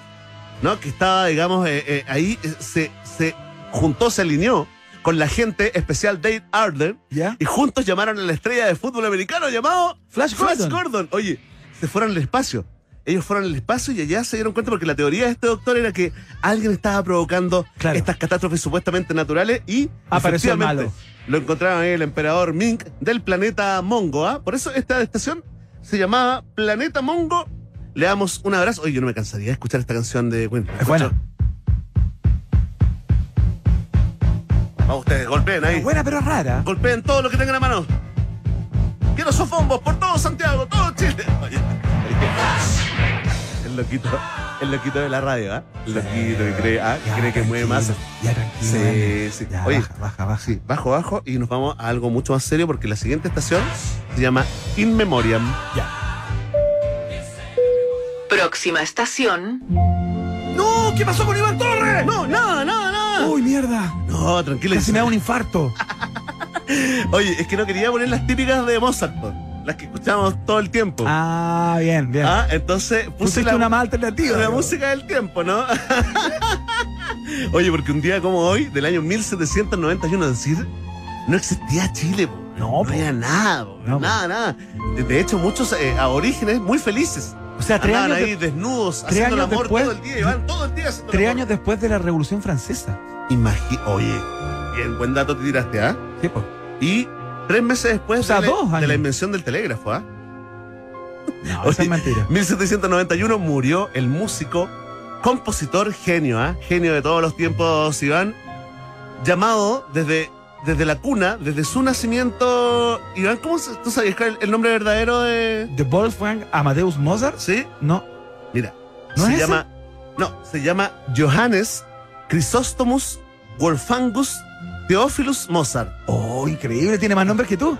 Speaker 2: ¿no? Que estaba, digamos, eh, eh, ahí, eh, se, se juntó, se alineó con la gente especial Dave Arden
Speaker 1: ¿Ya?
Speaker 2: y juntos llamaron a la estrella de fútbol americano llamado
Speaker 1: Flash
Speaker 2: Flash
Speaker 1: Gordon.
Speaker 2: Gordon. Oye, se fueron al espacio. Ellos fueron al espacio y allá se dieron cuenta porque la teoría de este doctor era que alguien estaba provocando
Speaker 1: Claro.
Speaker 2: estas catástrofes supuestamente naturales y
Speaker 1: Apareció el
Speaker 2: efectivamente,
Speaker 1: malo.
Speaker 2: Lo encontraron ahí el emperador Mink del planeta Mongo. ¿ah? Por eso esta estación se llamaba Planeta Mongo. Le damos un abrazo. Oye, yo no me cansaría de escuchar esta canción de Queen.
Speaker 1: Es buena.
Speaker 2: Vamos ustedes, golpeen ahí.
Speaker 1: Es buena, pero es rara.
Speaker 2: Golpeen todo lo que tengan a mano. Quiero sofombos por todo Santiago, todo Chile. Oye, oye. El loquito, el loquito de la radio, ¿ah? El loquito que cree, ¿ah? Que
Speaker 1: Ya,
Speaker 2: cree que mueve más.
Speaker 1: tranquilo, Ya, tranquilo. Dani.
Speaker 2: Sí, sí.
Speaker 1: Ya,
Speaker 2: Oye,
Speaker 1: baja, baja, baja.
Speaker 2: sí, bajo, bajo y nos vamos a algo mucho más serio porque la siguiente estación se llama In Memoriam.
Speaker 8: Próxima estación.
Speaker 1: ¡No! ¿Qué pasó con Iván Torres?
Speaker 2: No, no, no, no.
Speaker 1: ¡Uy, mierda!
Speaker 2: No, tranquilo.
Speaker 1: Casi me da un infarto.
Speaker 2: Oye, es que no quería poner las típicas de Mozart, po, las que escuchamos todo el tiempo.
Speaker 1: Ah, bien, bien.
Speaker 2: Ah, entonces puse
Speaker 1: Pusiste
Speaker 2: la,
Speaker 1: una más alternativa.
Speaker 2: La
Speaker 1: digamos.
Speaker 2: música del tiempo, ¿no? Oye, porque un día como hoy, del año 1791, es decir, no existía Chile, po.
Speaker 1: No, po.
Speaker 2: había nada, po.
Speaker 1: No, po.
Speaker 2: nada, nada. De, de hecho, muchos eh, aborígenes muy felices.
Speaker 1: O sea, Ah, tres
Speaker 2: Andaban
Speaker 1: años,
Speaker 2: ahí
Speaker 1: de-
Speaker 2: desnudos,
Speaker 1: tres
Speaker 2: haciendo el
Speaker 1: años
Speaker 2: amor
Speaker 1: después-
Speaker 2: todo el día, Iván, todo el día haciendo el
Speaker 1: tres
Speaker 2: amor.
Speaker 1: años después de la Revolución Francesa.
Speaker 2: Imagi- Oye, bien, buen dato te tiraste, ¿ah?
Speaker 1: Sí, pues. po.
Speaker 2: Y tres meses después
Speaker 1: O sea,
Speaker 2: de, la-
Speaker 1: dos
Speaker 2: de la,
Speaker 1: años.
Speaker 2: invención del telégrafo, ¿ah?
Speaker 1: No,
Speaker 2: Oye,
Speaker 1: esa es mentira.
Speaker 2: 1791 murió el músico, compositor, genio, ¿ah? genio de todos los tiempos, Iván, llamado desde, desde la cuna, desde su nacimiento. Iván, ¿cómo se- tú sabías cuál es el, nombre verdadero de...?
Speaker 1: ¿De Wolfgang Amadeus Mozart?
Speaker 2: Sí,
Speaker 1: No.
Speaker 2: mira,
Speaker 1: ¿No
Speaker 2: se
Speaker 1: es ese?
Speaker 2: llama... No, se llama Johannes Crisóstomus Wolfgangus Theophilus Mozart.
Speaker 1: Oh, increíble, tiene más nombres que tú.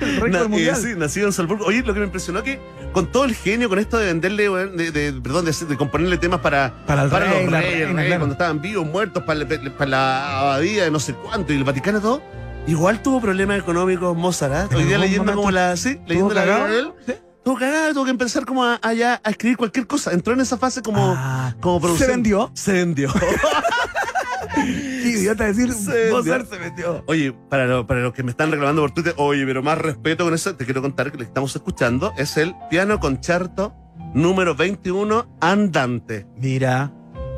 Speaker 1: Récord
Speaker 2: Na- eh,
Speaker 1: mundial.
Speaker 2: sí, nacido en Salzburgo. Oye, lo que me impresionó que con todo el genio, con esto de venderle, weón, de, de- perdón, de, de componerle temas para,
Speaker 1: Para el
Speaker 2: para
Speaker 1: rey,
Speaker 2: los
Speaker 1: la
Speaker 2: reyes,
Speaker 1: reina,
Speaker 2: reyes,
Speaker 1: claro.
Speaker 2: cuando estaban vivos, muertos, para, la- para la abadía de no sé cuánto y el Vaticano y todo. Igual tuvo problemas económicos Mozart, ¿ah?
Speaker 1: En
Speaker 2: Hoy día
Speaker 1: algún
Speaker 2: leyendo como
Speaker 1: momento
Speaker 2: la, sí, leyendo la
Speaker 1: cagado?
Speaker 2: vida de él,
Speaker 1: Sí.
Speaker 2: tuvo Todo cagado, tuvo que empezar como a, a ya- a escribir cualquier cosa. Entró en esa fase como,
Speaker 1: Ah,
Speaker 2: como
Speaker 1: se
Speaker 2: producente.
Speaker 1: vendió.
Speaker 2: Se vendió.
Speaker 1: Qué idiota decir,
Speaker 2: Se
Speaker 1: Mozart
Speaker 2: vendió.
Speaker 1: se vendió.
Speaker 2: Oye, para, lo- para los que me están reclamando por Twitter, oye, pero más respeto con eso, te quiero contar que le estamos escuchando, es el piano concerto número 21, Andante.
Speaker 1: Mira,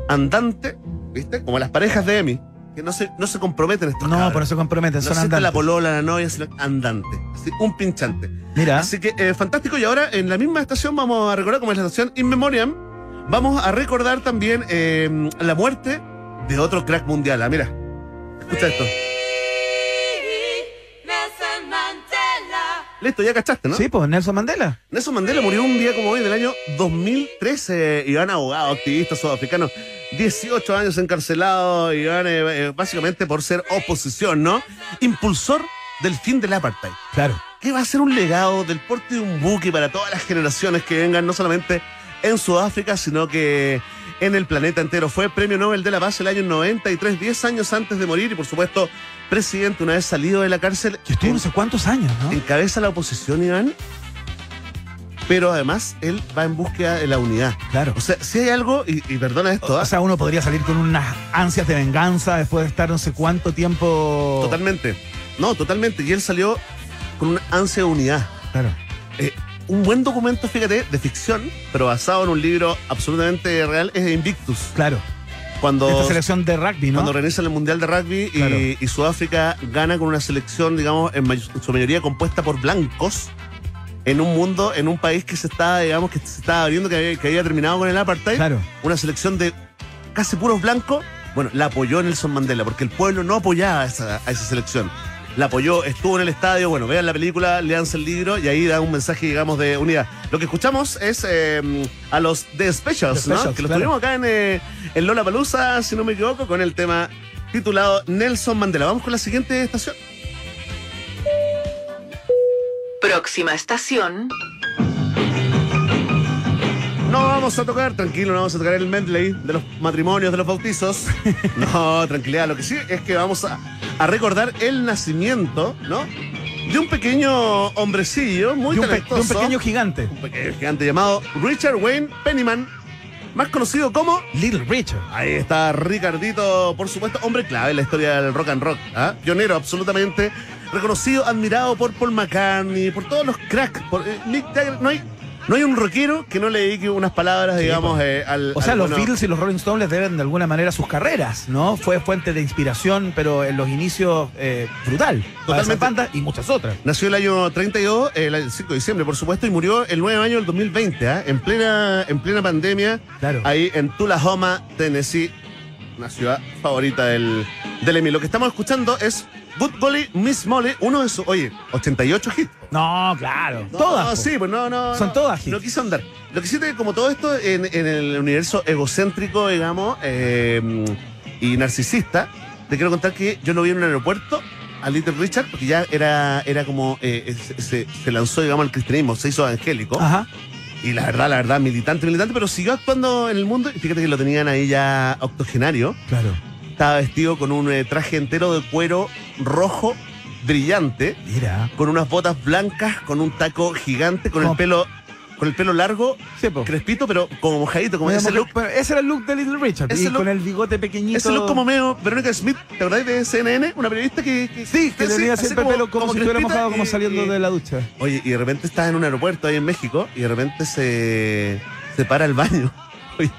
Speaker 2: Andante, ¿viste? Como las parejas de Emi, que no se, no se comprometen estos
Speaker 1: no,
Speaker 2: cabros.
Speaker 1: pero no se comprometen,
Speaker 2: No
Speaker 1: son
Speaker 2: existe la
Speaker 1: andantes.
Speaker 2: polola, la novia, sino andante. Así, un pinchante.
Speaker 1: Mira,
Speaker 2: Así que eh, fantástico. Y ahora en la misma estación vamos a recordar, como es la estación In Memoriam, vamos a recordar también eh, la muerte de otro crack mundial. Ah, mira, escucha esto. Listo, ya cachaste, ¿no?
Speaker 1: sí, pues Nelson Mandela.
Speaker 2: Nelson Mandela murió un día como hoy del año 2013. Iván, abogado, activista sudafricano, 18 años encarcelado, Iván, eh, eh, básicamente por ser oposición, ¿no? Impulsor del fin del apartheid.
Speaker 1: Claro.
Speaker 2: que va a ser un legado del porte de un buque para todas las generaciones que vengan, no solamente en Sudáfrica, sino que en el planeta entero. Fue premio Nobel de la Paz el año 93, 10 años antes de morir, y por supuesto, presidente, una vez salido de la cárcel,
Speaker 1: Que estuvo no sé cuántos años, ¿no?
Speaker 2: encabeza la oposición, Iván, pero además él va en búsqueda de la unidad.
Speaker 1: Claro.
Speaker 2: O sea, si hay algo, y, y perdona esto, ¿ah?
Speaker 1: O sea, uno podría salir con unas ansias de venganza después de estar no sé cuánto tiempo.
Speaker 2: totalmente, no, totalmente, y él salió con una ansia de unidad.
Speaker 1: Claro.
Speaker 2: un buen documento, fíjate, de ficción, pero basado en un libro absolutamente real, es Invictus.
Speaker 1: Claro.
Speaker 2: Cuando,
Speaker 1: De esta selección de rugby, ¿no?
Speaker 2: cuando organizan el Mundial de Rugby y,
Speaker 1: Claro.
Speaker 2: y Sudáfrica gana con una selección, digamos, en, may- en su mayoría compuesta por blancos, en un mundo, en un país que se está, digamos, que se estaba abriendo, que había, que había terminado con el apartheid,
Speaker 1: Claro.
Speaker 2: una selección de casi puros blancos, bueno, la apoyó Nelson Mandela, porque el pueblo no apoyaba a esa, a esa selección. La apoyó, estuvo en el estadio, bueno, vean la película, leanse el libro y ahí da un mensaje, digamos, de unidad. Lo que escuchamos es eh, a los The Specials,
Speaker 1: The
Speaker 2: ¿no?
Speaker 1: Specials,
Speaker 2: que los
Speaker 1: claro.
Speaker 2: tuvimos acá en, eh, en Lola Palusa, si no me equivoco, con el tema titulado Nelson Mandela. Vamos con la siguiente estación.
Speaker 8: Próxima estación,
Speaker 2: No vamos a tocar, tranquilo, no vamos a tocar el medley de los matrimonios, de los bautizos. No, tranquilidad, lo que sí es que vamos a, a recordar el nacimiento, ¿no? De un pequeño hombrecillo muy
Speaker 1: De un, pe- de un
Speaker 2: talentoso.
Speaker 1: pequeño gigante.
Speaker 2: un pequeño gigante llamado Richard Wayne Pennyman, más conocido como...
Speaker 1: Little Richard.
Speaker 2: Ahí está Ricardito, por supuesto, hombre clave en la historia del rock and rock, ¿ah? pionero absolutamente, reconocido, admirado por Paul McCartney, por todos los cracks, por eh, Mick Jagger, no hay, no hay un rockero que no le dedique unas palabras, digamos, eh, al...
Speaker 1: pues. O sea,
Speaker 2: al
Speaker 1: los
Speaker 2: bueno.
Speaker 1: Beatles y los Rolling Stones les deben de alguna manera sus carreras, ¿no? Fue fuente de inspiración, pero en los inicios eh, brutal. Para
Speaker 2: Totalmente.
Speaker 1: esas bandas y muchas otras.
Speaker 2: Nació el año 32, eh, el año 5 de diciembre, por supuesto, y murió el 9 de mayo del 2020, ¿ah? en, plena, en plena pandemia,
Speaker 1: Claro.
Speaker 2: ahí en Tullahoma, Tennessee, una ciudad favorita del, del Emmy. Lo que estamos escuchando es Good Golly Miss Molly, uno de sus, oye, 88 hits.
Speaker 1: No, claro.
Speaker 2: No,
Speaker 1: Todas.
Speaker 2: no,
Speaker 1: po.
Speaker 2: sí, pues no, no.
Speaker 1: Son
Speaker 2: no.
Speaker 1: todas hits.
Speaker 2: No quise andar. Lo que siente como todo esto en, en el universo egocéntrico, digamos, eh, y narcisista, te quiero contar que yo lo vi en un aeropuerto a Little Richard, porque ya era, era como, eh, se, se- se lanzó, digamos, al cristianismo, se hizo evangélico.
Speaker 1: Ajá.
Speaker 2: Y la verdad, la verdad, militante, militante, pero siguió actuando en el mundo. Y fíjate que lo tenían ahí ya octogenario.
Speaker 1: Claro.
Speaker 2: Estaba vestido con un eh, traje entero de cuero rojo, brillante
Speaker 1: Mira.
Speaker 2: con unas botas blancas, con un taco gigante, con el
Speaker 1: Como-
Speaker 2: pelo con el pelo largo,
Speaker 1: Sí, po.
Speaker 2: crespito, pero como mojadito, como
Speaker 1: Medio
Speaker 2: ese
Speaker 1: moja-
Speaker 2: look.
Speaker 1: pero ese era el look de Little Richard.
Speaker 2: Ese
Speaker 1: y
Speaker 2: look-
Speaker 1: con el bigote pequeñito.
Speaker 2: Ese look como medio Verónica Smith, ¿te acordás de CNN? Una periodista que... que-
Speaker 1: Sí, que tenía
Speaker 2: así
Speaker 1: siempre el pelo como, si estuviera
Speaker 2: crespita
Speaker 1: mojado, como
Speaker 2: y-
Speaker 1: saliendo
Speaker 2: y-
Speaker 1: de la ducha.
Speaker 2: Oye, y de repente estás en un aeropuerto ahí en México y de repente se, se para el baño. Oye,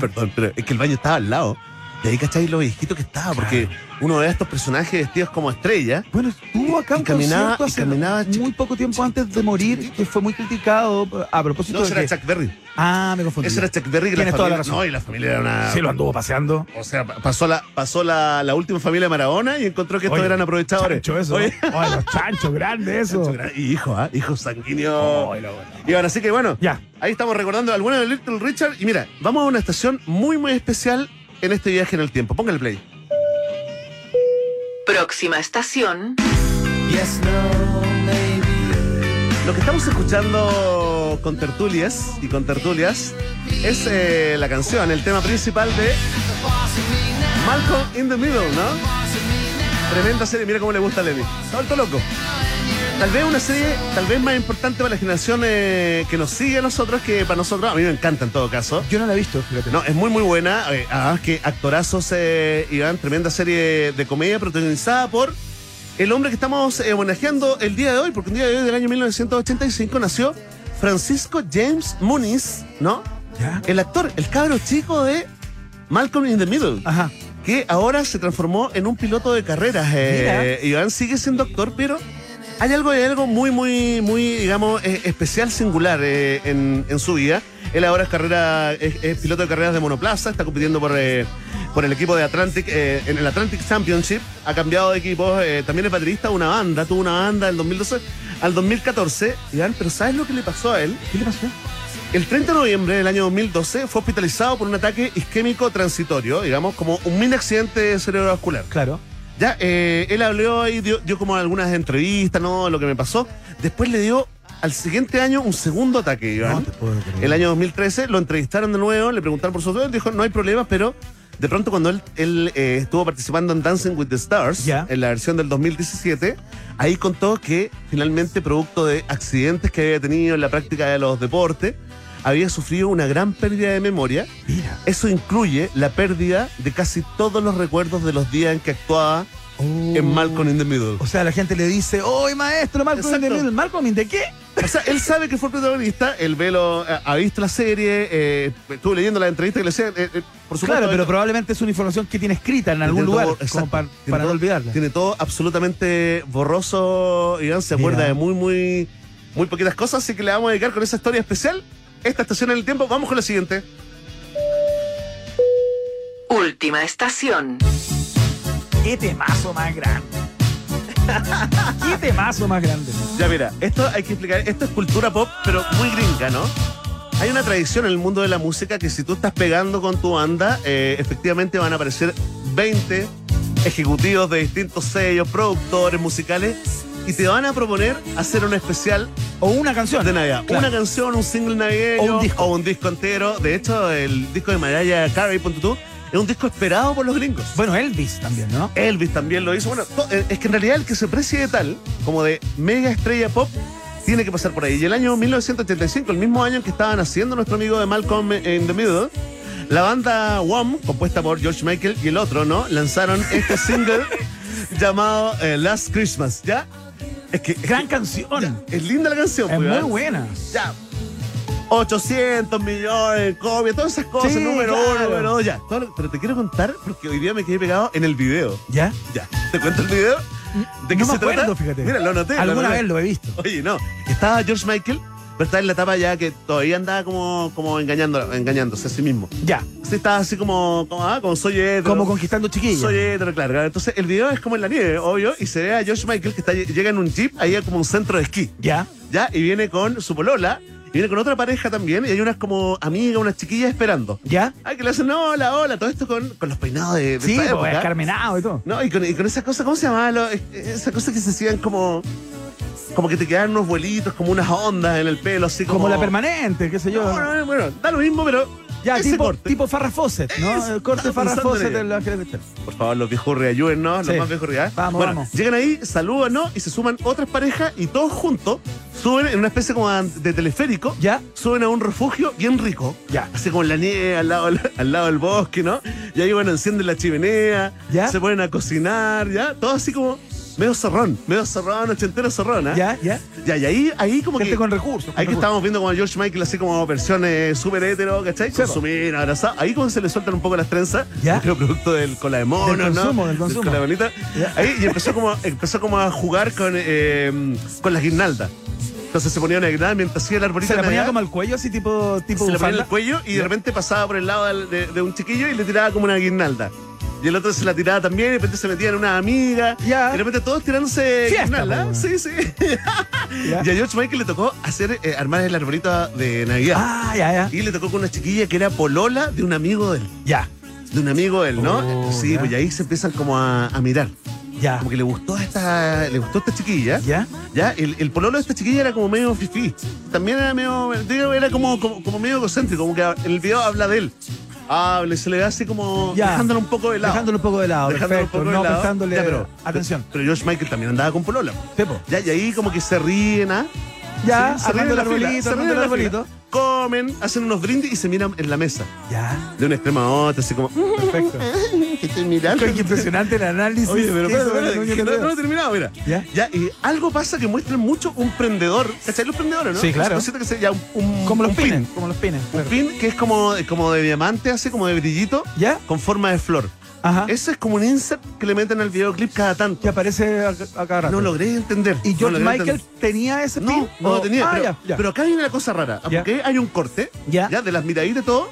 Speaker 2: perdón, pero es que el baño estaba al lado. Y ahí cacháis lo viejito que estaba, porque uno ve a estos personajes vestidos como estrellas.
Speaker 1: Bueno, estuvo acá
Speaker 2: Y
Speaker 1: un
Speaker 2: caminaba-
Speaker 1: concierto
Speaker 2: y
Speaker 1: hace
Speaker 2: caminaba chiqui-
Speaker 1: muy poco tiempo antes de morir, que fue muy criticado a propósito
Speaker 2: No,
Speaker 1: de
Speaker 2: ese era
Speaker 1: que-
Speaker 2: Chuck Berry.
Speaker 1: Ah, me confundí.
Speaker 2: Ese era Chuck Berry que la
Speaker 1: Tienes toda la
Speaker 2: familia-
Speaker 1: razón.
Speaker 2: No, y la familia era una...
Speaker 1: Sí, lo anduvo paseando.
Speaker 2: O sea, pa- pasó la, pasó la, la última familia de Maradona y encontró que estos
Speaker 1: Oye,
Speaker 2: eran aprovechadores.
Speaker 1: Chancho eso.
Speaker 2: Oye,
Speaker 1: ¿no? Ay, los chanchos, grande eso.
Speaker 2: y hijo, ¿ah? hijo sanguíneo.
Speaker 1: Ay, la buena.
Speaker 2: Y ahora sí que bueno,
Speaker 1: Ya,
Speaker 2: ahí estamos recordando alguna de Little Richard. Y mira, vamos a una estación muy, muy especial en este viaje en el tiempo. Póngale play.
Speaker 8: próxima estación,
Speaker 2: Lo que estamos escuchando con tertulias y con tertulias es eh, la canción, el tema principal de Malcolm in the Middle, ¿no? Tremenda serie, mira cómo le gusta a Lenny. Está vuelto loco. Tal vez una serie, tal vez más importante para la generación eh, que nos sigue a nosotros que para nosotros. A mí me encanta en todo caso.
Speaker 1: Yo no la he visto, fíjate.
Speaker 2: No, es muy muy buena. Eh, además que actorazos eh, Iván, tremenda serie de comedia protagonizada por el hombre que estamos eh, homenajeando el día de hoy, porque un día de hoy del año 1985 nació Francisco James Muniz, ¿no?
Speaker 1: ¿Ya?
Speaker 2: El actor, el cabro chico de Malcolm in the Middle,
Speaker 1: Ajá.
Speaker 2: que ahora se transformó en un piloto de carreras. eh, Iván sigue siendo actor, pero hay algo, hay algo muy, muy, muy, digamos, eh, especial, singular eh, en, en su vida. Él ahora es, carrera, es, es piloto de carreras de monoplaza, está compitiendo por, eh, por el equipo de Atlantic, eh, en el Atlantic Championship, ha cambiado de equipo, eh, también es baterista de una banda, tuvo una banda del 2012 al 2014, Iván, pero ¿sabes lo que le pasó a él?
Speaker 1: ¿Qué le pasó?
Speaker 2: El 30 de noviembre del año 2012 fue hospitalizado por un ataque isquémico transitorio, digamos, como un mini accidente cerebrovascular.
Speaker 1: Claro.
Speaker 2: Ya, eh, él habló ahí, dio, dio como algunas entrevistas, ¿no? Lo que me pasó. Después le dio al siguiente año un segundo ataque, Iván. El año 2013 lo entrevistaron de nuevo, le preguntaron por su salud, él dijo, no hay problema, pero de pronto cuando él, él, eh, estuvo participando en Dancing with the Stars,
Speaker 1: Ya.
Speaker 2: en la versión del 2017, ahí contó que finalmente producto de accidentes que había tenido en la práctica de los deportes, había sufrido una gran pérdida de memoria.
Speaker 1: Mira.
Speaker 2: Eso incluye la pérdida de casi todos los recuerdos de los días en que actuaba
Speaker 1: Mm.
Speaker 2: en Malcolm in the Middle.
Speaker 1: Oh. O sea, la gente le dice, ¡Oy, maestro, Malcolm in the
Speaker 2: Exacto.
Speaker 1: Middle! ¿Malcolm in the qué?
Speaker 2: O sea, él sabe que fue el protagonista, él ve lo- ha- ha visto la serie, eh, estuve leyendo la entrevista que le hacían, eh, eh, por supuesto.
Speaker 1: Claro, pero
Speaker 2: esto-
Speaker 1: probablemente es una información que tiene escrita en algún
Speaker 2: tiene
Speaker 1: lugar,
Speaker 2: todo-
Speaker 1: como
Speaker 2: exacto,
Speaker 1: para,
Speaker 2: tiene
Speaker 1: para no
Speaker 2: todo-
Speaker 1: olvidarla.
Speaker 2: Tiene todo absolutamente borroso, Iván se
Speaker 1: Mira.
Speaker 2: acuerda de muy, muy, muy poquitas cosas, así que le vamos a dedicar con esa historia especial esta estación en el tiempo. Vamos con la siguiente.
Speaker 8: Última estación.
Speaker 1: ¡Qué temazo más grande! ¡Qué temazo más grande!
Speaker 2: Ya mira, esto hay que explicar, esto es cultura pop, pero muy gringa, ¿no? Hay una tradición en el mundo de la música que si tú estás pegando con tu banda, eh, efectivamente van a aparecer 20 ejecutivos de distintos sellos, productores musicales, y te van a proponer hacer un especial
Speaker 1: O una canción.
Speaker 2: de Navidad.
Speaker 1: Claro.
Speaker 2: Una canción, un single navideño
Speaker 1: O un disco.
Speaker 2: un disco entero. De hecho, el disco de Mariah Carey, ponte tú, es un disco esperado por los gringos.
Speaker 1: Bueno, Elvis también, ¿no?
Speaker 2: Elvis también lo hizo. Bueno, to- eh, es que en realidad el que se precie de tal, como de mega estrella pop, tiene que pasar por ahí. Y el año 1985, el mismo año en que estaban haciendo nuestro amigo de Malcolm in the Middle, la banda Wham, compuesta por George Michael y el otro, ¿no? Lanzaron este single llamado eh, Last Christmas, ¿ya? Es que es,
Speaker 1: Gran
Speaker 2: que-
Speaker 1: canción.
Speaker 2: es linda la canción,
Speaker 1: Es muy
Speaker 2: pues, ¿verdad?
Speaker 1: buena.
Speaker 2: Ya. 800 millones, copias, todas esas cosas,
Speaker 1: Sí,
Speaker 2: número uno,
Speaker 1: claro.
Speaker 2: número dos, ya. Todo lo- pero te quiero contar porque hoy día me quedé pegado en el video.
Speaker 1: ¿Ya?
Speaker 2: Ya, ¿te cuento el video? ¿De qué
Speaker 1: no me
Speaker 2: se
Speaker 1: acuerdo,
Speaker 2: trata?
Speaker 1: fíjate.
Speaker 2: Mira, lo noté.
Speaker 1: Alguna vez lo he visto.
Speaker 2: Oye, no. Estaba George Michael, pero estaba en la etapa ya que todavía andaba como, como engañando, engañándose a sí mismo.
Speaker 1: Ya.
Speaker 2: Sí, estaba así como, como, ah, como soy hetero.
Speaker 1: Como conquistando chiquillos.
Speaker 2: Soy hetero, claro, claro. Entonces el video es como en la nieve, obvio, y se ve a George Michael que está, llega en un jeep, ahí a como un centro de esquí,
Speaker 1: Ya.
Speaker 2: ¿ya? Y viene con su polola, y viene con otra pareja también, y hay unas como amigas, unas chiquillas esperando.
Speaker 1: ¿Ya?
Speaker 2: Ay, que le hacen hola, hola, todo esto con, con los peinados de, de
Speaker 1: Sí,
Speaker 2: esta
Speaker 1: pues,
Speaker 2: época.
Speaker 1: escarmenado y todo.
Speaker 2: No, y con, y con esa cosa, ¿cómo se llamaba? Lo- eh, esa cosa que se hacían como. Como que te quedaban unos vuelitos, como unas ondas en el pelo, así como.
Speaker 1: Como la permanente, qué sé yo.
Speaker 2: No, no, no, bueno, da lo mismo, pero.
Speaker 1: Ya,
Speaker 2: ese
Speaker 1: tipo,
Speaker 2: corte.
Speaker 1: tipo Farrah Fawcett, ¿no?
Speaker 2: Eso,
Speaker 1: el corte
Speaker 2: estaba
Speaker 1: Farrah
Speaker 2: pensando en
Speaker 1: Fawcett
Speaker 2: ello.
Speaker 1: de los Ángeles del
Speaker 2: Por favor, los viejurri,
Speaker 1: Sí.
Speaker 2: ayúdennos, los más viejurri, ¿eh?
Speaker 1: Vamos,
Speaker 2: bueno,
Speaker 1: vamos.
Speaker 2: Llegan ahí, saludan, ¿no? Y se suman otras parejas y todos juntos suben en una especie como de teleférico.
Speaker 1: ¿Ya?
Speaker 2: Suben a un refugio bien rico.
Speaker 1: Ya.
Speaker 2: Así como en la nieve, al lado, al lado del bosque, ¿no? Y ahí, bueno, encienden la chimenea,
Speaker 1: ¿Ya?
Speaker 2: se ponen a cocinar, ¿ya? Todo así como medio zorrón, medio zorrón, ochentero zorrón, ¿ah?
Speaker 1: ¿Ya? ¿Ya?
Speaker 2: Ya, y ahí, ahí como
Speaker 1: Gente
Speaker 2: que.
Speaker 1: con recursos. con
Speaker 2: Ahí que
Speaker 1: recursos.
Speaker 2: estábamos viendo como a George Michael así como versiones súper hétero, ¿cachai?
Speaker 1: Sí, po.
Speaker 2: Consumir, abrazar. Ahí cuando se le sueltan un poco las trenzas,
Speaker 1: Ya.
Speaker 2: creo producto del cola de mono,
Speaker 1: Del consumo,
Speaker 2: ¿no?
Speaker 1: del consumo.
Speaker 2: cola de bonita.
Speaker 1: Ya.
Speaker 2: Ahí y empezó como, empezó como a jugar con, eh, con las guirnaldas. Entonces se ponía una guirnalda mientras hacía el arbolito.
Speaker 1: Se la
Speaker 2: de
Speaker 1: ponía
Speaker 2: Navidad,
Speaker 1: como al cuello, así tipo, tipo
Speaker 2: se le ponía en
Speaker 1: bufanda.
Speaker 2: el cuello y de
Speaker 1: Ya.
Speaker 2: repente pasaba por el lado del- de, de un chiquillo y le tiraba como una guirnalda. Y el otro se la tiraba también, y de repente se metían una amiga.
Speaker 1: Ya.
Speaker 2: Y de repente todos tirándose
Speaker 1: Fiesta,
Speaker 2: guirnalda.
Speaker 1: po,
Speaker 2: Sí, sí.
Speaker 1: Ya.
Speaker 2: Y a George Michael le tocó hacer eh, armar el arbolito de Navidad.
Speaker 1: Ah, ya, ya.
Speaker 2: Y le tocó con una chiquilla que era polola de un amigo de él.
Speaker 1: Ya,
Speaker 2: De un amigo de él, ¿no?
Speaker 1: Oh,
Speaker 2: sí,
Speaker 1: ya.
Speaker 2: pues y ahí se empiezan como a, a mirar.
Speaker 1: ya.
Speaker 2: Como que le gustó a esta. Le gustó a esta chiquilla.
Speaker 1: ¿Ya?
Speaker 2: Ya, el, el pololo de esta chiquilla era como medio fifí. También era medio. digo, era como, como, como medio egocéntrico, como que el video habla de él. hable, se le hace como
Speaker 1: Ya.
Speaker 2: dejándolo un poco de lado.
Speaker 1: Dejándole un poco de lado,
Speaker 2: Dejándolo
Speaker 1: perfecto.
Speaker 2: un poco de
Speaker 1: no
Speaker 2: lado.
Speaker 1: prestándole
Speaker 2: Ya, pero-
Speaker 1: atención.
Speaker 2: Pero George Michael también andaba con polola.
Speaker 1: Tepo.
Speaker 2: Ya, y ahí como que se ríen, ¿ah?
Speaker 1: Ya,
Speaker 2: Sí, se
Speaker 1: armando
Speaker 2: ríen en
Speaker 1: el
Speaker 2: la fila,
Speaker 1: arbolito,
Speaker 2: se ríen
Speaker 1: armando el
Speaker 2: en la fila.
Speaker 1: arbolito.
Speaker 2: Comen, hacen unos brindis y se miran en la mesa.
Speaker 1: Ya,
Speaker 2: De un extremo a otro, así como... "Ah,
Speaker 1: perfecto.
Speaker 2: "Te estoy mirando".
Speaker 1: Qué impresionante el análisis.
Speaker 2: Oye, pero
Speaker 1: que hizo
Speaker 2: espérate,
Speaker 1: Bernardo
Speaker 2: espérate, que
Speaker 1: Núñez
Speaker 2: no,
Speaker 1: Rivera.
Speaker 2: no lo he terminado, mira.
Speaker 1: Ya.
Speaker 2: Ya, y algo pasa que muestran mucho un prendedor. ¿Cachai los prendedores, no?
Speaker 1: Sí, claro.
Speaker 2: Esa cosita que se, ya, un, un-
Speaker 1: Como los
Speaker 2: un pin.
Speaker 1: pines, como los pines.
Speaker 2: Un
Speaker 1: claro.
Speaker 2: pin que es como, como de diamante, así como de brillito,
Speaker 1: ¿Ya?
Speaker 2: con forma de flor.
Speaker 1: Ajá.
Speaker 2: Eso es como un insert que le meten al videoclip cada tanto.
Speaker 1: Que aparece a- a cada rato.
Speaker 2: No logré entender.
Speaker 1: ¿Y
Speaker 2: no
Speaker 1: George
Speaker 2: logré
Speaker 1: Michael
Speaker 2: entender.
Speaker 1: tenía ese
Speaker 2: No,
Speaker 1: pin?
Speaker 2: no lo tenía.
Speaker 1: Ah,
Speaker 2: pero,
Speaker 1: ya, ya.
Speaker 2: pero acá hay una cosa rara.
Speaker 1: Ya.
Speaker 2: Porque hay un corte,
Speaker 1: Ya.
Speaker 2: ya, de las miraditas y todo.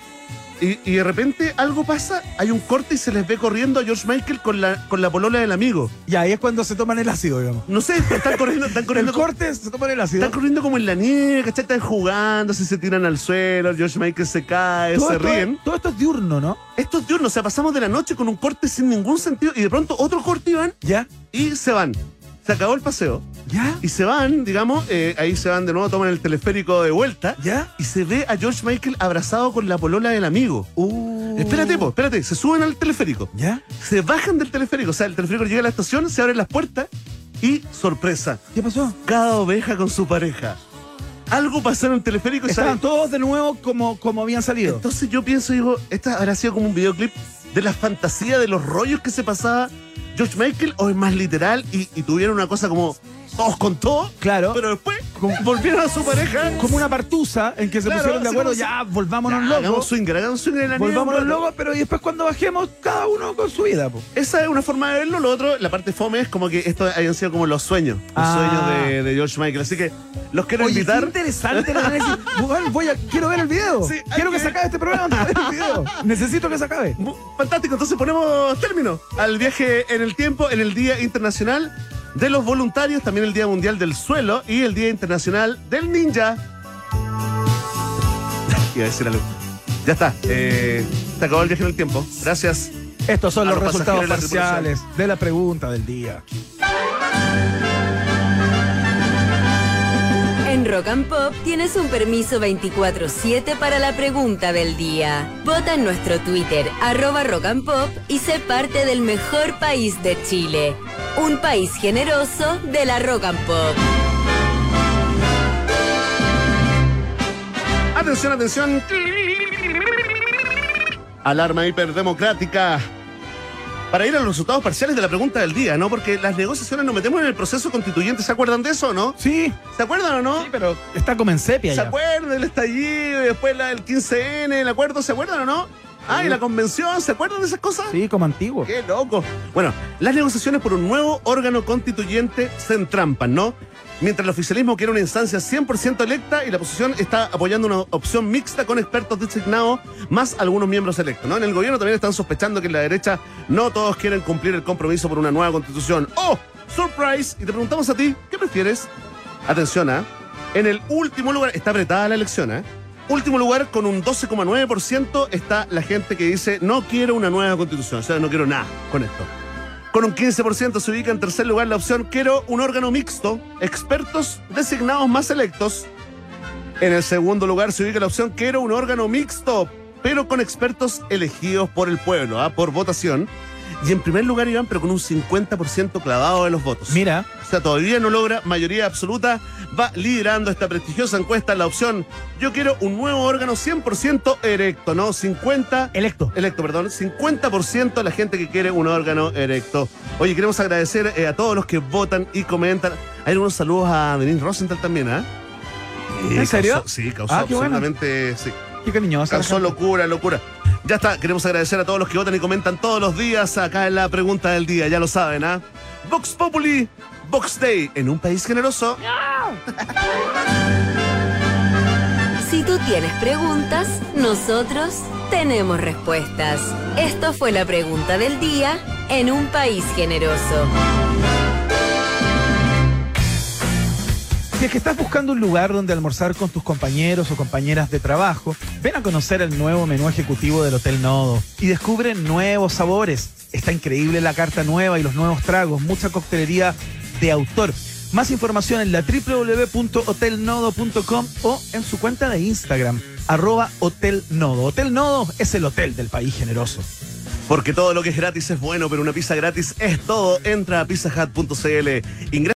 Speaker 2: Y, y de repente algo pasa, hay un corte y se les ve corriendo a George Michael con la, con la polola del amigo.
Speaker 1: Y ahí es cuando se toman el ácido, digamos.
Speaker 2: No sé, están corriendo, están
Speaker 1: Con el
Speaker 2: corriendo. como-
Speaker 1: corte se toman el ácido.
Speaker 2: Están corriendo como en la nieve, ¿cachai? Están jugando, así se tiran al suelo, George Michael se cae,
Speaker 1: Todo
Speaker 2: se
Speaker 1: esto-
Speaker 2: ríen.
Speaker 1: Todo esto es diurno, ¿no?
Speaker 2: Estos diurnos, o sea, pasamos de la noche con un corte sin ningún sentido y de pronto otro corte y van
Speaker 1: ¿Ya?
Speaker 2: y se van. Se acabó el paseo.
Speaker 1: ¿Ya?
Speaker 2: Y se van, digamos, eh, ahí se van de nuevo, toman el teleférico de vuelta
Speaker 1: ¿Ya?
Speaker 2: y se ve a George Michael abrazado con la polola del amigo.
Speaker 1: Uh.
Speaker 2: Espérate, po, espérate, se suben al teleférico,
Speaker 1: ¿Ya?
Speaker 2: se bajan del teleférico, o sea, el teleférico llega a la estación, se abren las puertas y sorpresa,
Speaker 1: ¿Qué pasó?
Speaker 2: cada oveja con su pareja. Algo pasó en el teleférico y
Speaker 1: Estaban
Speaker 2: sale-
Speaker 1: todos de nuevo como, como habían salido.
Speaker 2: Entonces yo pienso, digo, esta habrá sido como un videoclip de la fantasía de los rollos que se pasaba George Michael o es más literal y, y tuvieron una cosa como todos con todo,
Speaker 1: Claro.
Speaker 2: pero después volvieron a su pareja.
Speaker 1: como una partusa en que se
Speaker 2: Claro,
Speaker 1: pusieron de
Speaker 2: así
Speaker 1: acuerdo,
Speaker 2: como
Speaker 1: ya,
Speaker 2: Ya,
Speaker 1: volvámonos
Speaker 2: Hagamos
Speaker 1: locos.
Speaker 2: swinger, hagamos swinger en la nieve,
Speaker 1: Volvámonos
Speaker 2: bueno.
Speaker 1: locos, pero y después cuando bajemos, cada uno con su vida, po.
Speaker 2: Esa es una forma de verlo. Lo otro, la parte fome es como que esto hayan sido como los sueños. Los
Speaker 1: Ah.
Speaker 2: sueños de, de George Michael. Así que los quiero
Speaker 1: Oye, qué
Speaker 2: invitar.
Speaker 1: interesante el análisis. Bueno, voy a, quiero ver el video.
Speaker 2: Sí, hay
Speaker 1: quiero que,
Speaker 2: que-
Speaker 1: se acabe este programa antes de ver el video. Necesito que se acabe.
Speaker 2: Bu- Fantástico, entonces ponemos término al viaje en el tiempo, en el Día Internacional de los Voluntarios, también el Día Mundial del Suelo y el Día Internacional del Ninja. Iba a decir algo. Ya está, eh, se acabó el viaje en el tiempo. Gracias.
Speaker 1: Estos son
Speaker 2: A
Speaker 1: los
Speaker 2: los
Speaker 1: resultados
Speaker 2: pasajeros de la
Speaker 1: parciales de la pregunta del día.
Speaker 3: En Rock and Pop tienes un permiso 24-7 para la pregunta del día. Vota en nuestro Twitter, arroba Rock and Pop, y sé parte del mejor país de Chile. Un país generoso de la Rock and Pop.
Speaker 2: Atención, atención. Alarma hiperdemocrática. Para ir a los resultados parciales de la pregunta del día, ¿no? Porque las negociaciones nos metemos en el proceso constituyente. ¿Se acuerdan de eso o no?
Speaker 1: Sí,
Speaker 2: ¿Se acuerdan o no?
Speaker 1: sí, pero está como en sepia
Speaker 2: ¿Se
Speaker 1: ya.
Speaker 2: acuerdan del estallido y después la del 15N, el acuerdo? ¿Se acuerdan o no? Ah, y la convención, ¿se acuerdan de esas cosas?
Speaker 1: Sí, como antiguo.
Speaker 2: Qué loco. Bueno, las negociaciones por un nuevo órgano constituyente se entrampan, ¿no? Mientras el oficialismo quiere una instancia 100% electa y la oposición está apoyando una opción mixta con expertos designados más algunos miembros electos, ¿no? En el gobierno también están sospechando que en la derecha no todos quieren cumplir el compromiso por una nueva constitución. ¡Oh! ¡Surprise! Y te preguntamos a ti, ¿qué prefieres? Atención, ¿ah? En el último lugar, está apretada la elección, ¿eh? Último lugar, con un 12,9% está la gente que dice no quiero una nueva constitución, o sea, no quiero nada con esto. Con un 15% se ubica en tercer lugar la opción quiero un órgano mixto, expertos designados más electos. En el segundo lugar se ubica la opción quiero un órgano mixto, pero con expertos elegidos por el pueblo, ¿ah? por votación. Y en primer lugar, Iván, pero con un 50% clavado de los votos.
Speaker 1: Mira,
Speaker 2: O sea, todavía no logra mayoría absoluta. Va liderando esta prestigiosa encuesta la opción Yo quiero un nuevo órgano 100% erecto, ¿no? 50...
Speaker 1: electo.
Speaker 2: Electo, perdón. 50% de la gente que quiere un órgano erecto. Oye, queremos agradecer eh, a todos los que votan y comentan. Hay algunos saludos a Denise Rosenthal también, ¿ah?
Speaker 1: ¿En
Speaker 2: causó-
Speaker 1: serio?
Speaker 2: sí, causó
Speaker 1: Ah, qué bueno.
Speaker 2: absolutamente... sí.
Speaker 1: Qué cariñosa. la
Speaker 2: Causó
Speaker 1: gente.
Speaker 2: locura, locura. Ya está, queremos agradecer a todos los que votan y comentan todos los días acá en la pregunta del día, ya lo saben, ¿ah? Vox Populi, Vox Day, en un país generoso.
Speaker 3: Si tú tienes preguntas, nosotros tenemos respuestas. Esto fue la pregunta del día en un país generoso.
Speaker 1: Si es que estás buscando un lugar donde almorzar con tus compañeros o compañeras de trabajo, ven a conocer el nuevo menú ejecutivo del Hotel Nodo y descubre nuevos sabores. Está increíble la carta nueva y los nuevos tragos, mucha coctelería de autor. Más información en la www.hotelnodo.com o en su cuenta de Instagram, arroba Hotel Nodo. Hotel Nodo es el hotel del país generoso.
Speaker 2: Porque todo lo que es gratis es bueno, pero una pizza gratis es todo. Entra a pizzahut.cl. Ingresa